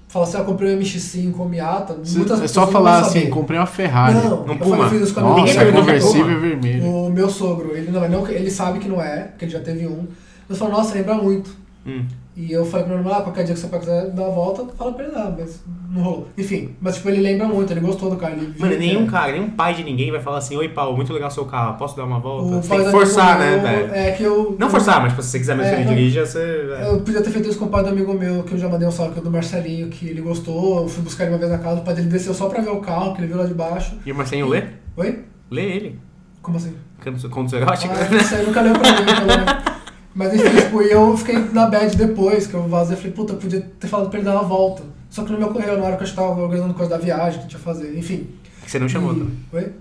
Speaker 3: falar assim, ah, comprei um MX-5, um Miata.
Speaker 2: Se-
Speaker 3: Muitas
Speaker 2: é
Speaker 3: pessoas
Speaker 2: só
Speaker 3: não
Speaker 2: falar
Speaker 3: vão saber.
Speaker 2: assim, comprei uma Ferrari.
Speaker 3: Não,
Speaker 1: Um
Speaker 3: eu
Speaker 1: Puma.
Speaker 3: falei, fiz isso com a minha
Speaker 2: Nossa, é
Speaker 1: Ninguém
Speaker 3: amiga.
Speaker 1: perguntou
Speaker 2: conversível
Speaker 1: Puma.
Speaker 2: vermelho.
Speaker 3: O meu sogro, ele não, não, ele sabe que não é, porque ele já teve um. Mas falou, nossa, lembra muito.
Speaker 1: Hum.
Speaker 3: E eu falei pra ele, ah, qualquer dia que você quiser dar uma volta, fala pra ele dar, mas não rolou. Enfim, mas tipo, ele lembra muito, ele gostou do carro. Ele viu
Speaker 1: Mano,
Speaker 3: que
Speaker 1: nenhum
Speaker 3: é.
Speaker 1: cara, nenhum pai de ninguém vai falar assim, oi Paulo, muito legal seu carro, posso dar uma volta?
Speaker 3: O
Speaker 1: Você
Speaker 3: pai
Speaker 1: tem que
Speaker 3: do
Speaker 1: forçar, né,
Speaker 3: amigo meu,
Speaker 1: velho?
Speaker 3: É que eu.
Speaker 1: Não forçar, mas tipo, se você quiser mesmo
Speaker 3: É,
Speaker 1: que ele
Speaker 3: não.
Speaker 1: dirija, você. é.
Speaker 3: Eu podia ter feito isso com o pai do amigo meu, que eu já mandei um salve, que é do Marcelinho, que ele gostou. Eu fui buscar ele uma vez na casa, o pai dele desceu só pra ver o carro, que ele viu lá de baixo.
Speaker 1: E o Marcelinho lê?
Speaker 3: Oi?
Speaker 1: Lê ele.
Speaker 3: Como assim?
Speaker 1: Cantos contos eróticos. né?
Speaker 3: Ah, isso aí nunca leu pra mim, pelo menos. Mas enfim, tipo, e eu fiquei na bad depois, que eu vazei, falei, puta, eu podia ter falado pra ele dar uma volta. Só que não me ocorreu na hora que eu estava organizando coisa da viagem que eu tinha que fazer, enfim.
Speaker 1: Que você não chamou. tá? também.
Speaker 3: e... Oi?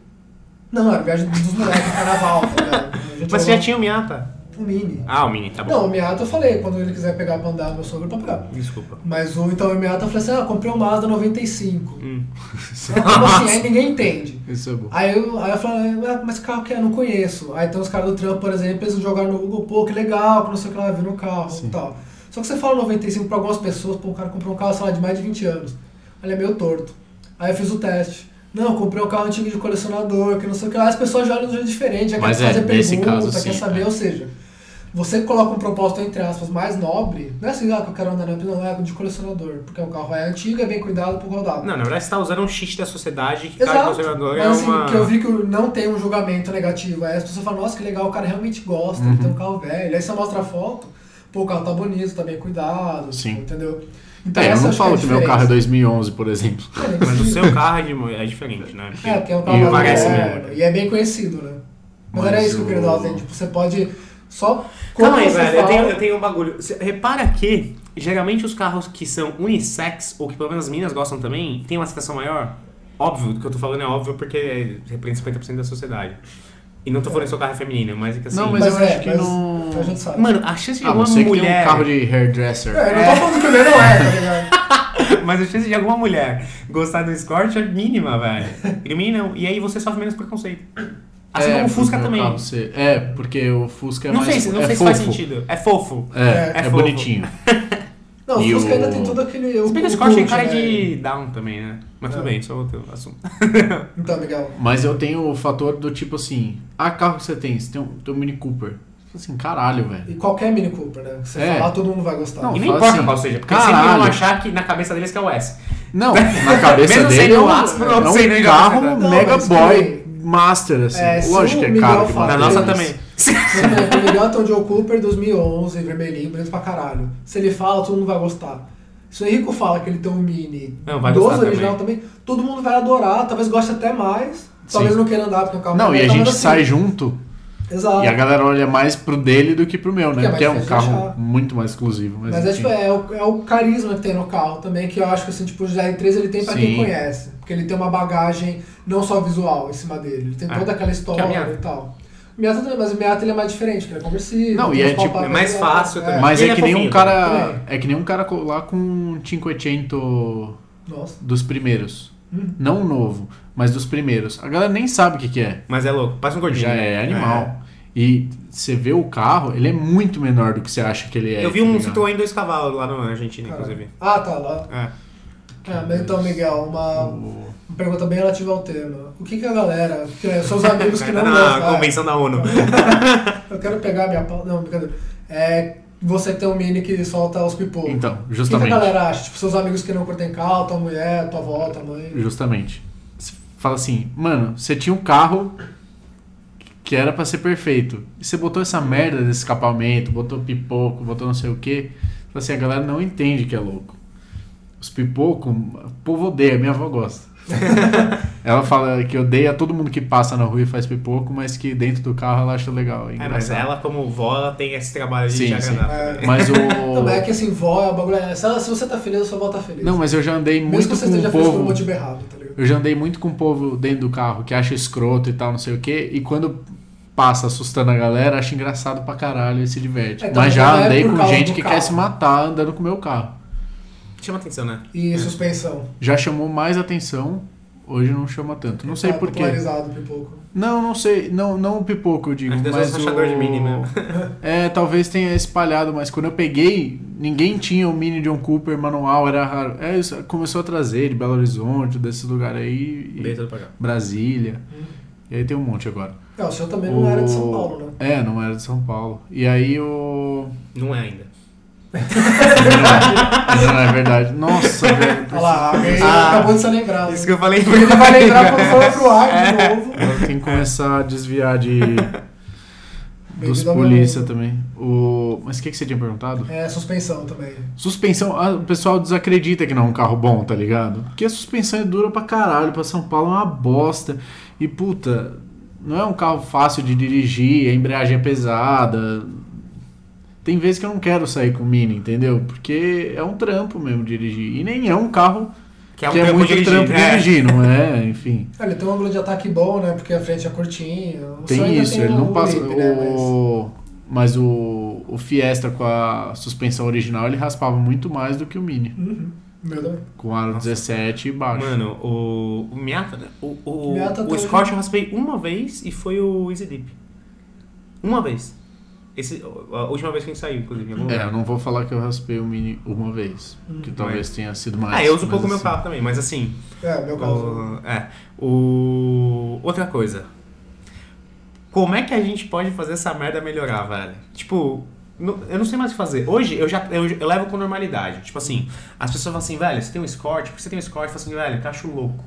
Speaker 3: Não, era viagem dos moleques, carnaval, tá ligado? A
Speaker 1: Mas
Speaker 3: gente
Speaker 1: você já
Speaker 3: jogou
Speaker 1: tinha o Miata.
Speaker 3: Um mini.
Speaker 1: Ah, o Mini, tá
Speaker 3: Não,
Speaker 1: bom.
Speaker 3: o Miata eu falei, quando ele quiser pegar pra andar, meu sogro pra pegar.
Speaker 1: Desculpa.
Speaker 3: Mas o então o Miata eu falei assim: ah, comprei um Mazda 95.
Speaker 1: Hum.
Speaker 3: Então, Como assim? Aí ninguém entende.
Speaker 2: Isso é bom.
Speaker 3: Aí eu, aí eu falei, ah, mas que carro que é? Não conheço. Aí tem uns caras do trampo, por exemplo, eles jogaram no Google, pô, que legal, que não sei o que lá, viram o carro e tal. Só que você fala 95 pra algumas pessoas, pô, o cara comprou um carro, sei lá, de mais de 20 anos. Aí Ele é meio torto. Aí eu fiz o teste. Não, eu comprei um carro antigo de colecionador, que não sei o que lá. As pessoas já olham de um jeito diferente, já querem
Speaker 2: Mas é,
Speaker 3: fazer
Speaker 2: nesse
Speaker 3: pergunta,
Speaker 2: caso,
Speaker 3: quer
Speaker 2: sim,
Speaker 3: saber,
Speaker 2: é.
Speaker 3: ou seja... Você coloca um propósito, entre aspas, mais nobre, não é assim, ah, que eu quero andar na não, é de colecionador, porque o carro é antigo, é bem cuidado por rodar.
Speaker 1: Não, na verdade você tá usando um xixi da sociedade que cara de
Speaker 3: Exato.
Speaker 1: conservador
Speaker 3: Mas
Speaker 1: é
Speaker 3: assim,
Speaker 1: uma.
Speaker 3: que eu vi que não tem um julgamento negativo. Aí as pessoas falam, nossa, que legal, o cara realmente gosta,
Speaker 2: Uhum.
Speaker 3: ele tem um carro velho. Aí você mostra a foto, pô, o carro tá bonito, tá bem cuidado,
Speaker 2: Sim.
Speaker 3: entendeu?
Speaker 2: É, eu
Speaker 3: essa
Speaker 2: não
Speaker 3: acho
Speaker 2: falo
Speaker 3: é
Speaker 2: que meu
Speaker 3: diferença.
Speaker 2: carro é 2011, por exemplo.
Speaker 3: É, nem
Speaker 1: Mas o
Speaker 3: precisa.
Speaker 1: seu carro é, de- é diferente, né?
Speaker 3: É, porque é um
Speaker 1: E
Speaker 3: carro mais
Speaker 1: parece
Speaker 3: moderno.
Speaker 1: mesmo.
Speaker 3: E é bem conhecido, né? Mas,
Speaker 2: Mas
Speaker 3: era isso que eu queria dar,
Speaker 2: o-
Speaker 3: assim, tipo, você pode só...
Speaker 1: Calma aí,
Speaker 3: você
Speaker 1: velho. Eu
Speaker 3: fala-
Speaker 1: tenho, eu tenho um bagulho. Cê- repara que geralmente os carros que são unissex, ou que pelo menos as meninas gostam também, tem uma aceitação maior. Óbvio, o que eu tô falando é óbvio porque é- representa 50% da sociedade. E não tô falando que seu carro é feminino, mas é que assim.
Speaker 2: Não,
Speaker 3: Mas,
Speaker 2: Mas eu
Speaker 3: é,
Speaker 2: acho que
Speaker 3: mas
Speaker 2: não-
Speaker 3: a gente sabe.
Speaker 1: Mano, a chance de
Speaker 2: Ah,
Speaker 1: alguma
Speaker 2: você que tem
Speaker 1: mulher.
Speaker 2: um carro de hairdresser.
Speaker 1: né?
Speaker 3: É, eu não tô falando que o meu não é, tá ligado?
Speaker 1: Mas a chance de alguma mulher gostar do Escort é mínima, velho. E do mim não. E aí você sofre menos preconceito. Assim
Speaker 2: É,
Speaker 1: como o Fusca
Speaker 2: porque
Speaker 1: também.
Speaker 2: carro você- É, porque o Fusca é
Speaker 1: não
Speaker 2: mais
Speaker 3: um.
Speaker 1: sei, se- não
Speaker 2: é
Speaker 1: sei se
Speaker 2: fofo.
Speaker 1: faz sentido. É fofo.
Speaker 2: É,
Speaker 3: É,
Speaker 2: é,
Speaker 1: é fofo.
Speaker 2: bonitinho.
Speaker 3: Não, o
Speaker 2: E
Speaker 3: Fusca
Speaker 2: o-
Speaker 3: ainda tem todo aquele.
Speaker 1: Se
Speaker 3: o-
Speaker 1: bem que o
Speaker 3: o
Speaker 1: Scott tem
Speaker 3: cult,
Speaker 1: cara
Speaker 3: né?
Speaker 1: de down também, né? Mas tudo
Speaker 3: É.
Speaker 1: bem, só voltei o assunto.
Speaker 3: Então, Miguel.
Speaker 2: Mas eu tenho o fator do tipo assim, ah, carro que você tem, você tem um, tem um Mini Cooper. Tipo assim, caralho, velho.
Speaker 3: E qualquer Mini Cooper, né? Você
Speaker 2: É.
Speaker 3: falar, todo mundo vai gostar.
Speaker 2: Não,
Speaker 1: E
Speaker 2: Eu
Speaker 1: nem
Speaker 2: falo
Speaker 1: importa
Speaker 2: assim,
Speaker 1: qual seja, porque
Speaker 2: caralho.
Speaker 1: sempre vão achar que na cabeça deles que é o S.
Speaker 2: Não, na cabeça
Speaker 1: Mesmo
Speaker 2: dele
Speaker 1: sendo
Speaker 2: é um,
Speaker 1: o Astra,
Speaker 2: é um
Speaker 1: sem nem
Speaker 2: carro
Speaker 1: capacidade.
Speaker 3: Não,
Speaker 2: Mega
Speaker 3: mas
Speaker 2: Boy
Speaker 3: também-
Speaker 2: Master, assim.
Speaker 3: É, se
Speaker 2: Lógico
Speaker 3: o
Speaker 2: que é
Speaker 3: Miguel
Speaker 2: caro. de
Speaker 3: fala
Speaker 1: Na
Speaker 2: bater,
Speaker 3: deles-
Speaker 1: nossa
Speaker 2: mas-
Speaker 1: também.
Speaker 3: o Miguel tem o Joe Cooper 2011, vermelhinho, bonito pra caralho. Se ele fala, todo mundo vai gostar. Se o Henrico fala que ele tem um Mini
Speaker 1: Não, vai
Speaker 3: 12
Speaker 1: gostar
Speaker 3: original também. todo mundo vai adorar, talvez goste até mais. Talvez
Speaker 2: Sim.
Speaker 3: não queira andar porque o carro
Speaker 2: Não, e a
Speaker 3: mas
Speaker 2: gente
Speaker 3: assim,
Speaker 2: sai junto
Speaker 3: Exato.
Speaker 2: e a galera olha mais pro dele do que pro meu,
Speaker 3: Que é
Speaker 2: né?
Speaker 3: mais
Speaker 2: Que é um
Speaker 3: difícil de
Speaker 2: carro
Speaker 3: achar.
Speaker 2: muito mais exclusivo. Mas,
Speaker 3: Mas é,
Speaker 2: enfim.
Speaker 3: tipo, é, o, é o carisma que tem no carro também, que eu acho que assim, tipo, o GR3 ele tem pra quem
Speaker 2: Sim.
Speaker 3: conhece. Porque ele tem uma bagagem não só visual em cima dele, ele tem
Speaker 1: É.
Speaker 3: toda aquela história
Speaker 1: Que é a Miata.
Speaker 3: e tal. O Miata também, mas o Miata ele é mais diferente, que ele é conversível.
Speaker 2: Não, e
Speaker 3: tem
Speaker 2: é,
Speaker 3: uns
Speaker 2: tipo,
Speaker 3: palpáveis,
Speaker 1: é mais fácil também.
Speaker 2: Mas
Speaker 1: Ele
Speaker 2: é que
Speaker 1: é
Speaker 2: nem um
Speaker 1: fofinho,
Speaker 3: né?
Speaker 2: cara. É que nem um cara co- lá com um 500
Speaker 3: Nossa.
Speaker 2: dos primeiros.
Speaker 3: Hum.
Speaker 2: Não o novo, mas dos primeiros. A galera nem sabe o que, que é.
Speaker 1: Mas é louco, parece um gordinho.
Speaker 2: Já é animal. E você vê o carro, ele é muito menor do que você acha que ele é.
Speaker 1: Eu vi um
Speaker 2: tá ligado?
Speaker 1: Citroën dois cavalos lá na Argentina,
Speaker 3: Caralho.
Speaker 1: inclusive.
Speaker 3: Ah, tá, lá.
Speaker 1: É.
Speaker 3: É, mas então, Miguel, uma,
Speaker 2: O-
Speaker 3: uma pergunta bem relativa ao tema. O que que a galera, que é, são os amigos que não
Speaker 1: na
Speaker 3: gostam, é,
Speaker 1: convenção da ONU.
Speaker 3: eu quero pegar a minha pauta, não, brincadeira. É, você que tem um Mini que solta os pipocos.
Speaker 2: Então,
Speaker 3: O que que a
Speaker 2: justamente.
Speaker 3: galera acha? Tipo, seus amigos que não curtem carro, tua mulher, tua avó, tua mãe.
Speaker 2: Justamente. Você Fala assim, mano, você tinha um carro que era pra ser perfeito. E você botou essa merda desse escapamento, botou pipoco, botou não sei o quê. Fala assim, a galera não entende que é louco. Os pipoco, o povo odeia, minha avó gosta. ela fala que odeia todo mundo que passa na rua e faz pipoco, mas que dentro do carro ela acha legal. É
Speaker 1: É, mas
Speaker 2: engraçado.
Speaker 1: ela, como vó, ela tem esse trabalho de
Speaker 2: Sim,
Speaker 1: te
Speaker 2: sim.
Speaker 1: agradar.
Speaker 3: É.
Speaker 2: mas o.
Speaker 3: Não, mas é que assim, vó é o bagulho. é, Se, ela- se você tá feliz, a sua avó tá feliz.
Speaker 2: Não, mas eu já andei
Speaker 3: Mesmo
Speaker 2: muito
Speaker 3: que você
Speaker 2: com
Speaker 3: esteja
Speaker 2: o
Speaker 3: feliz
Speaker 2: povo.
Speaker 3: por um motivo errado, tá ligado?
Speaker 2: Eu já andei muito com o povo dentro do carro que acha escroto e tal, não sei o quê, e quando passa assustando a galera, acha engraçado pra caralho e se diverte.
Speaker 3: É, então,
Speaker 2: Mas já
Speaker 3: não é
Speaker 2: andei
Speaker 3: por
Speaker 2: com
Speaker 3: causa
Speaker 2: gente
Speaker 3: do
Speaker 2: que
Speaker 3: carro.
Speaker 2: quer se matar andando com o meu carro.
Speaker 1: Chama atenção, né?
Speaker 2: É.
Speaker 3: E suspensão.
Speaker 2: Já chamou mais atenção, hoje não chama tanto. Não sei
Speaker 3: Tá
Speaker 2: porquê.
Speaker 3: Popularizado, pipoco.
Speaker 2: Não, não sei, não, não o pipoco, eu digo,
Speaker 1: Acho que deve
Speaker 2: mas
Speaker 1: ser um
Speaker 2: o...
Speaker 1: rachador de mini mesmo.
Speaker 2: É, talvez tenha espalhado, mas quando eu peguei, ninguém tinha o mini John Cooper manual, era raro. É, isso, começou a trazer de Belo Horizonte, desses lugares aí, e
Speaker 1: Beijo do pagão.
Speaker 2: Brasília.
Speaker 3: Hum.
Speaker 2: E aí tem um monte agora.
Speaker 3: É, o seu também não era de São Paulo, né?
Speaker 2: É, não era de São Paulo. E aí o.
Speaker 1: Não é ainda.
Speaker 2: não, é verdade. Nossa, velho.
Speaker 3: Olha lá, alguém
Speaker 1: Ah,
Speaker 3: acabou de se lembrar. né?
Speaker 1: Isso que eu falei pra
Speaker 3: Ele vai lembrar quando for pro ar
Speaker 2: É.
Speaker 3: de novo.
Speaker 2: Eu tenho que começar a desviar de. dos
Speaker 3: Bem-vindo ao
Speaker 2: polícia
Speaker 3: mundo.
Speaker 2: também. O... Mas o que, que você tinha perguntado?
Speaker 3: É, suspensão também.
Speaker 2: Suspensão, ah, o pessoal desacredita que não é um carro bom, tá ligado? Porque a suspensão é dura pra caralho, pra São Paulo é uma bosta. E puta, não é um carro fácil de dirigir, a embreagem é pesada. Tem vezes que eu não quero sair com o Mini, entendeu? Porque é um trampo mesmo dirigir. E nem é um carro
Speaker 1: Que é um
Speaker 2: que é
Speaker 1: trampo
Speaker 2: muito
Speaker 1: dirigir.
Speaker 2: trampo
Speaker 1: É.
Speaker 2: dirigir, não é? Enfim,
Speaker 3: Olha, tem um ângulo de ataque bom, né? Porque a frente é curtinha. O seu
Speaker 2: tem
Speaker 3: ainda
Speaker 2: isso.
Speaker 3: tem
Speaker 2: Ele não
Speaker 3: o
Speaker 2: passa.
Speaker 3: lip, né? Mas-
Speaker 2: o... Mas o, o Fiesta com a suspensão original ele raspava muito mais do que o Mini.
Speaker 3: Uhum. Meu também.
Speaker 2: Com aro 17 e baixo.
Speaker 1: Mano, o, o Miata, né? o, o,
Speaker 3: Miata
Speaker 1: o
Speaker 3: tem-
Speaker 1: Scott eu raspei uma vez e foi o Easy Deep. Uma vez. Esse, a última vez que a gente saiu, inclusive. em algum
Speaker 2: É,
Speaker 1: lugar.
Speaker 2: eu não vou falar que eu raspei o mini uma vez. Que talvez tenha sido mais.
Speaker 1: Ah, eu uso um
Speaker 2: mas
Speaker 1: pouco meu
Speaker 2: assim-
Speaker 1: carro também, mas assim.
Speaker 3: É, meu caso.
Speaker 1: o- é. O. Outra coisa. Como é que a gente pode fazer essa merda melhorar, velho? Tipo, não- eu não sei mais o que fazer. Hoje eu já eu, eu levo com normalidade. Tipo assim, as pessoas falam assim, velho, você tem um Escort? Por que você tem um Escort? Eu falo assim, velho, que eu acho louco.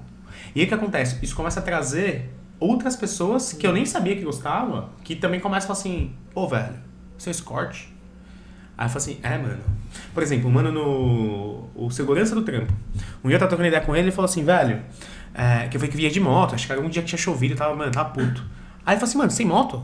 Speaker 1: E aí o que acontece? Isso começa a trazer outras pessoas que eu nem sabia que gostava, que também começam a falar assim, ô velho, seu Escort? Aí eu falo assim, é, mano. Por exemplo, o mano no. O segurança do trampo. Um dia eu tava trocando ideia com ele, ele falou assim, velho, é, que eu falei que vinha de moto, acho que era um dia que tinha chovido e tava, mano, tava puto. Aí ele falou assim, mano, você tem moto?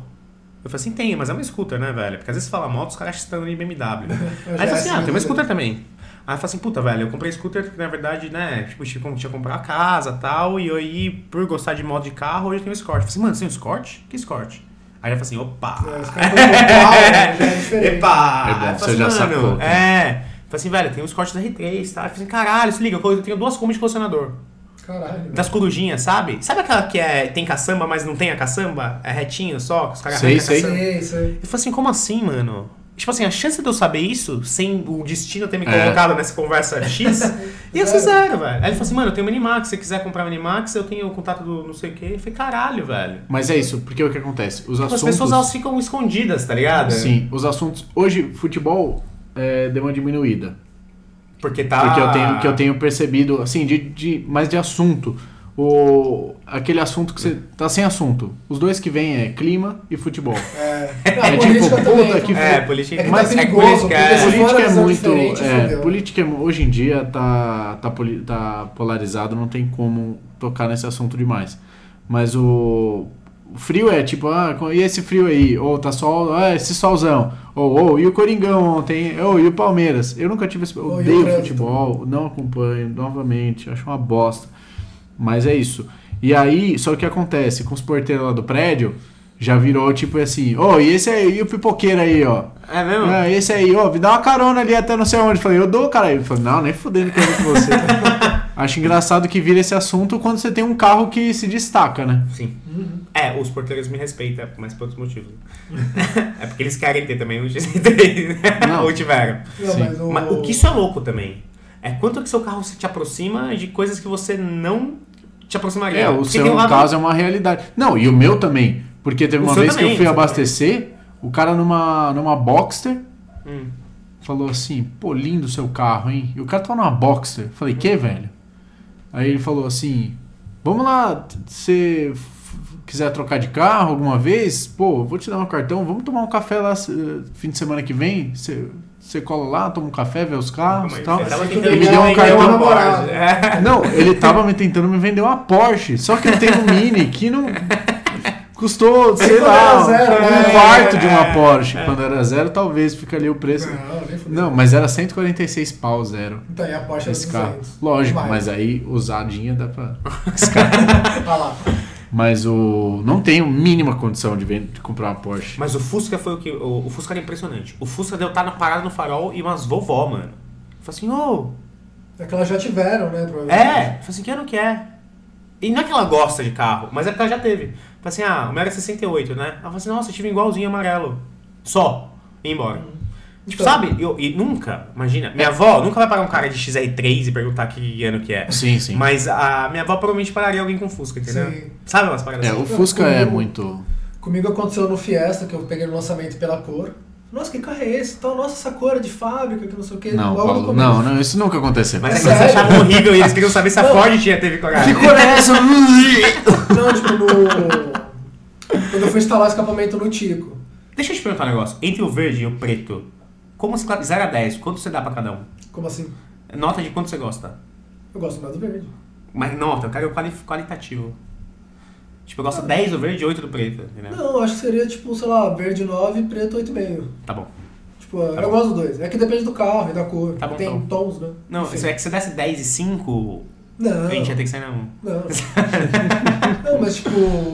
Speaker 1: Eu falei assim, tem, mas é uma scooter, né, velho? Porque às vezes você fala moto, os caras acham que você tá andando em BMW. Aí
Speaker 3: Eu
Speaker 1: ele
Speaker 3: já
Speaker 1: falou assim,
Speaker 3: sei,
Speaker 1: ah, tem uma
Speaker 3: né?
Speaker 1: scooter também. Aí eu falei assim, puta, velho, eu comprei scooter porque, na verdade, né, tipo, tinha como- tinha que comprar a casa e tal, e aí, por gostar de modo de carro, hoje eu tenho um Escort. Eu falei assim, mano, você tem um Escort? Que Escort? Aí ele falou assim, opa!
Speaker 3: É, os caras estão igual, né? Já é diferente.
Speaker 1: Epa!
Speaker 2: É bom,
Speaker 1: Aí eu
Speaker 2: você
Speaker 1: falei
Speaker 2: já
Speaker 1: assim,
Speaker 2: sacou,
Speaker 1: mano,
Speaker 2: né?
Speaker 1: É. Falei assim, velho, tem uns cortes da R3, tá? Eu falei assim, caralho, se liga, eu co- eu tenho duas combis de colecionador.
Speaker 2: tá-
Speaker 3: Caralho.
Speaker 1: Das corujinhas, sabe? Sabe aquela que é tem caçamba, mas não tem a caçamba? É retinho só, que os caras
Speaker 2: Sei,
Speaker 1: arrancam a
Speaker 2: sei.
Speaker 1: caçamba?
Speaker 3: Sei, sei.
Speaker 1: Eu falei assim, como assim, mano? Tipo assim, a chance de eu saber isso, sem o destino ter me
Speaker 2: É.
Speaker 1: colocado nessa conversa X, ia ser zero, velho. Aí ele falou assim, mano, eu tenho Minimax, se você quiser comprar Minimax, eu tenho o contato do não sei o quê. Eu falei, caralho, velho.
Speaker 2: Mas é isso, porque o que acontece? Os
Speaker 1: Tipo,
Speaker 2: assuntos.
Speaker 1: as pessoas elas ficam escondidas, tá ligado?
Speaker 2: Sim, os assuntos. Hoje, futebol é, deu uma diminuída.
Speaker 1: Porque tá.
Speaker 2: Porque eu tenho, que eu tenho percebido, assim, de, de, mais de assunto. O, aquele assunto que você. Tá sem assunto. Os dois que vêm é clima e futebol.
Speaker 3: É, a
Speaker 2: É
Speaker 3: política
Speaker 2: tipo,
Speaker 3: também,
Speaker 2: puta que
Speaker 1: É, política.
Speaker 3: É que
Speaker 1: mas
Speaker 3: tá
Speaker 1: é
Speaker 3: perigoso,
Speaker 1: política,
Speaker 3: porque
Speaker 1: é.
Speaker 3: se-
Speaker 2: política
Speaker 3: fora
Speaker 2: é
Speaker 3: visão
Speaker 2: muito.
Speaker 3: diferente,
Speaker 2: é,
Speaker 3: fudeu.
Speaker 2: política é mu- hoje em dia tá, tá, poli- tá polarizado, não tem como tocar nesse assunto demais. Mas o. o frio é tipo, ah, co- e esse frio aí? Ou tá sol, ah, esse solzão. Ou, ou, e o Coringão ontem? Ou, e o Palmeiras? Eu nunca tive esse. Eu
Speaker 3: Ou, e o
Speaker 2: odeio
Speaker 3: trânsito?
Speaker 2: futebol, não acompanho, novamente, acho uma bosta. Mas é isso. E aí, só o que acontece? Com os porteiros lá do prédio, já virou tipo assim, ô, e esse aí, e o pipoqueiro aí, ó?
Speaker 1: É mesmo?
Speaker 2: Ah, esse aí, ó, me dá uma carona ali até não sei onde. Eu Falei, eu dou, cara. Ele falou, não, nem fudendo que eu vou com você. Acho engraçado que vira esse assunto quando você tem um carro que se destaca, né?
Speaker 1: Sim.
Speaker 3: Uhum.
Speaker 1: É, os portugueses me respeitam, mas por outros motivos. é porque eles querem ter também o X3,
Speaker 2: Não.
Speaker 1: né? ou tiveram.
Speaker 3: Não,
Speaker 2: Sim.
Speaker 3: mas o...
Speaker 1: Mas o que isso é louco também, é quanto que seu carro se te aproxima de coisas que você não te aproximaria.
Speaker 2: É, o
Speaker 1: Porque
Speaker 2: seu
Speaker 1: tem um lado-
Speaker 2: caso é uma realidade. Não, e o meu também. Porque teve
Speaker 1: O
Speaker 2: uma
Speaker 1: seu
Speaker 2: vez que
Speaker 1: também,
Speaker 2: eu fui
Speaker 1: o seu
Speaker 2: abastecer, o cara numa, numa Boxster
Speaker 1: Hum.
Speaker 2: falou assim, pô, lindo o seu carro, hein? E o cara tava numa Boxster. Eu Falei, que, velho? Aí ele falou assim, vamos lá, se f- quiser trocar de carro alguma vez, pô, vou te dar um cartão, vamos tomar um café lá eh, fim de semana que vem, você cola lá, toma um café, vê os carros e
Speaker 1: Mas
Speaker 2: tal.
Speaker 1: você tava
Speaker 3: Ele
Speaker 1: tentando
Speaker 2: me deu um
Speaker 1: vender
Speaker 2: cartão
Speaker 1: uma
Speaker 3: namorado.
Speaker 1: Porsche. É.
Speaker 2: Não, ele tava me tentando me vender uma Porsche, só que eu tenho um Mini que não... Custou, sei
Speaker 3: Quando
Speaker 2: lá,
Speaker 3: era zero,
Speaker 2: um
Speaker 3: né?
Speaker 2: quarto de uma
Speaker 1: É,
Speaker 2: Porsche. Quando era zero, talvez fica ali o preço.
Speaker 3: Não, nem fudeu.
Speaker 2: Não, mas era 146 pau zero
Speaker 3: Então, e a Porsche era
Speaker 2: esse carro.
Speaker 3: 200.
Speaker 2: Lógico,
Speaker 3: Vai.
Speaker 2: mas é- aí usadinha dá pra.
Speaker 3: Vai lá.
Speaker 2: Mas o. Não tenho mínima condição de, ven- de comprar uma Porsche.
Speaker 1: Mas o Fusca foi o que. O, o Fusca era impressionante. O Fusca deu estar na parada no farol e umas vovó, mano. Eu Falei assim, ô,
Speaker 3: É que elas já tiveram, né?
Speaker 1: É,
Speaker 3: provavelmente.
Speaker 1: falei assim, que ano que é? E não é que ela gosta de carro, mas é porque ela já teve. Falei assim, ah, o meu era 68, né? Ela falou assim, nossa, eu tive um igualzinho amarelo. Só. E embora. Tipo,
Speaker 3: Então.
Speaker 1: sabe? Eu- e nunca, imagina. Minha avó nunca vai parar um cara de XR3 e perguntar que ano que é.
Speaker 2: Sim, sim.
Speaker 1: Mas a minha avó provavelmente pararia alguém com Fusca, entendeu?
Speaker 3: Sim.
Speaker 1: Sabe umas paradas
Speaker 2: É,
Speaker 1: assim?
Speaker 2: o Fusca é muito.
Speaker 3: Comigo aconteceu no Fiesta, que eu peguei no lançamento pela cor. Nossa, que carro é esse? Então, nossa, essa cor é de fábrica, que não sei o que.
Speaker 2: Não,
Speaker 3: Logo no
Speaker 2: Paulo,
Speaker 3: começo.
Speaker 2: não, não, isso nunca aconteceu. assim,
Speaker 1: Mas é que
Speaker 3: Sério?
Speaker 1: eles achavam horrível e eles queriam saber se a
Speaker 3: Não.
Speaker 1: Ford tinha teve coragem.
Speaker 2: Que cor é essa?
Speaker 3: Não, tipo, no... Quando eu fui instalar o escapamento no Tico.
Speaker 1: Deixa eu te perguntar um negócio. Entre o verde e o preto, como você... 0 a 10, quanto você dá pra cada um?
Speaker 3: Como assim?
Speaker 1: Nota de quanto você gosta?
Speaker 3: Eu gosto mais do verde.
Speaker 1: Mas nota, eu quero quali qualitativo. Tipo, eu gosto 10 do verde e 8 do preto, entendeu?
Speaker 3: Não, eu acho que seria, tipo, sei lá, verde 9 e preto 8,5.
Speaker 1: Tá bom.
Speaker 3: Tipo, eu
Speaker 1: Tá bom.
Speaker 3: gosto dos dois. É que depende do carro e da cor.
Speaker 1: Tá bom,
Speaker 3: Tem
Speaker 1: tá bom.
Speaker 3: tons, né?
Speaker 1: Não,
Speaker 3: Enfim.
Speaker 1: se é que você desse 10 e 5,
Speaker 3: Não,
Speaker 1: a gente ia ter que sair na 1.
Speaker 3: não. não, mas tipo,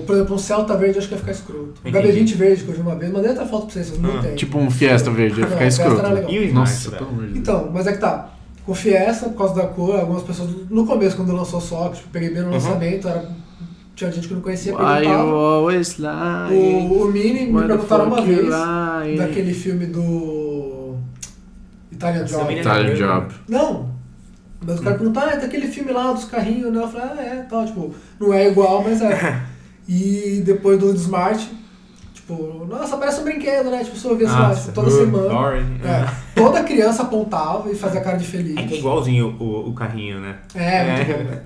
Speaker 3: por exemplo, um Celta verde eu acho que ia ficar escroto. Um
Speaker 1: Entendi.
Speaker 3: HB20 verde que eu vi uma vez, mandei até foto pra vocês, vocês não
Speaker 1: Ah,
Speaker 3: têm.
Speaker 2: Tipo um Fiesta verde, ia
Speaker 3: Não,
Speaker 2: ficar
Speaker 3: Fiesta
Speaker 2: escroto.
Speaker 3: era legal.
Speaker 1: E o Smart,
Speaker 2: Nossa,
Speaker 1: velho?
Speaker 2: pelo amor de Deus.
Speaker 3: Então, mas é que tá. Com Fiesta, por causa da cor, algumas pessoas. No começo, quando lançou só, tipo, peguei
Speaker 2: Uhum.
Speaker 3: bem no lançamento, era, tinha gente que não conhecia,
Speaker 2: Why you
Speaker 3: perguntava.
Speaker 2: always lying?
Speaker 3: O, o Mini me
Speaker 2: Why the
Speaker 3: perguntaram uma
Speaker 2: fuck you
Speaker 3: vez
Speaker 2: lying?
Speaker 3: daquele filme do. Italian
Speaker 1: Essa
Speaker 3: Job.
Speaker 1: menina
Speaker 2: Italian Job. Hum.
Speaker 3: Não. Mas o cara perguntou, ah, é daquele filme lá dos carrinhos, né? Eu falei, ah, é, tal, tipo, não é igual, mas é. e depois do Smart, tipo, nossa, parece um brinquedo, né? Tipo, se eu via,
Speaker 1: Ah,
Speaker 3: sei lá,
Speaker 2: Ah,
Speaker 3: tipo,
Speaker 1: uh,
Speaker 3: toda semana. É, toda criança apontava e fazia cara de feliz.
Speaker 1: É. que é igualzinho o, o, o carrinho, né?
Speaker 3: É, muito
Speaker 1: É.
Speaker 3: bom, né?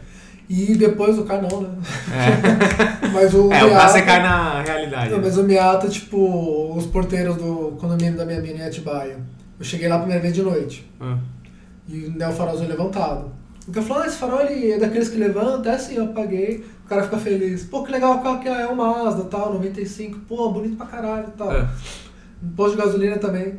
Speaker 3: E depois o cara não, né?
Speaker 1: É,
Speaker 3: Mas o
Speaker 1: é o caso você
Speaker 3: Miata-
Speaker 1: cai na realidade.
Speaker 3: Não, mas o Miata, tipo, os porteiros do condomínio da minha mina em Atibaia. Eu cheguei lá a primeira vez de noite.
Speaker 1: Ah.
Speaker 3: E né, o farolzinho levantado. O cara falou, ah, esse farol ele é daqueles que levanta, é assim, eu apaguei. O cara fica feliz. Pô, que legal o carro que é, é um Mazda, tal, 95. Pô, bonito pra caralho, tal.
Speaker 1: É.
Speaker 3: No Posto de gasolina também.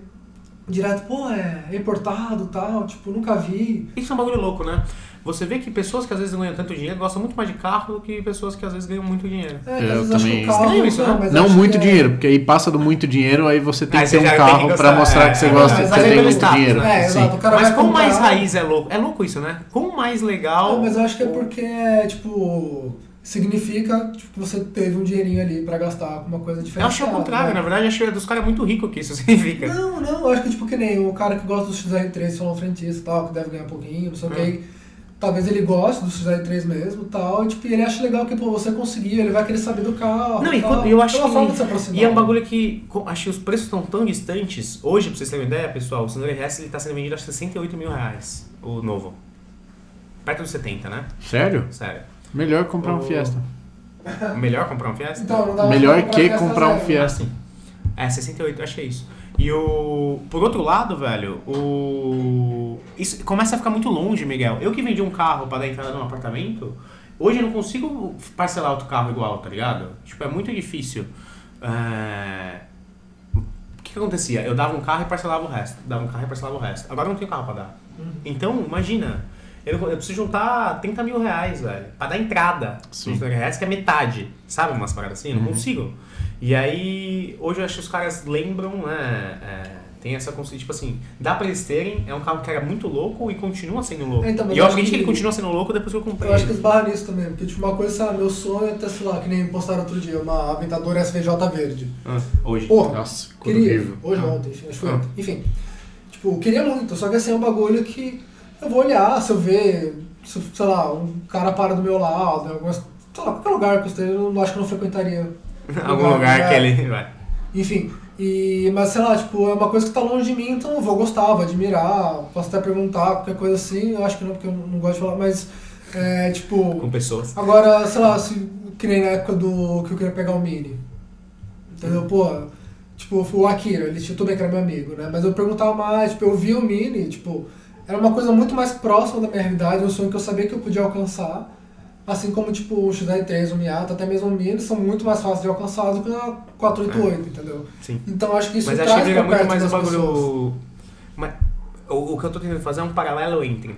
Speaker 3: Direto, pô, é importado, tal, tipo, nunca vi.
Speaker 1: Isso é um bagulho louco, né? Você vê que pessoas que às vezes ganham tanto dinheiro gostam muito mais de carro do que pessoas que às vezes ganham muito dinheiro.
Speaker 3: É,
Speaker 2: Eu
Speaker 3: que às vezes acho que
Speaker 2: também-
Speaker 3: o carro...
Speaker 1: Estranho isso, né?
Speaker 3: mas
Speaker 2: Não
Speaker 3: acho
Speaker 2: muito
Speaker 3: que é-
Speaker 2: dinheiro, porque aí passa do muito dinheiro, aí você tem
Speaker 1: Aí
Speaker 2: que
Speaker 1: você
Speaker 2: ter
Speaker 1: já
Speaker 2: um
Speaker 1: tem que
Speaker 2: carro pra
Speaker 1: gostar,
Speaker 2: mostrar
Speaker 1: é,
Speaker 2: que você
Speaker 1: é
Speaker 2: gosta,
Speaker 1: verdade.
Speaker 2: que
Speaker 1: Mas
Speaker 2: você
Speaker 1: aí
Speaker 2: tem
Speaker 1: pelo
Speaker 2: muito
Speaker 1: status,
Speaker 2: dinheiro.
Speaker 3: né? É,
Speaker 2: Sim.
Speaker 3: exato. O cara
Speaker 1: Mas
Speaker 3: vai
Speaker 1: quão mais
Speaker 3: comprar-
Speaker 1: raiz é louco? É louco isso, né? Quão mais legal.
Speaker 3: Ah, mas eu acho que é porque, tipo, significa tipo, que você teve um dinheirinho ali pra gastar com uma coisa
Speaker 1: Eu
Speaker 3: diferente. Ah, né?
Speaker 1: achei é o contrário, né? na verdade, eu achei dos caras muito rico que isso significa.
Speaker 3: Não, não, eu acho que tipo que nem o cara que gosta do XR3 só um frentista e tal, que deve ganhar pouquinho, não sei o
Speaker 1: É.
Speaker 3: que. aí, Talvez ele goste do XR3 mesmo e tal, e tipo, ele acha legal que pô, você conseguiu, ele vai querer saber do carro.
Speaker 1: Não,
Speaker 3: e
Speaker 1: e
Speaker 3: tal.
Speaker 1: quando- eu acho
Speaker 3: é uma
Speaker 1: que-
Speaker 3: forma de se aproximar.
Speaker 1: E é um bagulho que, co- acho que os preços estão tão distantes. Hoje, pra vocês terem uma ideia, pessoal, o Sandero RS ele tá sendo vendido a 68 mil reais, o novo. Perto dos 70, né?
Speaker 2: Sério?
Speaker 1: Sério.
Speaker 2: Melhor comprar um
Speaker 1: O-
Speaker 2: Fiesta.
Speaker 1: Melhor comprar um Fiesta?
Speaker 3: É. Então, não dá
Speaker 2: Melhor
Speaker 3: pra
Speaker 2: que
Speaker 3: gastar
Speaker 2: comprar um
Speaker 3: zero.
Speaker 1: É
Speaker 2: Fiesta.
Speaker 1: assim. É, 68, acho que é isso. E o. Por outro lado, velho, o. Isso começa a ficar muito longe, Miguel. Eu que vendi um carro pra dar entrada num apartamento, hoje eu não consigo parcelar outro carro igual, tá ligado? Tipo, é muito difícil. É, O que, que acontecia? Eu dava um carro e parcelava o resto. Dava um carro e parcelava o resto. Agora eu não tenho carro pra dar.
Speaker 3: Uhum.
Speaker 1: Então, imagina. Eu, eu preciso juntar 30 mil reais, velho, pra dar entrada.
Speaker 2: Sim.
Speaker 1: 30 mil reais, que é metade. Sabe umas paradas assim? Eu não consigo. E aí, hoje eu acho que os caras lembram, né? é, tem essa consciência, tipo assim, dá pra eles terem, é um carro que era muito louco e continua sendo louco.
Speaker 3: Então, mas
Speaker 1: e eu
Speaker 3: eu acho
Speaker 1: aprendi que
Speaker 3: que-
Speaker 1: ele continua sendo louco depois que eu comprei.
Speaker 3: Eu acho que esbarra nisso também, porque tipo, uma coisa, sei lá, meu sonho é ter, sei lá, que nem postaram outro dia, uma Aventador SVJ verde.
Speaker 1: Ah, hoje.
Speaker 3: Porra,
Speaker 2: Nossa, cor
Speaker 3: Queria.
Speaker 2: horrível.
Speaker 3: Hoje
Speaker 2: Ah.
Speaker 3: ontem, acho que foi
Speaker 2: Ah.
Speaker 3: ontem. Enfim. Tipo, queria muito, só que assim é um bagulho que eu vou olhar, se eu ver, se, eu- sei lá, um cara para do meu lado, em algumas, sei lá, qualquer lugar que eu esteja, eu não acho que eu não frequentaria.
Speaker 1: Algum lugar que ele vai.
Speaker 3: Enfim. E, mas sei lá, tipo, é uma coisa que tá longe de mim, então eu vou gostar, vou admirar, posso até perguntar, qualquer coisa assim, eu acho que não, porque eu não gosto de falar, mas é tipo.
Speaker 1: Com pessoas.
Speaker 3: Agora, sei lá, se, que nem na época do que eu queria pegar o Mini. Entendeu? Pô, tipo, o Akira, ele tinha tudo bem que era meu amigo, né? Mas eu perguntava mais, tipo, eu via o Mini, tipo, era uma coisa muito mais próxima da minha realidade, um sonho que eu sabia que eu podia alcançar. Assim como, tipo, o XR3, o Miata, até mesmo o Mini, são muito mais fáceis de alcançar do que a 488, entendeu?
Speaker 1: Sim.
Speaker 3: Então acho que isso
Speaker 1: É. Mas acho que
Speaker 3: traz
Speaker 1: vira
Speaker 3: pra
Speaker 1: muito
Speaker 3: perto
Speaker 1: mais um
Speaker 3: das pessoas.
Speaker 1: bagulho. Mas, o, o que eu tô tentando fazer é um paralelo entre.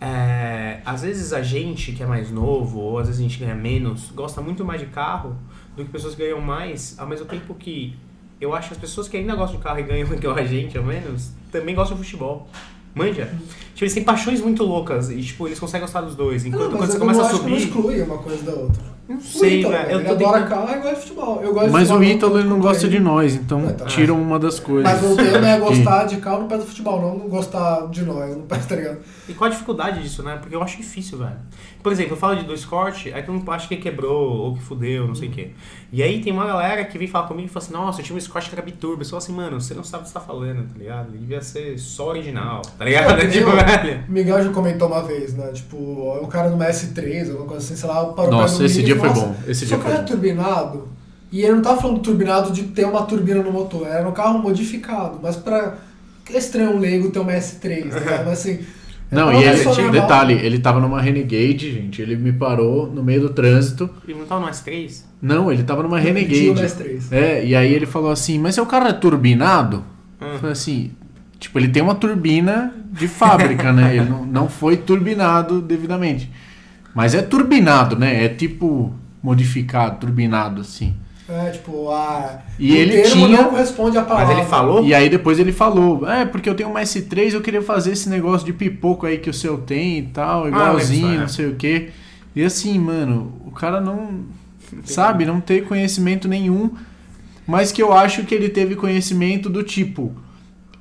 Speaker 1: é, às vezes a gente que é mais novo, ou às vezes a gente ganha menos, gosta muito mais de carro do que pessoas que ganham mais, ao mesmo tempo que eu acho que as pessoas que ainda gostam de carro e ganham igual a gente, ao menos, também gostam de futebol. Manja?
Speaker 3: Uhum.
Speaker 1: Tipo, eles têm paixões muito loucas e, tipo, eles conseguem gostar dos dois.
Speaker 3: Não,
Speaker 1: Enquanto
Speaker 3: mas
Speaker 1: quando você
Speaker 3: eu
Speaker 1: começa
Speaker 3: não
Speaker 1: a
Speaker 3: acho
Speaker 1: subir.
Speaker 3: que não exclui uma coisa da outra.
Speaker 1: Não sei,
Speaker 3: Ítalo,
Speaker 1: velho. Eu
Speaker 3: Ele
Speaker 1: tô
Speaker 3: adora
Speaker 1: tentando-
Speaker 3: carro e gosta de futebol. Eu gosto de
Speaker 2: Mas o
Speaker 3: futebol,
Speaker 2: Ítalo ele não
Speaker 3: eu
Speaker 2: gosta de
Speaker 3: ele.
Speaker 2: nós, então
Speaker 3: É, tá.
Speaker 2: tiram uma das coisas.
Speaker 3: Mas o tema é
Speaker 2: Que-
Speaker 3: gostar de carro no pé do futebol, não gostar de nós, no pé, tá ligado?
Speaker 1: E qual a dificuldade disso, né? Porque eu acho difícil, velho. Por exemplo, eu falo de dois cortes, aí todo mundo acha que quebrou ou que fudeu, não sei o quê. E aí tem uma galera que vem falar comigo e fala assim, nossa, eu tinha um Scott que era biturbo. Eu falo assim, mano, você não sabe o que você tá falando, tá ligado? Devia ser só original, tá ligado?
Speaker 3: Eu-
Speaker 1: tipo,
Speaker 3: eu-
Speaker 1: velho.
Speaker 3: O Miguel já comentou uma vez, né? Tipo, o cara numa S3, alguma coisa assim, sei lá, parou
Speaker 2: Nossa,
Speaker 3: pra
Speaker 2: esse dia foi bom. Esse
Speaker 3: Esse
Speaker 2: dia
Speaker 3: seu
Speaker 2: foi
Speaker 3: carro é
Speaker 2: bom.
Speaker 3: turbinado, e ele não tava falando turbinado de ter uma turbina no motor, era um carro modificado, mas pra. É estranho um leigo ter uma S3, tá ligado? Mas assim. é
Speaker 2: Não,
Speaker 3: uma
Speaker 2: e ele, um
Speaker 3: pessoa normal.
Speaker 2: detalhe, ele tava numa Renegade, gente. Ele me parou no meio do trânsito.
Speaker 1: E não tava no S3?
Speaker 2: Não, ele tava numa
Speaker 3: Tinha uma
Speaker 2: Renegade.
Speaker 3: S3.
Speaker 2: É, e aí ele falou assim, mas seu carro é turbinado? Eu falei assim, tipo, ele tem uma turbina de fábrica, né? Ele não, não foi turbinado devidamente. Mas é turbinado, né? É tipo modificado, turbinado, assim.
Speaker 3: É, tipo, a.
Speaker 2: E
Speaker 3: o
Speaker 2: ele
Speaker 3: termo né?
Speaker 2: tinha-
Speaker 3: não corresponde à
Speaker 1: Mas
Speaker 3: palavra.
Speaker 1: ele falou?
Speaker 2: E aí depois ele falou, é, porque eu tenho uma S3, eu queria fazer esse negócio de pipoco aí que o seu tem e tal, igualzinho,
Speaker 1: lembro,
Speaker 2: não
Speaker 1: né?
Speaker 2: sei o quê. E assim, mano, o cara não, sabe, não ter conhecimento nenhum, mas que eu acho que ele teve conhecimento do tipo,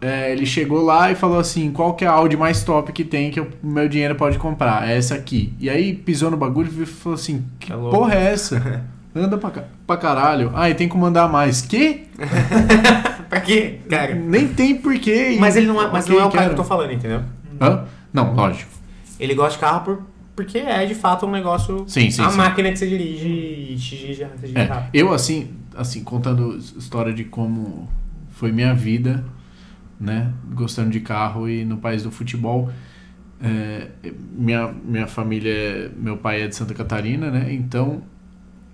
Speaker 2: é, ele chegou lá e falou assim, qual que é a Audi mais top que tem que o meu dinheiro pode comprar? É essa aqui. E aí pisou no bagulho e falou assim, que
Speaker 1: É louco.
Speaker 2: porra é essa? Anda pra, ca- pra caralho. Ah, e tem que mandar mais. Que?
Speaker 1: Pra quê? Cara.
Speaker 2: Nem tem porquê.
Speaker 1: Mas ele não é, mas
Speaker 2: Ok,
Speaker 1: não é o cara que eu
Speaker 2: quero.
Speaker 1: tô falando, entendeu?
Speaker 2: Hã? Não, lógico.
Speaker 1: Ele gosta de carro por, porque é de fato um negócio.
Speaker 2: Sim, sim,
Speaker 1: A
Speaker 2: sim.
Speaker 1: máquina tá. que você dirige e te dirige, te dirige
Speaker 2: É,
Speaker 1: rápido.
Speaker 2: eu assim, assim, contando s- história de como foi minha vida, né? Gostando de carro e no país do futebol. é, minha, minha família, é- meu pai é de Santa Catarina, né? Então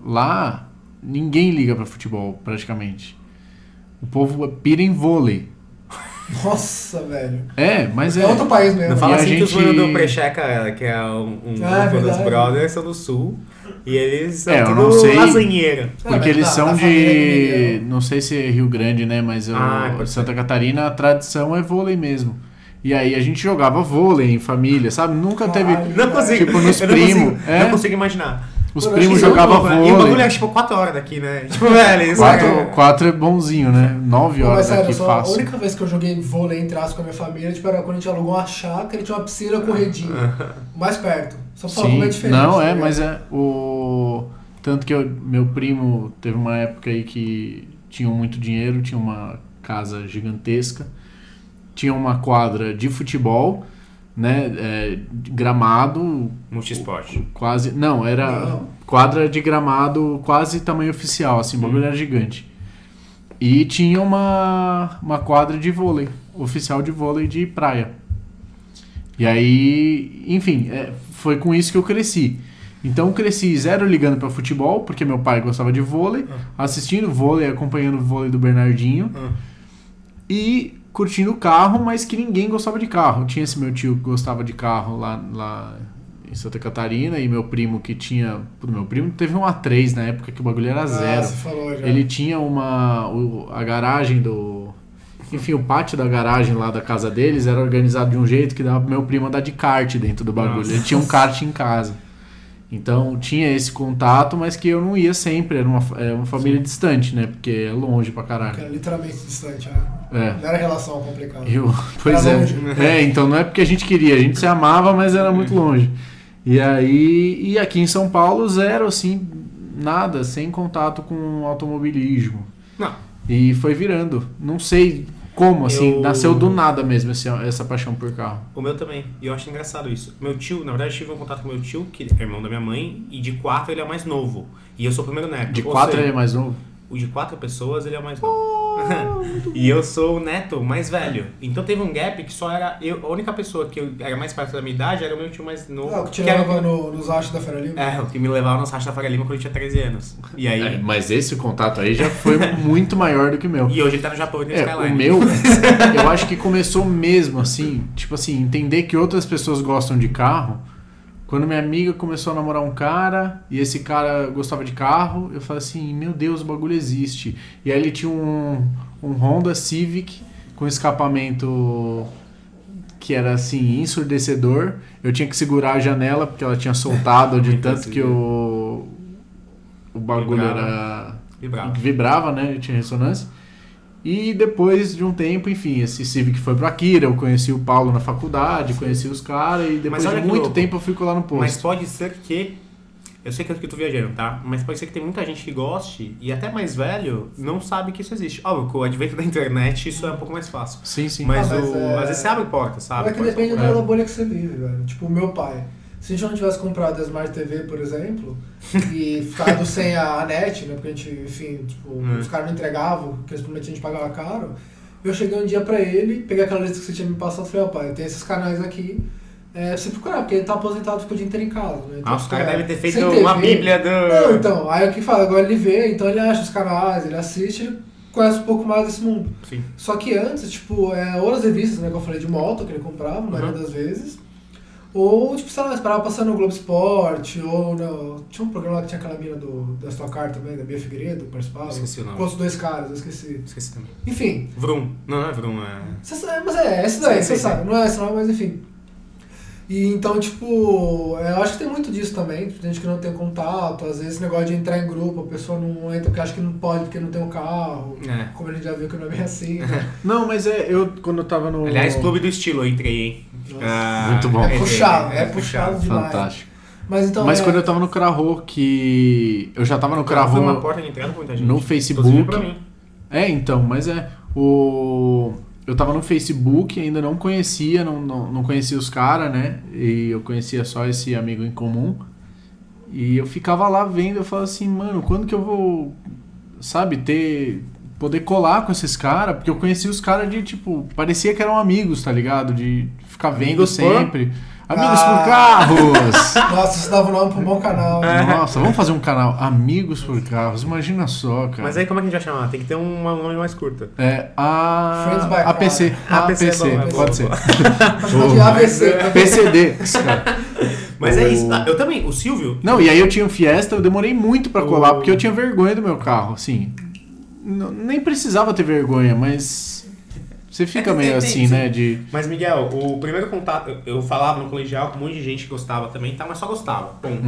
Speaker 2: lá ninguém liga pra futebol praticamente. O povo pira em vôlei.
Speaker 3: Nossa, velho.
Speaker 2: É, mas é.
Speaker 3: É outro país mesmo.
Speaker 1: Não fala
Speaker 2: E a
Speaker 1: assim que os
Speaker 2: gente-
Speaker 1: mano do Precheca, que é um, um
Speaker 3: Ah, é
Speaker 1: grupo dos
Speaker 3: verdade.
Speaker 1: brothers, são do sul. E eles são
Speaker 2: É, eu
Speaker 1: tudo
Speaker 2: não sei.
Speaker 1: lasanheiro.
Speaker 3: É,
Speaker 2: Porque
Speaker 3: mas
Speaker 2: eles
Speaker 3: na-
Speaker 2: são
Speaker 3: na família do
Speaker 2: de.
Speaker 3: Miguel.
Speaker 2: Não sei se é Rio Grande, né? Mas eu-
Speaker 1: Ah, pode
Speaker 2: Santa Catarina, a tradição é vôlei mesmo. E aí a gente jogava vôlei em família, sabe? Nunca teve.
Speaker 3: Caralho.
Speaker 1: Não consigo.
Speaker 2: Tipo, nos
Speaker 1: eu não
Speaker 2: primo,
Speaker 1: consigo,
Speaker 2: é.
Speaker 1: não consigo imaginar.
Speaker 2: Os
Speaker 3: Eu
Speaker 2: primos
Speaker 3: acho que
Speaker 2: jogavam
Speaker 1: Pô, E o bagulho é
Speaker 2: vôlei.
Speaker 1: tipo 4 horas daqui, né? Tipo, velho, isso
Speaker 2: Quatro,
Speaker 1: é-
Speaker 2: quatro é bonzinho, né? Nove
Speaker 3: Não, mas
Speaker 2: horas
Speaker 3: sério,
Speaker 2: daqui
Speaker 3: só a
Speaker 2: fácil.
Speaker 3: única vez que eu joguei vôlei em traço com a minha família tipo, era quando a gente alugou uma chácara e tinha uma piscina com redinha. mais perto. Só falo como é
Speaker 2: Ah. Sim,
Speaker 3: diferente.
Speaker 2: não,
Speaker 3: tá
Speaker 2: é,
Speaker 3: ligado?
Speaker 2: mas é o. Tanto que eu- meu primo teve uma época aí que tinham muito dinheiro, tinha uma casa gigantesca, tinha uma quadra de futebol, né? é, de gramado
Speaker 1: Multisporte.
Speaker 2: quase. Não, era
Speaker 3: Não.
Speaker 2: quadra de gramado quase tamanho oficial, assim, o bagulho era gigante. E tinha uma, uma quadra de vôlei, oficial de vôlei de praia. E aí, enfim, é, foi com isso que eu cresci. Então eu cresci zero ligando pra futebol, porque meu pai gostava de vôlei, assistindo vôlei, acompanhando o vôlei do Bernardinho.
Speaker 1: Hum.
Speaker 2: E curtindo carro, mas que ninguém gostava de carro. Tinha esse meu tio que gostava de carro lá, lá em Santa Catarina e meu primo que tinha. Pô, Meu primo teve um A3 na época que o bagulho era
Speaker 3: Ah,
Speaker 2: zero.
Speaker 3: você falou já.
Speaker 2: Ele tinha uma. o- a garagem do. Enfim, o pátio da garagem lá da casa deles era organizado de um jeito que dava pro meu primo andar de kart dentro do bagulho.
Speaker 1: Nossa.
Speaker 2: Ele tinha um kart em casa. Então tinha esse contato, mas que eu não ia sempre. Era uma, fa- é uma família distante, né? Porque é longe pra
Speaker 3: Que
Speaker 2: caralho.
Speaker 3: era literalmente distante, né?
Speaker 2: É.
Speaker 3: Não era relação complicada.
Speaker 2: Eu, pois é.
Speaker 3: longe.
Speaker 1: né?
Speaker 2: É, então não é porque a gente queria, a gente se amava, mas era muito
Speaker 1: Uhum.
Speaker 2: longe. E aí, e aqui em São Paulo, zero, assim, nada, sem contato com automobilismo.
Speaker 1: Não.
Speaker 2: E foi virando. Não sei como, assim,
Speaker 1: Eu-
Speaker 2: nasceu do nada mesmo esse- essa paixão por carro.
Speaker 1: O meu também. E eu acho engraçado isso. Meu tio, na verdade, eu tive um contato com meu tio, que é irmão da minha mãe, e de quatro ele é o mais novo. E eu sou o primeiro neto.
Speaker 2: De
Speaker 1: Ou
Speaker 2: quatro
Speaker 1: seja,
Speaker 2: ele é mais novo?
Speaker 1: O de quatro pessoas, ele é o mais novo. e eu sou o neto mais velho. Então teve um gap que só era. Eu, a única pessoa que eu, era mais perto da minha idade era o meu tio mais novo.
Speaker 3: Ah, o que
Speaker 1: que era,
Speaker 3: tirava no, nos achos da Feira Livre?
Speaker 1: é, o que me levava no Sacha da Faria Lima quando eu tinha 13 anos. E aí.
Speaker 2: É, mas esse contato aí já foi muito maior do que o meu.
Speaker 1: E hoje ele tá no Japão e no
Speaker 2: É,
Speaker 1: Skyline.
Speaker 2: o meu, eu acho que começou mesmo assim, tipo assim, entender que outras pessoas gostam de carro. Quando minha amiga começou a namorar um cara e esse cara gostava de carro, eu falei assim, meu Deus, o bagulho existe. E aí ele tinha um, um Honda Civic com escapamento que era assim, ensurdecedor. Eu tinha que segurar a janela porque ela tinha soltado de
Speaker 1: Muito
Speaker 2: tanto que
Speaker 1: assim.
Speaker 2: o, o bagulho
Speaker 1: Vibrava.
Speaker 2: era
Speaker 1: Vibrava.
Speaker 2: vibrava, né? Tinha ressonância. E depois de um tempo, enfim, esse Civic foi pro Akira, eu conheci o Paulo na faculdade, conheci os caras e depois
Speaker 1: olha
Speaker 2: de
Speaker 1: que
Speaker 2: muito
Speaker 1: louco.
Speaker 2: tempo eu fico lá no posto.
Speaker 1: Mas pode ser que. Eu sei que eu que eu tô viajando, tá? Mas pode ser que tem muita gente que goste e até mais velho não sabe que isso existe. Óbvio, com o advento da internet isso é um pouco mais fácil.
Speaker 2: Sim, sim.
Speaker 1: Mas,
Speaker 3: Ah, mas
Speaker 1: o-
Speaker 3: é-
Speaker 1: às vezes você abre porta, sabe?
Speaker 3: é que
Speaker 1: Porta-
Speaker 3: depende
Speaker 2: É.
Speaker 3: da bolha que você vive, velho. Tipo, o meu pai. Se a gente não tivesse comprado a Smart TV, por exemplo, e ficado sem a net, né? Porque a gente, enfim, tipo,
Speaker 1: Hum.
Speaker 3: os caras não entregavam, porque eles prometiam de pagar caro. Eu cheguei um dia pra ele, peguei aquela lista que você tinha me passado e falei, ó pai, tem esses canais aqui. É, pra você procurar, porque ele tá aposentado, fica o dia inteiro em casa, né?
Speaker 1: Ah, os
Speaker 3: tipo,
Speaker 1: caras
Speaker 3: é,
Speaker 1: devem ter feito
Speaker 3: sem
Speaker 1: uma
Speaker 3: TV.
Speaker 1: bíblia do.
Speaker 3: Não, então, aí o que fala, agora ele vê, então ele acha os canais, ele assiste, ele conhece um pouco mais desse mundo.
Speaker 1: Sim.
Speaker 3: Só que antes, tipo, é, ou as revistas, né, que eu falei de moto que ele comprava, na maioria
Speaker 1: Uhum.
Speaker 3: das vezes. Ou, tipo, sei lá, esperava passar no Globo Esporte, ou no, tinha um programa lá que tinha aquela mina do, da sua carta também, da Bia Figueiredo, participava.
Speaker 1: Esqueci o nome.
Speaker 3: Com os dois caras, eu esqueci.
Speaker 1: Esqueci também.
Speaker 3: Enfim,
Speaker 1: Vrum. Não, não é Vrum, é.
Speaker 3: você sabe, mas é, essa daí,
Speaker 1: Sim,
Speaker 3: você
Speaker 1: sim,
Speaker 3: sabe. Não é essa não, mas enfim. E então, tipo, eu acho que tem muito disso também. Tipo, gente que não tem contato, às vezes esse negócio de entrar em grupo, a pessoa não entra porque acha que não pode, porque não tem um carro.
Speaker 1: É.
Speaker 3: Como a gente já viu que não é bem assim. né?
Speaker 2: Não, mas é, eu quando eu tava no.
Speaker 1: Aliás, Clube do Estilo, eu entrei, hein?
Speaker 3: Nossa.
Speaker 1: Ah,
Speaker 2: Muito bom.
Speaker 3: É puxado, é puxado demais.
Speaker 2: Fantástico.
Speaker 3: Mas então.
Speaker 2: Mas
Speaker 3: é,
Speaker 2: quando eu tava no Craho, que. Eu já tava no
Speaker 1: Cara, Então, foi uma
Speaker 2: Craho.
Speaker 1: porta de entrada pra muita gente.
Speaker 2: no
Speaker 1: Inclusive
Speaker 2: Facebook.
Speaker 1: Pra mim.
Speaker 2: É, então, mas é. O. Eu tava no Facebook, ainda não conhecia, não, não, não conhecia os caras, né? E eu conhecia só esse amigo em comum. E eu ficava lá vendo, eu falava assim, mano, quando que eu vou, sabe, ter. poder colar com esses caras? Porque eu conhecia os caras de, tipo, parecia que eram amigos, tá ligado? De ficar vendo
Speaker 1: Amigos por-
Speaker 2: sempre. Amigos
Speaker 3: Ah.
Speaker 2: por carros!
Speaker 3: Nossa, isso dava o nome pra um bom canal.
Speaker 1: É.
Speaker 2: Nossa, vamos fazer um canal Amigos por Carros, imagina só, cara.
Speaker 1: Mas aí como é que a gente vai chamar? Tem que ter um um nome mais curto.
Speaker 2: É,
Speaker 3: Friends by
Speaker 2: a.
Speaker 3: Car.
Speaker 2: APC.
Speaker 1: Ah,
Speaker 2: APC,
Speaker 1: APC é bom, é bom,
Speaker 2: pode
Speaker 1: é
Speaker 2: ser.
Speaker 1: bom.
Speaker 3: Mas chamar de
Speaker 2: Oh,
Speaker 3: AVC. né?
Speaker 2: PCD. cara.
Speaker 1: Mas é isso.
Speaker 2: O-
Speaker 1: Ah, Eu também, o Silvio.
Speaker 2: Não, e aí eu tinha um Fiesta, eu demorei muito pra colar,
Speaker 3: Oh.
Speaker 1: O-
Speaker 2: porque eu tinha vergonha do meu carro, assim. N- nem precisava ter vergonha, mas.
Speaker 1: É
Speaker 2: Você fica meio assim, né? De.
Speaker 1: Mas, Miguel,
Speaker 2: Uhum.
Speaker 1: o primeiro contato. Eu falava no colegial com um monte de gente que gostava também, tá? Mas só gostava. Ponto.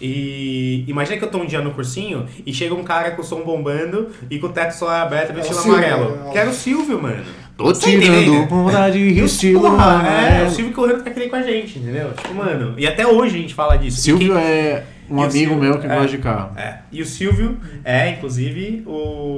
Speaker 1: E imagina que eu tô um dia no cursinho e chega um cara com o som bombando e com o teto solar aberto no
Speaker 3: É o
Speaker 1: estilo
Speaker 3: Silvio,
Speaker 1: amarelo.
Speaker 3: é o-
Speaker 1: Quero o Silvio, mano.
Speaker 2: Tô
Speaker 1: Tá entendendo?
Speaker 2: tirando vontade de rio estilo. né?
Speaker 1: Porra, é,
Speaker 3: né?
Speaker 2: amarelo.
Speaker 1: o Silvio correndo tá querendo com a gente, entendeu? Tipo, mano, e até hoje a gente fala disso.
Speaker 2: Silvio é um
Speaker 1: E o
Speaker 2: amigo
Speaker 1: Silvio?
Speaker 2: meu que
Speaker 1: É.
Speaker 2: gosta de carro.
Speaker 1: É. E o Silvio é, inclusive,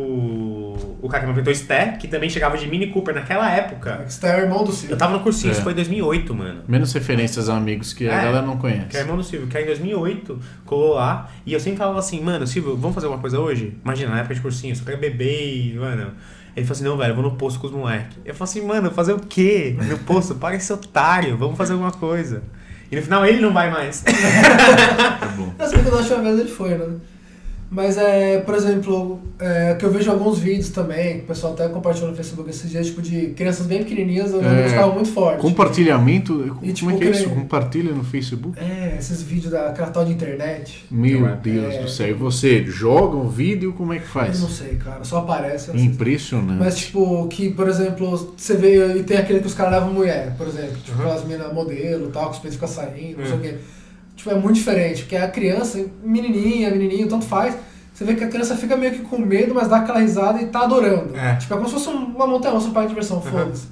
Speaker 1: o. O cara que me apresentou Sté, que também chegava de Mini Cooper naquela época.
Speaker 3: Você é irmão do
Speaker 1: Eu
Speaker 3: Silvio.
Speaker 1: tava no cursinho,
Speaker 2: É.
Speaker 1: isso foi em 2008, mano.
Speaker 2: Menos referências a amigos que
Speaker 1: É.
Speaker 2: a galera não
Speaker 1: Que é
Speaker 2: conhece.
Speaker 1: irmão do Silvio, que aí em 2008 colou lá. E eu sempre falava assim, mano, Silvio, vamos fazer alguma coisa hoje? Imagina, na época de cursinho, eu só queria beber e, mano. Ele falou assim: não, velho, eu vou no posto com os moleques. Eu falei assim, mano, fazer o quê? No posto? Para esse otário, vamos fazer alguma coisa. E no final ele não vai mais.
Speaker 2: Tá bom.
Speaker 3: Eu sei que da última vez ele foi, né? Mas é, por exemplo, é, que eu vejo alguns vídeos também, que o pessoal até compartilhou no Facebook esses dias, tipo, de crianças bem pequenininhas jogando
Speaker 2: É.
Speaker 3: uns carros muito fortes.
Speaker 2: Compartilhamento.
Speaker 3: E, tipo,
Speaker 2: como é que é
Speaker 3: que-
Speaker 2: isso? Compartilha no Facebook?
Speaker 3: É, esses vídeos da aquela tal de internet.
Speaker 2: Meu
Speaker 1: É.
Speaker 2: Deus do céu. E você joga um vídeo, como é que
Speaker 3: Eu não
Speaker 2: faz?
Speaker 3: sei, cara, só
Speaker 2: Então,
Speaker 3: aparece. eu não sei.
Speaker 2: Impressionante.
Speaker 3: Mas, tipo, que, por exemplo, você vê e tem aquele que os caras levam mulher, por exemplo. Tipo,
Speaker 1: Uhum.
Speaker 3: as meninas modelo e tal, que os peitos ficam saindo, não sei o quê. Tipo, é muito diferente, porque a criança, menininha, menininho, tanto faz. Você vê que a criança fica meio que com medo, mas dá aquela risada e tá adorando.
Speaker 1: É. Uhum.
Speaker 3: Tipo, é como se fosse uma montanha, um parque de diversão, foda-se.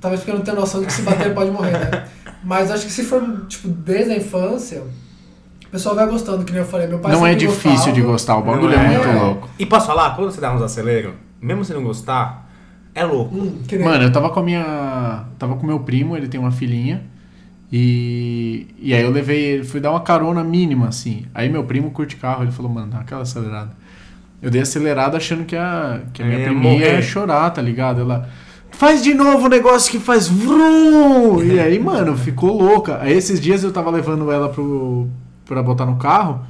Speaker 3: Talvez porque eu não tenho noção de que se bater pode morrer, né? Mas acho que se for, tipo, desde a infância, o pessoal vai gostando, que nem eu falei. Meu pai
Speaker 2: não é
Speaker 3: sempre
Speaker 2: difícil de
Speaker 3: gostava.
Speaker 2: gostar, o
Speaker 1: Não
Speaker 2: bagulho é,
Speaker 1: é.
Speaker 2: muito
Speaker 3: É.
Speaker 2: louco.
Speaker 1: E posso falar, quando você dá uns aceleros, mesmo se não gostar, é louco.
Speaker 3: Hum, que nem-
Speaker 2: Mano, eu tava com a minha. Tava com meu primo, ele tem uma filhinha. E, e aí eu levei ele, fui dar uma carona mínima, assim. Aí meu primo curte carro, ele falou, mano, dá aquela acelerada. Eu dei acelerada achando que a, que a minha
Speaker 1: Ele ia
Speaker 2: priminha
Speaker 1: morrer.
Speaker 2: ia chorar, tá ligado? Ela. Faz de novo o negócio que faz vrum! E aí, mano, ficou louca. Aí esses dias eu tava levando ela pro, pra botar no carro.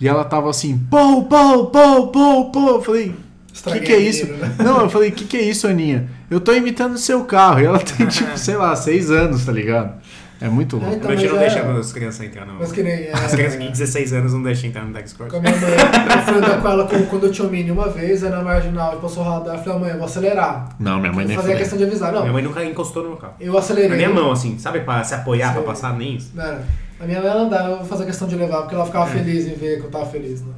Speaker 2: E ela tava assim, pô, pô, pô, pô, pô. Eu falei, o que,
Speaker 3: Estraguei
Speaker 2: que é
Speaker 3: a
Speaker 2: isso?
Speaker 3: vida, né?
Speaker 2: Não, eu falei, que, que é isso, Aninha? Eu tô imitando o seu carro. E ela tem, tipo, sei lá, seis anos, tá ligado? É muito
Speaker 3: É,
Speaker 2: louco.
Speaker 3: então,
Speaker 1: Meu tio não
Speaker 3: mas é-
Speaker 1: deixa as crianças entrar no.
Speaker 3: Mas que é nem. é-
Speaker 1: As crianças de 16 anos não deixam entrar no Dex Cross.
Speaker 3: Com a minha mãe, eu fui andar com ela com- quando eu tinha o Mini uma vez, aí na marginal, ele passou o radar, eu falei, mãe, eu vou acelerar.
Speaker 2: Não, minha mãe
Speaker 3: Eu
Speaker 2: nem
Speaker 3: fazia
Speaker 2: foi.
Speaker 3: questão de avisar,
Speaker 1: Minha
Speaker 3: não.
Speaker 1: mãe nunca encostou no meu carro.
Speaker 3: Eu acelerei.
Speaker 1: Na minha mão, assim, sabe? Pra se apoiar, pra
Speaker 3: Sim.
Speaker 1: passar nem isso.
Speaker 3: Mano, a minha mãe ela andava, eu vou fazer questão de levar, porque ela ficava
Speaker 1: É.
Speaker 3: feliz em ver que eu tava feliz, né?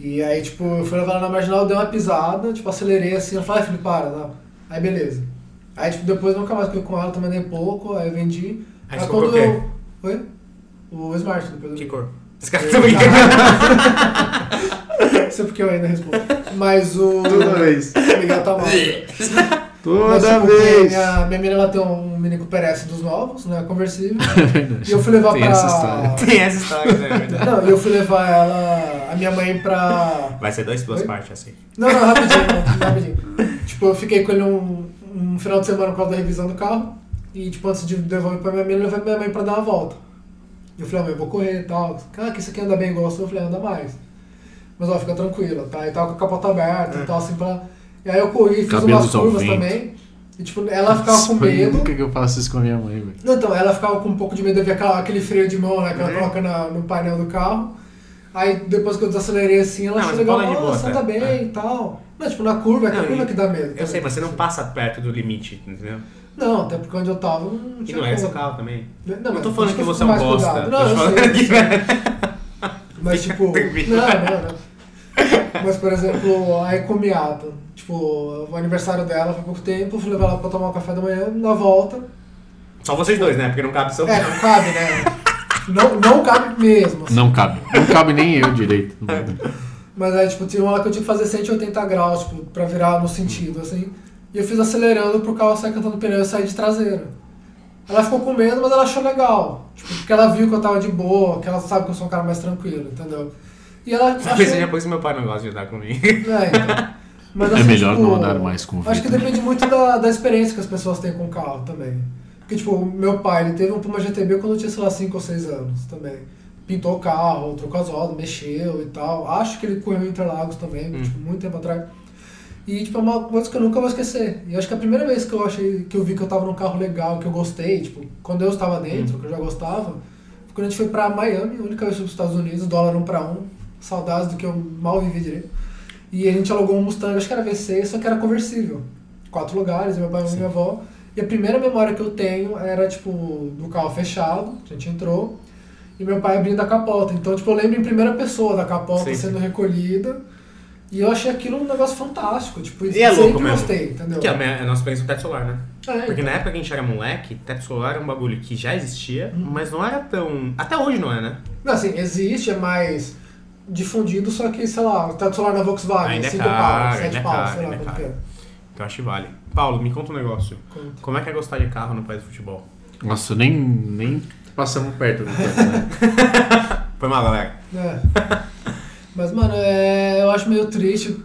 Speaker 3: E aí, tipo, eu fui levar ela na marginal, eu dei uma pisada, tipo, acelerei assim, ela falou, ai filho, para, não. Aí beleza. Aí, tipo, depois eu nunca mais fiquei com ela, também dei pouco, aí eu vendi.
Speaker 1: Aí você comprou o quê?
Speaker 3: eu. Oi? O Smart, depois eu
Speaker 1: Que cor? Esse cara tá brincando.
Speaker 3: Isso é porque eu ainda respondo. Mas o.
Speaker 2: Toda vez.
Speaker 3: Miguel tá mal. Mas,
Speaker 2: Toda
Speaker 3: tipo,
Speaker 2: vez.
Speaker 3: Minha, minha menina ela tem um mini Cooper S dos novos, né? Conversível.
Speaker 2: É verdade.
Speaker 3: e eu fui levar
Speaker 2: Tem
Speaker 3: pra.
Speaker 2: essa história.
Speaker 1: Tem essa história, né? É verdade.
Speaker 3: Não, e eu fui levar ela, a minha mãe pra.
Speaker 1: Vai ser dois, duas
Speaker 3: Oi?
Speaker 1: partes, assim.
Speaker 3: Não, não, rapidinho, né? rapidinho. Tipo, eu fiquei com ele um, um final de semana por causa da revisão do carro. E, tipo, antes de devolver pra minha mãe, eu levei minha mãe pra dar uma volta. E eu falei, ah, mãe, eu vou correr e tal. Ah, que isso aqui anda bem igual o seu. Eu falei, anda mais. Mas, ó, fica tranquila, tá? E tava com a capota aberta e tal, assim, pra... E aí eu corri, fiz
Speaker 2: Cabelos
Speaker 3: umas
Speaker 2: ao
Speaker 3: curvas
Speaker 2: vento.
Speaker 3: também. E, tipo, ela ficava com
Speaker 2: Por que
Speaker 3: medo.
Speaker 2: que eu faço isso com a minha mãe, velho?
Speaker 3: Não, então, ela ficava com um pouco de medo de ver aquela, aquele freio de mão, né? Que ela
Speaker 1: Uhum.
Speaker 3: coloca na- no painel do carro. Aí depois que eu desacelerei assim, ela
Speaker 1: Não,
Speaker 3: achou
Speaker 1: mas
Speaker 3: legal,
Speaker 1: bola de boa,
Speaker 3: nossa,
Speaker 1: tá?
Speaker 3: anda bem
Speaker 1: É.
Speaker 3: e tal. Não, tipo, na curva, é que a
Speaker 1: Não,
Speaker 3: curva
Speaker 1: e-
Speaker 3: que dá medo.
Speaker 1: Eu sei, mas você não
Speaker 3: passa.
Speaker 1: passa perto do limite, entendeu?
Speaker 3: Não, até porque onde eu tava não
Speaker 1: E
Speaker 3: tinha.
Speaker 1: não é seu
Speaker 3: como.
Speaker 1: carro também.
Speaker 3: Não,
Speaker 1: Não
Speaker 3: mas
Speaker 1: tô falando
Speaker 3: acho
Speaker 1: que
Speaker 3: eu
Speaker 1: você é
Speaker 3: fico
Speaker 1: um
Speaker 3: mais
Speaker 1: bosta.
Speaker 3: cuidado. Não,
Speaker 1: Tô
Speaker 3: eu
Speaker 1: falando
Speaker 3: sei,
Speaker 1: que- é.
Speaker 3: Mas
Speaker 1: Fica
Speaker 3: tipo. Não,
Speaker 1: tranquilo.
Speaker 3: não, não. Mas, por exemplo, a Ecomiata. Tipo, o aniversário dela foi há pouco tempo, fui levar ela pra tomar um café da manhã, na volta.
Speaker 1: Só vocês dois, né? Porque não cabe seu
Speaker 3: É, não cabe, né? Não, não cabe mesmo. assim.
Speaker 2: Não cabe. Não cabe nem eu direito.
Speaker 3: Mas aí, tipo, tinha uma hora que eu tinha que fazer 180 graus, tipo, pra virar no sentido, assim. E eu fiz acelerando pro carro sair cantando pneu e eu saí de traseira. Ela ficou com medo, mas ela achou legal. Tipo, porque ela viu que eu tava de boa, que ela sabe que eu sou um cara mais tranquilo, entendeu? E ela achou...
Speaker 1: Talvez seja por isso que meu pai não gosta de andar comigo.
Speaker 3: É, então. Mas,
Speaker 2: É
Speaker 3: assim,
Speaker 2: melhor
Speaker 3: tipo,
Speaker 2: não andar mais com né? o
Speaker 3: Acho que
Speaker 2: Vitor.
Speaker 3: depende muito da, da experiência que as pessoas têm com o carro também. Porque, tipo, o meu pai, ele teve um Puma GTB quando eu tinha, sei lá, 5 ou 6 anos também. Pintou o carro, trocou as rodas, mexeu e tal. Acho que ele correu em Interlagos também, tipo, muito tempo atrás. E, tipo, é uma coisa que eu nunca vou esquecer. E acho que é a primeira vez que eu achei, que eu vi que eu tava num carro legal, que eu gostei, tipo, quando eu estava
Speaker 1: Hum.
Speaker 3: dentro, que eu já gostava, foi quando a gente foi pra Miami, a única vez que eu fui pros Estados Unidos, dólar um pra um, saudades do que eu mal vivi direito. E a gente alugou um Mustang, acho que era V6, só que era conversível. Quatro lugares, meu pai e minha avó. E a primeira memória que eu tenho era, tipo, do carro fechado, a gente entrou. e meu pai abrindo a capota. Então, tipo, eu lembro em primeira pessoa da capota
Speaker 1: Sim.
Speaker 3: sendo recolhida. E eu achei aquilo um negócio fantástico. Tipo,
Speaker 1: E é
Speaker 3: sempre
Speaker 1: louco mesmo.
Speaker 3: gostei, entendeu?
Speaker 1: Que é a minha- a nossa experiência do teto solar, né?
Speaker 3: É,
Speaker 1: Porque na época que a gente era moleque, teto solar era um bagulho que já existia,
Speaker 3: Uhum.
Speaker 1: mas não era tão. Até hoje não é, né?
Speaker 3: Não, assim, existe, é mais difundido, só que, sei lá, o teto solar na Volkswagen,
Speaker 1: Ainda é
Speaker 3: 5
Speaker 1: caro,
Speaker 3: pau, 7
Speaker 1: ainda é
Speaker 3: pau,
Speaker 1: caro,
Speaker 3: sei lá
Speaker 1: ainda é
Speaker 3: quanto que é.
Speaker 1: Então acho que vale. Paulo, me conta um negócio.
Speaker 3: Conta.
Speaker 1: Como é que é gostar de carro no país do futebol?
Speaker 2: Nossa, nem, nem passamos perto do teto, né?
Speaker 1: Foi mal, galera.
Speaker 3: É. Mas, mano, é, eu acho meio triste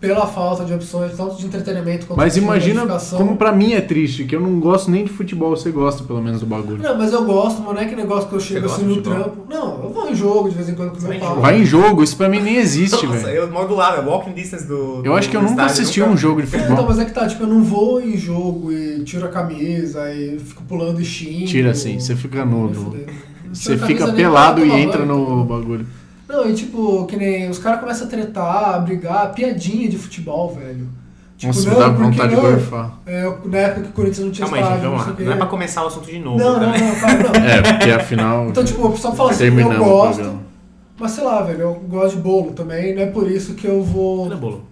Speaker 3: pela falta de opções, tanto de entretenimento quanto
Speaker 2: Mas
Speaker 3: de
Speaker 2: imagina
Speaker 3: identificação.
Speaker 2: como pra mim é triste, que eu não gosto nem de futebol, você gosta pelo menos do bagulho.
Speaker 3: Não, mas eu gosto, mano, não é que negócio que eu chego
Speaker 1: gosta
Speaker 3: assim no
Speaker 1: de futebol?
Speaker 3: trampo. Não, eu vou em jogo de vez em quando com
Speaker 1: Você vai
Speaker 3: meu
Speaker 1: em
Speaker 3: pau.
Speaker 2: Vai em jogo, isso pra mim nem existe,
Speaker 1: Nossa,
Speaker 2: velho.
Speaker 1: eu moro do lado, é walking distance do.
Speaker 2: Eu acho que eu nunca assisti um jogo de
Speaker 3: É, então,
Speaker 2: futebol.
Speaker 3: mas é que tá, tipo, eu não vou em jogo e tiro a camisa e fico pulando e xingo.
Speaker 2: Tira assim, você fica nu,
Speaker 3: Me
Speaker 2: nu.
Speaker 3: fudendo.
Speaker 2: Você
Speaker 3: Tiro a camisa
Speaker 2: fica
Speaker 3: nem
Speaker 2: pelado
Speaker 3: pra
Speaker 2: e
Speaker 3: tá tomar
Speaker 2: entra
Speaker 3: banho.
Speaker 2: no bagulho.
Speaker 3: Não, e tipo, que nem os caras começam a tretar, a brigar, piadinha de futebol, velho. Tipo,
Speaker 2: Nossa, me
Speaker 3: não,
Speaker 2: dá
Speaker 3: porque
Speaker 2: vontade de
Speaker 3: não,
Speaker 2: gorfar.
Speaker 3: É, na época que o Corinthians não tinha
Speaker 1: Calma aí, gente,
Speaker 3: estádio,
Speaker 1: vamos
Speaker 3: não
Speaker 1: lá.
Speaker 3: sei o quê.
Speaker 1: Não é pra começar o assunto de novo,
Speaker 3: Não, não,
Speaker 1: tá, né?
Speaker 3: não, claro, não.
Speaker 2: É, porque afinal.
Speaker 3: Então, tipo, o pessoal fala assim, eu
Speaker 2: terminamos o
Speaker 3: gosto,
Speaker 2: programa.
Speaker 3: mas sei lá, velho, eu gosto de bolo também, não é por isso que eu vou...
Speaker 1: Cadê o bolo?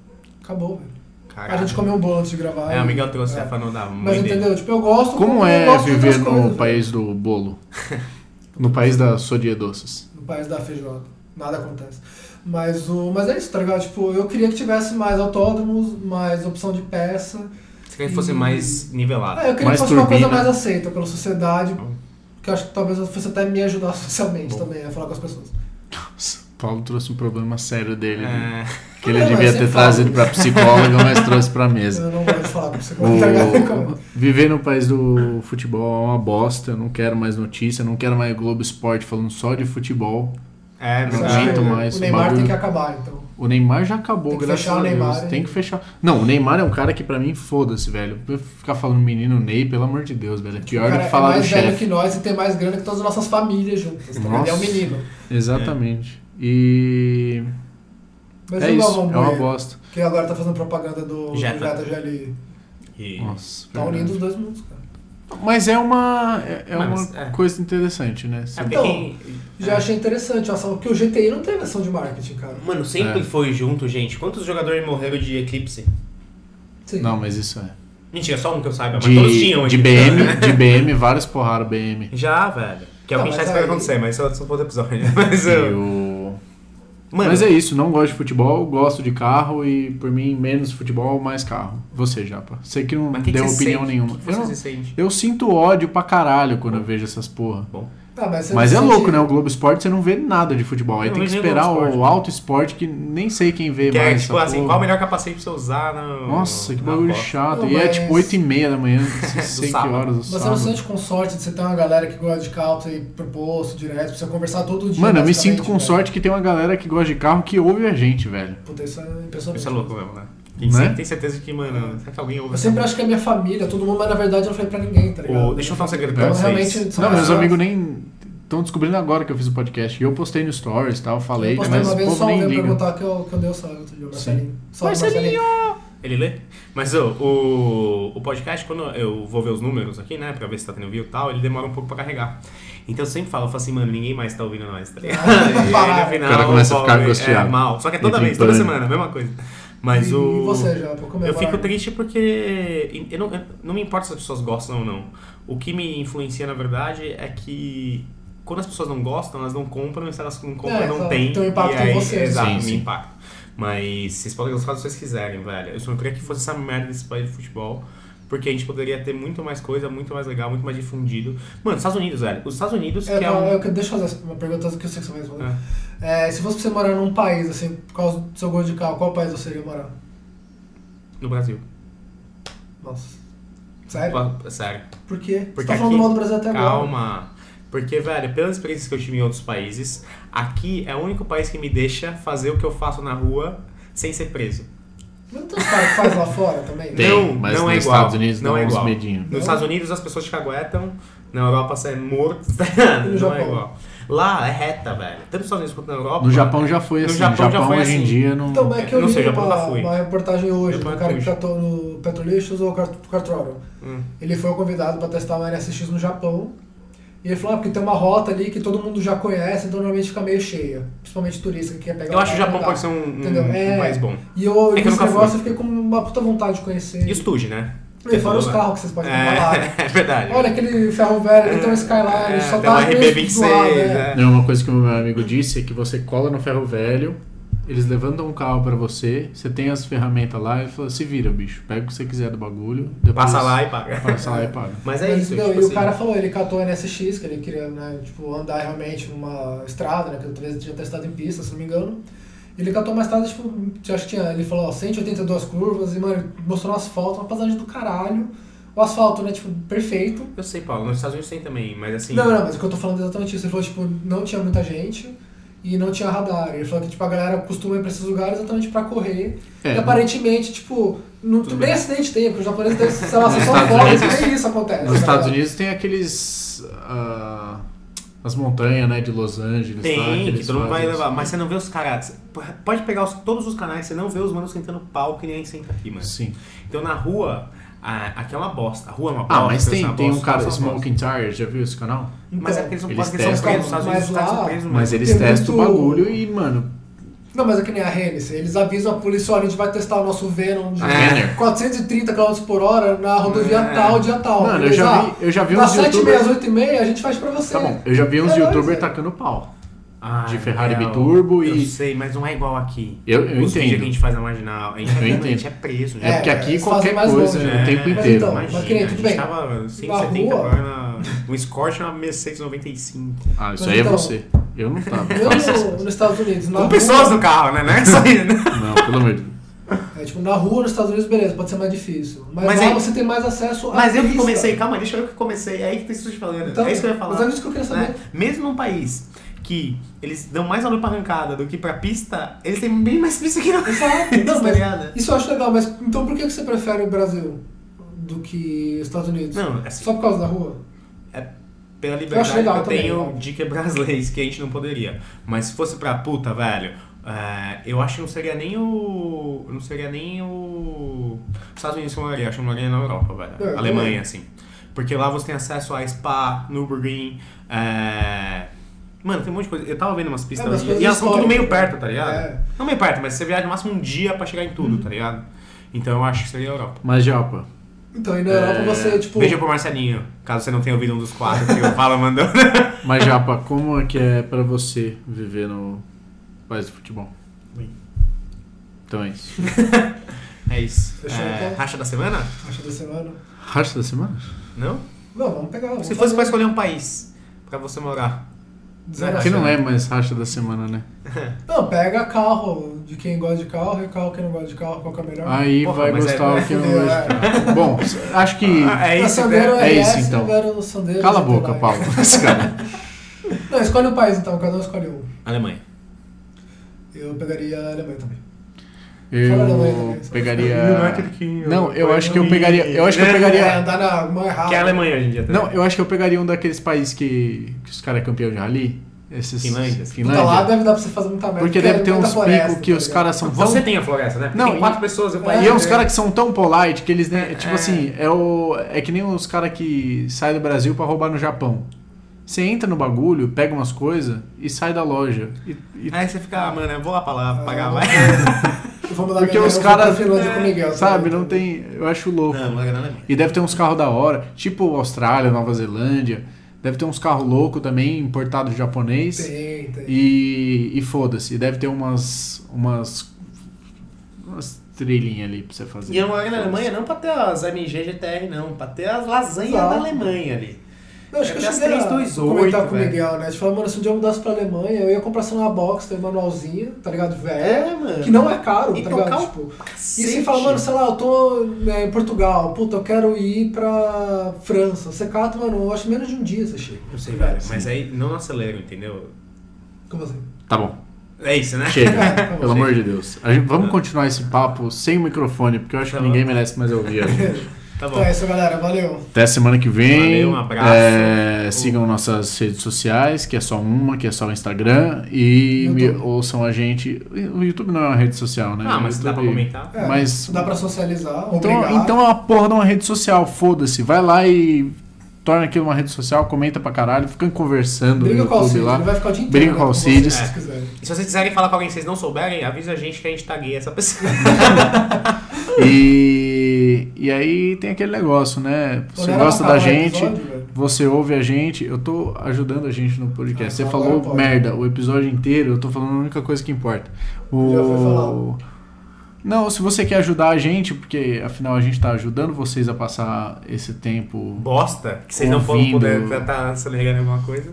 Speaker 3: Acabou, velho.
Speaker 1: Caralho.
Speaker 3: A gente comeu um bolo antes de gravar.
Speaker 1: É,
Speaker 3: e-
Speaker 1: o Miguel trouxe
Speaker 3: é.
Speaker 1: a fanou da mãe
Speaker 3: Mas
Speaker 1: dele.
Speaker 3: entendeu? Tipo, eu gosto...
Speaker 2: Como
Speaker 3: eu
Speaker 2: é
Speaker 3: gosto de outras
Speaker 2: viver no
Speaker 3: coisas, né? velho.
Speaker 2: país do bolo? No país da Sodia Doces.
Speaker 3: No país da feijoada. Nada acontece. Mas, o, mas é isso, tá ligado? Tipo, eu queria que tivesse mais autódromos, mais opção de peça.
Speaker 1: Você queria que fosse mais nivelado.
Speaker 3: É, eu queria
Speaker 2: Mais
Speaker 3: que fosse uma
Speaker 2: turbina.
Speaker 3: coisa mais aceita pela sociedade, que eu acho que talvez eu fosse até me ajudar socialmente também, a falar com as pessoas.
Speaker 2: Nossa, o Paulo trouxe um problema sério dele. né?
Speaker 1: É,
Speaker 2: Que ele
Speaker 3: Não, mas
Speaker 2: devia
Speaker 3: você
Speaker 2: ter
Speaker 3: fala.
Speaker 2: trazido pra psicóloga, mas trouxe pra mesa.
Speaker 3: Eu não gosto de falar com você. tá
Speaker 2: O...
Speaker 3: ligado?
Speaker 2: Viver no país do futebol é uma bosta. Eu não quero mais notícia, eu não quero mais Globo Esporte falando só de futebol.
Speaker 1: é
Speaker 2: Não
Speaker 1: verdade.
Speaker 2: aguento
Speaker 3: o-
Speaker 2: mais,
Speaker 3: O Neymar tem
Speaker 2: bagulho.
Speaker 3: que acabar, então.
Speaker 2: O Neymar já acabou,
Speaker 3: Tem que
Speaker 2: graças
Speaker 3: fechar o
Speaker 2: a Deus.
Speaker 3: Neymar, hein?
Speaker 2: Tem que fechar. Não, o Neymar é um cara que pra mim foda-se, velho. Eu Ficar falando menino Ney, pelo amor de Deus, velho. É
Speaker 3: O
Speaker 2: pior do
Speaker 3: cara
Speaker 2: que
Speaker 3: é
Speaker 2: falar do
Speaker 3: mais velho
Speaker 2: chefe.
Speaker 3: que nós e tem mais grana que todas as nossas famílias juntas. Tá ligado? Ele é um
Speaker 2: Nossa.
Speaker 3: menino.
Speaker 2: Exatamente. E
Speaker 3: Mas
Speaker 2: é
Speaker 3: e o
Speaker 2: isso,
Speaker 3: Galvão
Speaker 2: é uma
Speaker 3: Bueno,
Speaker 2: bosta.
Speaker 3: que agora tá fazendo propaganda do do
Speaker 1: Jetta.
Speaker 3: Jetta GLI.
Speaker 1: E-
Speaker 2: Nossa.
Speaker 3: Tá
Speaker 2: verdade.
Speaker 3: unindo os dois mundos, cara.
Speaker 2: Mas é uma é, é
Speaker 1: Mas,
Speaker 2: uma
Speaker 1: é.
Speaker 2: coisa interessante, né?
Speaker 1: É,
Speaker 2: Você-
Speaker 1: porque
Speaker 3: Então,
Speaker 1: quem-
Speaker 3: Já achei interessante a ação, porque o GTI não teve ação de marketing, cara.
Speaker 1: Mano, sempre
Speaker 2: É.
Speaker 1: foi junto, gente. Quantos jogadores morreram de eclipse?
Speaker 3: Sim.
Speaker 2: Não, mas isso é.
Speaker 1: Mentira, só um que eu saiba, mas todos tinham
Speaker 2: De, de
Speaker 1: eclipse, né?
Speaker 2: BM, de BM, vários porraram BM.
Speaker 1: Já, velho. Que é o que a
Speaker 3: Não,
Speaker 1: gente
Speaker 3: mas
Speaker 1: tá esperando
Speaker 3: aí-
Speaker 1: acontecer, mas isso é só outro episódio. né? Mas,
Speaker 2: E
Speaker 1: eu...
Speaker 2: o-
Speaker 1: Mano,
Speaker 2: Mas é isso, não gosto de futebol, gosto de carro e por mim menos futebol, mais carro. Você, Japa. Você que não
Speaker 1: mas que que
Speaker 2: deu
Speaker 1: você
Speaker 2: opinião
Speaker 1: sente?
Speaker 2: nenhuma.
Speaker 1: O que
Speaker 2: Eu
Speaker 1: você
Speaker 2: não-
Speaker 1: se sente?
Speaker 2: Eu sinto ódio pra caralho quando eu vejo essas porra.
Speaker 3: Tá, mas você
Speaker 2: Mas é
Speaker 3: sente-
Speaker 2: louco, né? O Globo Esporte você não vê nada de futebol. Aí
Speaker 1: Não
Speaker 2: tem que
Speaker 1: vejo nem
Speaker 2: esperar
Speaker 1: Globo Esporte,
Speaker 2: o
Speaker 1: né?
Speaker 2: alto esporte que nem sei quem vê
Speaker 1: Que é,
Speaker 2: mais.
Speaker 1: tipo
Speaker 2: essa
Speaker 1: assim,
Speaker 2: porra.
Speaker 1: qual o melhor capacete pra você usar no...
Speaker 2: Nossa, que
Speaker 1: na
Speaker 2: bagulho
Speaker 1: bola?
Speaker 2: chato.
Speaker 3: Não,
Speaker 2: E é
Speaker 3: mas-
Speaker 2: tipo 8 e meia da manhã, não sei que
Speaker 1: sábado.
Speaker 2: horas do
Speaker 3: Mas Você não se
Speaker 2: sábado.
Speaker 3: sente com sorte de você ter uma galera que gosta de carro e proposto direto, pra você conversar todo dia.
Speaker 2: Mano, eu
Speaker 3: basicamente,
Speaker 2: me
Speaker 1: né,
Speaker 2: sinto com
Speaker 1: tipo,
Speaker 3: velho.
Speaker 2: sorte que tem uma galera que gosta de carro que ouve a gente, velho.
Speaker 3: Puta, isso é impressionante.
Speaker 1: Isso é louco mesmo, né? Quem
Speaker 2: Né?
Speaker 1: sempre tem certeza que, mano, será que alguém ouve?
Speaker 3: Eu sempre acho que é minha família, todo mundo, mas na verdade eu não falei pra ninguém, tá ligado?
Speaker 1: Ô, deixa eu falar um segredo pra
Speaker 3: Então,
Speaker 1: vocês.
Speaker 3: realmente, são
Speaker 2: Não, meus
Speaker 3: pessoas-
Speaker 2: amigos nem estão descobrindo agora que eu fiz o podcast. E eu postei no Stories e tal, falei,
Speaker 3: Eu
Speaker 2: né,
Speaker 3: postei
Speaker 2: mas
Speaker 3: uma
Speaker 2: o
Speaker 3: vez
Speaker 2: povo
Speaker 3: só
Speaker 2: nem
Speaker 3: alguém
Speaker 2: liga.
Speaker 3: perguntar que eu, que eu dei o salve outro dia, o
Speaker 2: Sim.
Speaker 3: Marcelinho. Salve,
Speaker 2: Marcelinho!
Speaker 1: Ele lê? Mas ô, o, o podcast, quando eu vou ver os números aqui, né, pra ver se tá tendo view e tal, ele demora um pouco pra carregar. Então eu sempre falo, eu falo assim, mano, ninguém mais tá ouvindo nós, tá ligado? E aí, no final,
Speaker 2: O cara começa a
Speaker 1: Paulo,
Speaker 2: ficar
Speaker 1: é,
Speaker 2: angustiado.
Speaker 1: É, mal. Só que é toda
Speaker 2: Entra em
Speaker 1: vez, toda
Speaker 2: pânico.
Speaker 1: semana, a mesma coisa.
Speaker 3: Mas
Speaker 1: Mas
Speaker 3: e,
Speaker 1: o...
Speaker 3: e você já, pô, como é
Speaker 1: Eu
Speaker 3: Bárbara?
Speaker 1: fico triste porque eu não, eu não me importa se as pessoas gostam ou não. O que me influencia, na verdade, é que quando as pessoas não gostam, elas não compram, e se elas não compram,
Speaker 3: É,
Speaker 1: não
Speaker 3: exato.
Speaker 1: tem.
Speaker 3: Tem um impacto
Speaker 1: e
Speaker 3: em
Speaker 1: aí,
Speaker 3: você, né?
Speaker 1: Exato,
Speaker 2: Sim,
Speaker 1: me
Speaker 2: sim.
Speaker 1: impacta. Mas vocês podem gostar do que vocês quiserem, velho. Eu só queria que fosse essa merda desse país de futebol. Porque a gente poderia ter muito mais coisa, muito mais legal, muito mais difundido. Mano, Estados Unidos, velho. Os Estados Unidos,
Speaker 3: É,
Speaker 1: que é
Speaker 3: não,
Speaker 1: um.
Speaker 3: eu, deixa eu fazer uma pergunta que eu sei que você vai responder. É, se fosse pra você morar num país, assim, por causa do seu gosto de carro, qual país você iria morar?
Speaker 1: No Brasil.
Speaker 3: Nossa. Sério?
Speaker 1: Sério.
Speaker 3: Por quê?
Speaker 1: Porque
Speaker 3: você tá falando
Speaker 1: aqui-
Speaker 3: mal do Brasil até
Speaker 2: É
Speaker 3: agora.
Speaker 1: Calma. Porque, velho, pelas experiências que eu tive em outros países, aqui é o único país que me deixa fazer o que eu faço na rua sem ser preso.
Speaker 3: Mas não tem os caras que faz lá fora também?
Speaker 2: Tem,
Speaker 1: Não,
Speaker 2: mas
Speaker 1: não
Speaker 2: nos
Speaker 1: é igual,
Speaker 2: Estados Unidos
Speaker 1: não
Speaker 2: dá
Speaker 1: é
Speaker 2: uns
Speaker 1: igual.
Speaker 2: medinho.
Speaker 1: Nos
Speaker 3: Não.
Speaker 1: Estados Unidos as pessoas te caguetam, na Europa você é morto,
Speaker 3: no
Speaker 1: não
Speaker 3: Japão?
Speaker 1: é igual. Lá é reta, velho. Tanto nos Estados Unidos quanto na Europa. é-
Speaker 2: No Japão já foi
Speaker 1: No
Speaker 2: assim.
Speaker 1: Japão já
Speaker 2: Japão
Speaker 1: foi
Speaker 2: hoje em
Speaker 1: assim.
Speaker 2: dia não.
Speaker 3: Então, mas é que eu,
Speaker 1: Eu não
Speaker 3: li
Speaker 1: sei, já pra lá
Speaker 3: uma,
Speaker 1: fui.
Speaker 3: uma reportagem hoje do
Speaker 1: Japão é
Speaker 3: cara que
Speaker 1: triste.
Speaker 3: tratou no Petrolixos ou Cart- Cartroro.
Speaker 1: Hum.
Speaker 3: Ele foi convidado pra testar uma NSX no Japão. E ele falou, ah, porque tem uma rota ali que todo mundo já conhece, então normalmente fica meio cheia. Principalmente turista que quer pegar
Speaker 1: Eu acho que
Speaker 3: o
Speaker 1: o
Speaker 3: barco
Speaker 1: Japão
Speaker 3: e
Speaker 1: pode
Speaker 3: andar.
Speaker 1: ser um, um,
Speaker 3: Entendeu?
Speaker 1: um
Speaker 3: É.
Speaker 1: país bom.
Speaker 3: E eu,
Speaker 1: É que eu
Speaker 3: esse
Speaker 1: nunca fui.
Speaker 3: negócio eu fiquei com uma puta vontade de conhecer.
Speaker 1: E os Tuji, né?
Speaker 3: E fora os carros que vocês podem comprar lá. né?
Speaker 1: É, é verdade.
Speaker 3: Olha aquele ferro velho, ali tem um Skyline,
Speaker 1: é, tem
Speaker 3: só
Speaker 1: um
Speaker 3: tá meio
Speaker 1: RB26,
Speaker 3: zoado, né?
Speaker 1: né?
Speaker 2: Não, é uma coisa que o meu amigo disse é que você cola no ferro velho, eles levantam um carro pra você, você tem as ferramentas lá e fala, se vira, bicho, pega o que você quiser do bagulho, depois
Speaker 1: Passa lá e paga.
Speaker 2: passa lá e paga.
Speaker 1: Mas é
Speaker 3: Mas,
Speaker 1: isso.
Speaker 3: não,
Speaker 1: tipo
Speaker 3: e
Speaker 1: assim,
Speaker 3: o cara falou, ele catou a NSX, que ele queria, né, tipo, andar realmente numa estrada, né, que talvez tinha testado em pista, se não me engano. Ele catou uma estrada, tipo, acho que tinha, ele falou, ó, 182 curvas, e, mano, ele mostrou um asfalto, uma paisagem do caralho. O asfalto, né, tipo, perfeito.
Speaker 1: Eu sei, Paulo, nos Estados Unidos tem também, mas assim.
Speaker 3: Não, não, mas o que eu tô falando é exatamente isso. Ele falou, tipo, não tinha muita gente e não tinha radar. Ele falou que, tipo, a galera costuma ir pra esses lugares exatamente pra correr.
Speaker 2: É,
Speaker 3: e aparentemente, tipo, não,
Speaker 1: Tudo
Speaker 3: nem
Speaker 1: bem.
Speaker 3: acidente tem, porque os japoneses devem, sei lá, são
Speaker 2: Nos
Speaker 3: só
Speaker 2: Estados
Speaker 3: fodas,
Speaker 2: Unidos-
Speaker 3: nem isso acontece.
Speaker 2: Nos
Speaker 3: tá
Speaker 2: Estados
Speaker 3: ligado?
Speaker 2: Unidos tem aqueles. ah, as montanhas, né, de Los Angeles. lá,
Speaker 1: Tem, que
Speaker 2: eles
Speaker 1: todo mundo vai
Speaker 2: fazem
Speaker 1: levar. Mas você não vê os caras. Pode pegar os- todos os canais, você não vê os manos sentando pau que nem senta aqui, mano.
Speaker 2: Sim.
Speaker 1: Então na rua, a- aqui é uma bosta. A rua é uma bosta.
Speaker 2: Ah, mas
Speaker 1: a pessoa é
Speaker 2: tem,
Speaker 1: uma
Speaker 2: tem um
Speaker 1: bosta,
Speaker 2: cara,
Speaker 1: pessoa é uma bosta.
Speaker 2: Smoking Tire, já viu esse canal?
Speaker 1: Mas é
Speaker 3: Então,
Speaker 1: porque eles não
Speaker 2: eles
Speaker 1: podem, porque eles são
Speaker 2: testam,
Speaker 1: presos. Nos Estados Unidos os
Speaker 3: mas
Speaker 1: caras são
Speaker 3: lá-
Speaker 1: presos,
Speaker 2: Mas é
Speaker 1: mano.
Speaker 2: eles
Speaker 3: Tem
Speaker 2: testam
Speaker 3: muito-
Speaker 2: o bagulho e, mano.
Speaker 3: Não, mas é que nem a Hennessy. Eles avisam a polícia, olha, a gente vai testar o nosso Venom de
Speaker 1: É.
Speaker 2: Banner.
Speaker 3: 430 km por hora na rodovia
Speaker 1: É.
Speaker 3: tal, dia tal. "Ah,
Speaker 2: Mano, eu
Speaker 3: beleza?
Speaker 2: já vi, eu já vi
Speaker 3: das
Speaker 2: uns
Speaker 3: 7 h às
Speaker 2: youtubers.
Speaker 3: 8 h 30 a gente faz pra você.
Speaker 2: Tá bom, eu já vi uns
Speaker 3: É nóis,
Speaker 2: youtubers tá
Speaker 3: é.
Speaker 2: tacando pau.
Speaker 1: Ah,
Speaker 2: de Ferrari
Speaker 1: Miguel,
Speaker 2: biturbo
Speaker 1: Eu
Speaker 2: e-
Speaker 1: sei, mas não é igual aqui.
Speaker 2: Eu, eu
Speaker 1: Os vídeos que a
Speaker 2: entendo.
Speaker 1: gente faz na marginal. A gente,
Speaker 2: Eu
Speaker 1: a gente
Speaker 2: entendo.
Speaker 1: é preso.
Speaker 2: É porque aqui
Speaker 3: eles
Speaker 2: qualquer
Speaker 3: fazem mais
Speaker 2: coisa
Speaker 3: longe,
Speaker 2: é o
Speaker 1: né?
Speaker 2: tempo
Speaker 1: Mas
Speaker 2: inteiro.
Speaker 3: então,
Speaker 2: mas-
Speaker 1: Imagina,
Speaker 3: mas que nem, tudo
Speaker 1: a gente
Speaker 3: bem.
Speaker 1: tava
Speaker 3: Na
Speaker 1: 170
Speaker 3: rua-
Speaker 1: agora, um Scorch e uma Mercedes 95.
Speaker 2: Ah, isso
Speaker 3: mas
Speaker 2: aí é
Speaker 3: então-
Speaker 2: você. Eu não tava.
Speaker 3: Eu no- nos Estados Unidos, na
Speaker 1: Com
Speaker 3: rua,
Speaker 1: pessoas no carro, né? Não é isso aí, né?
Speaker 2: Não, pelo amor de Deus.
Speaker 3: é, tipo, na rua nos Estados Unidos, beleza, pode ser mais difícil. Mas,
Speaker 1: Mas
Speaker 3: lá
Speaker 1: aí-
Speaker 3: você tem mais acesso a
Speaker 1: Mas eu que comecei, calma, deixa eu que comecei. É aí que tem isso te falando.
Speaker 3: Então,
Speaker 1: é isso que eu ia falar.
Speaker 3: mas é isso que eu queria saber.
Speaker 1: né? Mesmo num país que eles dão mais valor pra arrancada do que pra pista, eles têm bem mais pista que nós.
Speaker 3: Exato. Não,
Speaker 1: Tá
Speaker 3: mas
Speaker 1: ligado?
Speaker 3: isso eu acho legal, mas então por que que você prefere o Brasil do que os Estados Unidos?
Speaker 1: Não, assim,
Speaker 3: Só por causa da rua?
Speaker 1: pela
Speaker 3: Eu acho
Speaker 1: liberdade
Speaker 3: legal
Speaker 1: que eu
Speaker 3: também,
Speaker 1: tenho
Speaker 3: né?
Speaker 1: de quebrar as leis, que a gente não poderia. Mas se fosse pra puta, velho, é, eu acho que não seria nem o. Não seria nem o. os Estados Unidos que eu moraria, acho que eu moraria na Europa,
Speaker 3: É, eu
Speaker 1: velho.
Speaker 3: também.
Speaker 1: Alemanha, assim. Porque lá você tem acesso a Spa, Nürburgring, é... Mano, tem um monte de coisa. Eu tava vendo umas pistas
Speaker 3: É, mas
Speaker 1: ali,
Speaker 3: coisas
Speaker 1: e elas são tudo meio
Speaker 3: históricas.
Speaker 1: perto, tá ligado?
Speaker 3: É. Uhum.
Speaker 1: Não meio perto, mas você viaja no máximo um dia pra chegar em tudo, tá ligado? Então eu acho que seria a Europa.
Speaker 2: Mas, Japa,
Speaker 3: Então, e na
Speaker 1: É,
Speaker 3: Europa você, tipo.
Speaker 1: Beijo pro Marcelinho, caso você não tenha ouvido um dos quatro que o Fala mandou.
Speaker 2: mas Japa, como é que é pra você viver no país do futebol?
Speaker 1: Ui.
Speaker 2: Então é isso.
Speaker 1: É isso.
Speaker 3: Fechou,
Speaker 1: É,
Speaker 3: então?
Speaker 1: Racha da semana?
Speaker 3: Acho da semana.
Speaker 2: Racha da semana?
Speaker 1: Não?
Speaker 3: Não, vamos pegar. Vamos
Speaker 1: Se fosse pra
Speaker 3: fazer.
Speaker 1: escolher um país pra você morar.
Speaker 3: Zero
Speaker 2: Que não
Speaker 3: ação.
Speaker 2: é mais racha da semana, né?
Speaker 3: Não, pega carro de quem gosta de carro e carro que não gosta de carro, qual que é né? Ah, melhor.
Speaker 2: Aí
Speaker 1: Porra,
Speaker 2: vai
Speaker 1: mas
Speaker 2: gostar
Speaker 1: é-
Speaker 2: o que não gosta. cara. Bom, acho que.
Speaker 1: É
Speaker 3: Na
Speaker 1: isso, É
Speaker 3: Sandero
Speaker 2: é
Speaker 3: RS,
Speaker 2: isso, então.
Speaker 3: Sandero, Sandero,
Speaker 2: Cala a
Speaker 3: sei
Speaker 2: boca,
Speaker 3: lá.
Speaker 2: Paulo. Esse cara.
Speaker 3: Não, escolhe um país então, cada um escolhe um.
Speaker 1: Alemanha.
Speaker 3: Eu pegaria a Alemanha também. Fala da mãe
Speaker 2: Eu
Speaker 3: também, só.
Speaker 2: pegaria. Não, eu acho que eu pegaria. Eu acho que eu
Speaker 3: É,
Speaker 2: pegaria.
Speaker 3: andar na mão errada.
Speaker 1: Que é a Alemanha hoje em dia. tá?
Speaker 2: Não, eu acho que eu pegaria um daqueles países que, que os caras é campeão de rally. Esses.
Speaker 1: Finlândia.
Speaker 3: Puta, Tá lá
Speaker 2: Finlândia.
Speaker 3: deve dar pra você fazer muita merda.
Speaker 2: Porque
Speaker 3: é
Speaker 2: deve ter
Speaker 3: muita
Speaker 2: uns
Speaker 3: floresta,
Speaker 2: picos que
Speaker 3: tá
Speaker 2: os
Speaker 3: ligado?
Speaker 2: caras são tão.
Speaker 1: Então, Você tem a floresta, né? Porque
Speaker 2: então- Não,
Speaker 1: tem
Speaker 2: e-
Speaker 1: quatro pessoas. Eu
Speaker 2: E é uns caras que são tão polite que eles nem. Tipo assim, é, o, é que nem os caras que saem do Brasil pra roubar no Japão. Você entra no bagulho, pega umas coisas e sai da loja. E, e
Speaker 1: Aí você fica, ah, mano, eu vou lá pra lá, pagar
Speaker 3: Ah,
Speaker 1: vai.
Speaker 3: Eu vou mudar
Speaker 2: Porque
Speaker 3: minha-
Speaker 2: os
Speaker 3: eu vou pra
Speaker 2: caras- É,
Speaker 3: Finlândia com o Miguel, tá
Speaker 2: Sabe,
Speaker 3: ligado?
Speaker 2: não tem. Eu acho louco.
Speaker 1: Não, morar na Alemanha.
Speaker 2: E deve ter uns carros da hora, tipo Austrália, Nova Zelândia. Deve ter uns carros loucos também, importados japonês.
Speaker 3: Tem, tem.
Speaker 2: E, e foda-se. Deve ter umas. umas. umas trilhinhas ali pra você fazer.
Speaker 1: E eu moro na Alemanha né? não pra ter as MG GTR, não. Pra ter as lasanhas
Speaker 3: Exato.
Speaker 1: da Alemanha ali.
Speaker 3: Não, acho
Speaker 1: É
Speaker 3: que
Speaker 1: até
Speaker 3: eu
Speaker 1: as
Speaker 3: cheguei a
Speaker 1: 328,
Speaker 3: comentar com o
Speaker 1: velho.
Speaker 3: Miguel, né? A gente falou, mano, se um dia eu mudasse pra Alemanha, eu ia comprar só uma box, tem um manualzinha, tá ligado? Velho.
Speaker 1: mano.
Speaker 3: Que não é caro,
Speaker 1: E
Speaker 3: tá
Speaker 1: tocar
Speaker 3: ligado?
Speaker 1: o
Speaker 3: Tipo, e
Speaker 1: Cacete.
Speaker 3: você fala, mano, sei lá, eu tô né, em Portugal, puta, eu quero ir pra França. Você cata, mano, eu acho menos de um dia você chega.
Speaker 1: Não sei, velho. Mas aí não acelero, entendeu?
Speaker 3: Como assim?
Speaker 2: Tá bom,
Speaker 1: É isso, né?
Speaker 2: chega. Pelo
Speaker 1: Chega.
Speaker 2: amor de Deus. A gente- vamos continuar esse papo sem microfone, porque eu acho
Speaker 1: Tá
Speaker 2: que
Speaker 1: bom.
Speaker 2: ninguém merece mais ouvir. a gente.
Speaker 1: Tá bom.
Speaker 3: Então é isso, galera. Valeu.
Speaker 2: Até semana que vem.
Speaker 1: Valeu, um abraço.
Speaker 2: É, sigam nossas redes sociais, que é só uma, que é só o Instagram. E me
Speaker 3: YouTube.
Speaker 2: ouçam a gente. O YouTube não é uma rede social, né?
Speaker 1: Ah,
Speaker 2: O
Speaker 1: mas dá pra
Speaker 2: YouTube-
Speaker 1: comentar.
Speaker 3: É,
Speaker 2: Mas-
Speaker 3: Dá pra socializar.
Speaker 2: Então,
Speaker 3: obrigado.
Speaker 2: então é uma porra de uma rede social, foda-se. Vai lá e torna aquilo uma rede social, comenta pra caralho, fica conversando
Speaker 3: Briga
Speaker 2: no
Speaker 3: com o
Speaker 2: YouTube
Speaker 3: Alcides,
Speaker 2: lá.
Speaker 3: ele vai ficar o dia inteiro.
Speaker 2: Briga
Speaker 3: né,
Speaker 2: com o Alcides.
Speaker 3: vocês, se quiser.
Speaker 1: E se vocês quiserem falar com alguém que vocês não souberem, avisa a gente que a gente tagueia essa pessoa.
Speaker 2: E, e aí tem aquele negócio, né? Você
Speaker 3: Olhar
Speaker 2: gosta
Speaker 3: pra
Speaker 2: da
Speaker 3: acabar tá o
Speaker 2: gente,
Speaker 3: episódio, velho.
Speaker 2: você ouve a gente. Eu tô ajudando a gente no
Speaker 3: Ah,
Speaker 2: podcast. Você
Speaker 3: então
Speaker 2: falou
Speaker 3: agora pode.
Speaker 2: merda o episódio inteiro, eu tô falando a única coisa que importa. O...
Speaker 3: Já foi falado.
Speaker 2: Não, se você quer ajudar a gente, porque afinal a gente tá ajudando vocês a passar esse tempo
Speaker 1: Bosta, que vocês não foram
Speaker 2: Ouvindo.
Speaker 1: poder estar acelerando alguma coisa.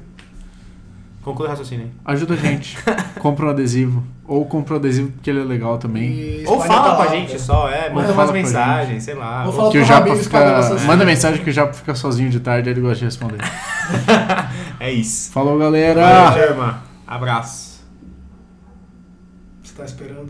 Speaker 1: Conclui o raciocínio aí.
Speaker 2: Ajuda a gente. compra um adesivo. Ou compra um adesivo porque ele é legal também.
Speaker 3: E
Speaker 1: Ou
Speaker 3: espalha
Speaker 1: fala com a
Speaker 3: palavra.
Speaker 1: gente só, é,
Speaker 2: Ou
Speaker 1: manda umas
Speaker 2: fala com a gente.
Speaker 1: mensagens, sei lá.
Speaker 3: Ou
Speaker 1: Ou-
Speaker 3: fala
Speaker 2: Que o
Speaker 3: pro
Speaker 2: Japa
Speaker 3: Rabinho espalhar
Speaker 2: fica.
Speaker 3: essas
Speaker 2: Manda mensagem que o Japa fica sozinho de tarde, ele gosta de responder.
Speaker 1: É isso.
Speaker 2: Falou,
Speaker 3: Ah.
Speaker 1: Valeu,
Speaker 2: galera!
Speaker 1: Germa. Abraço.
Speaker 3: Você tá esperando?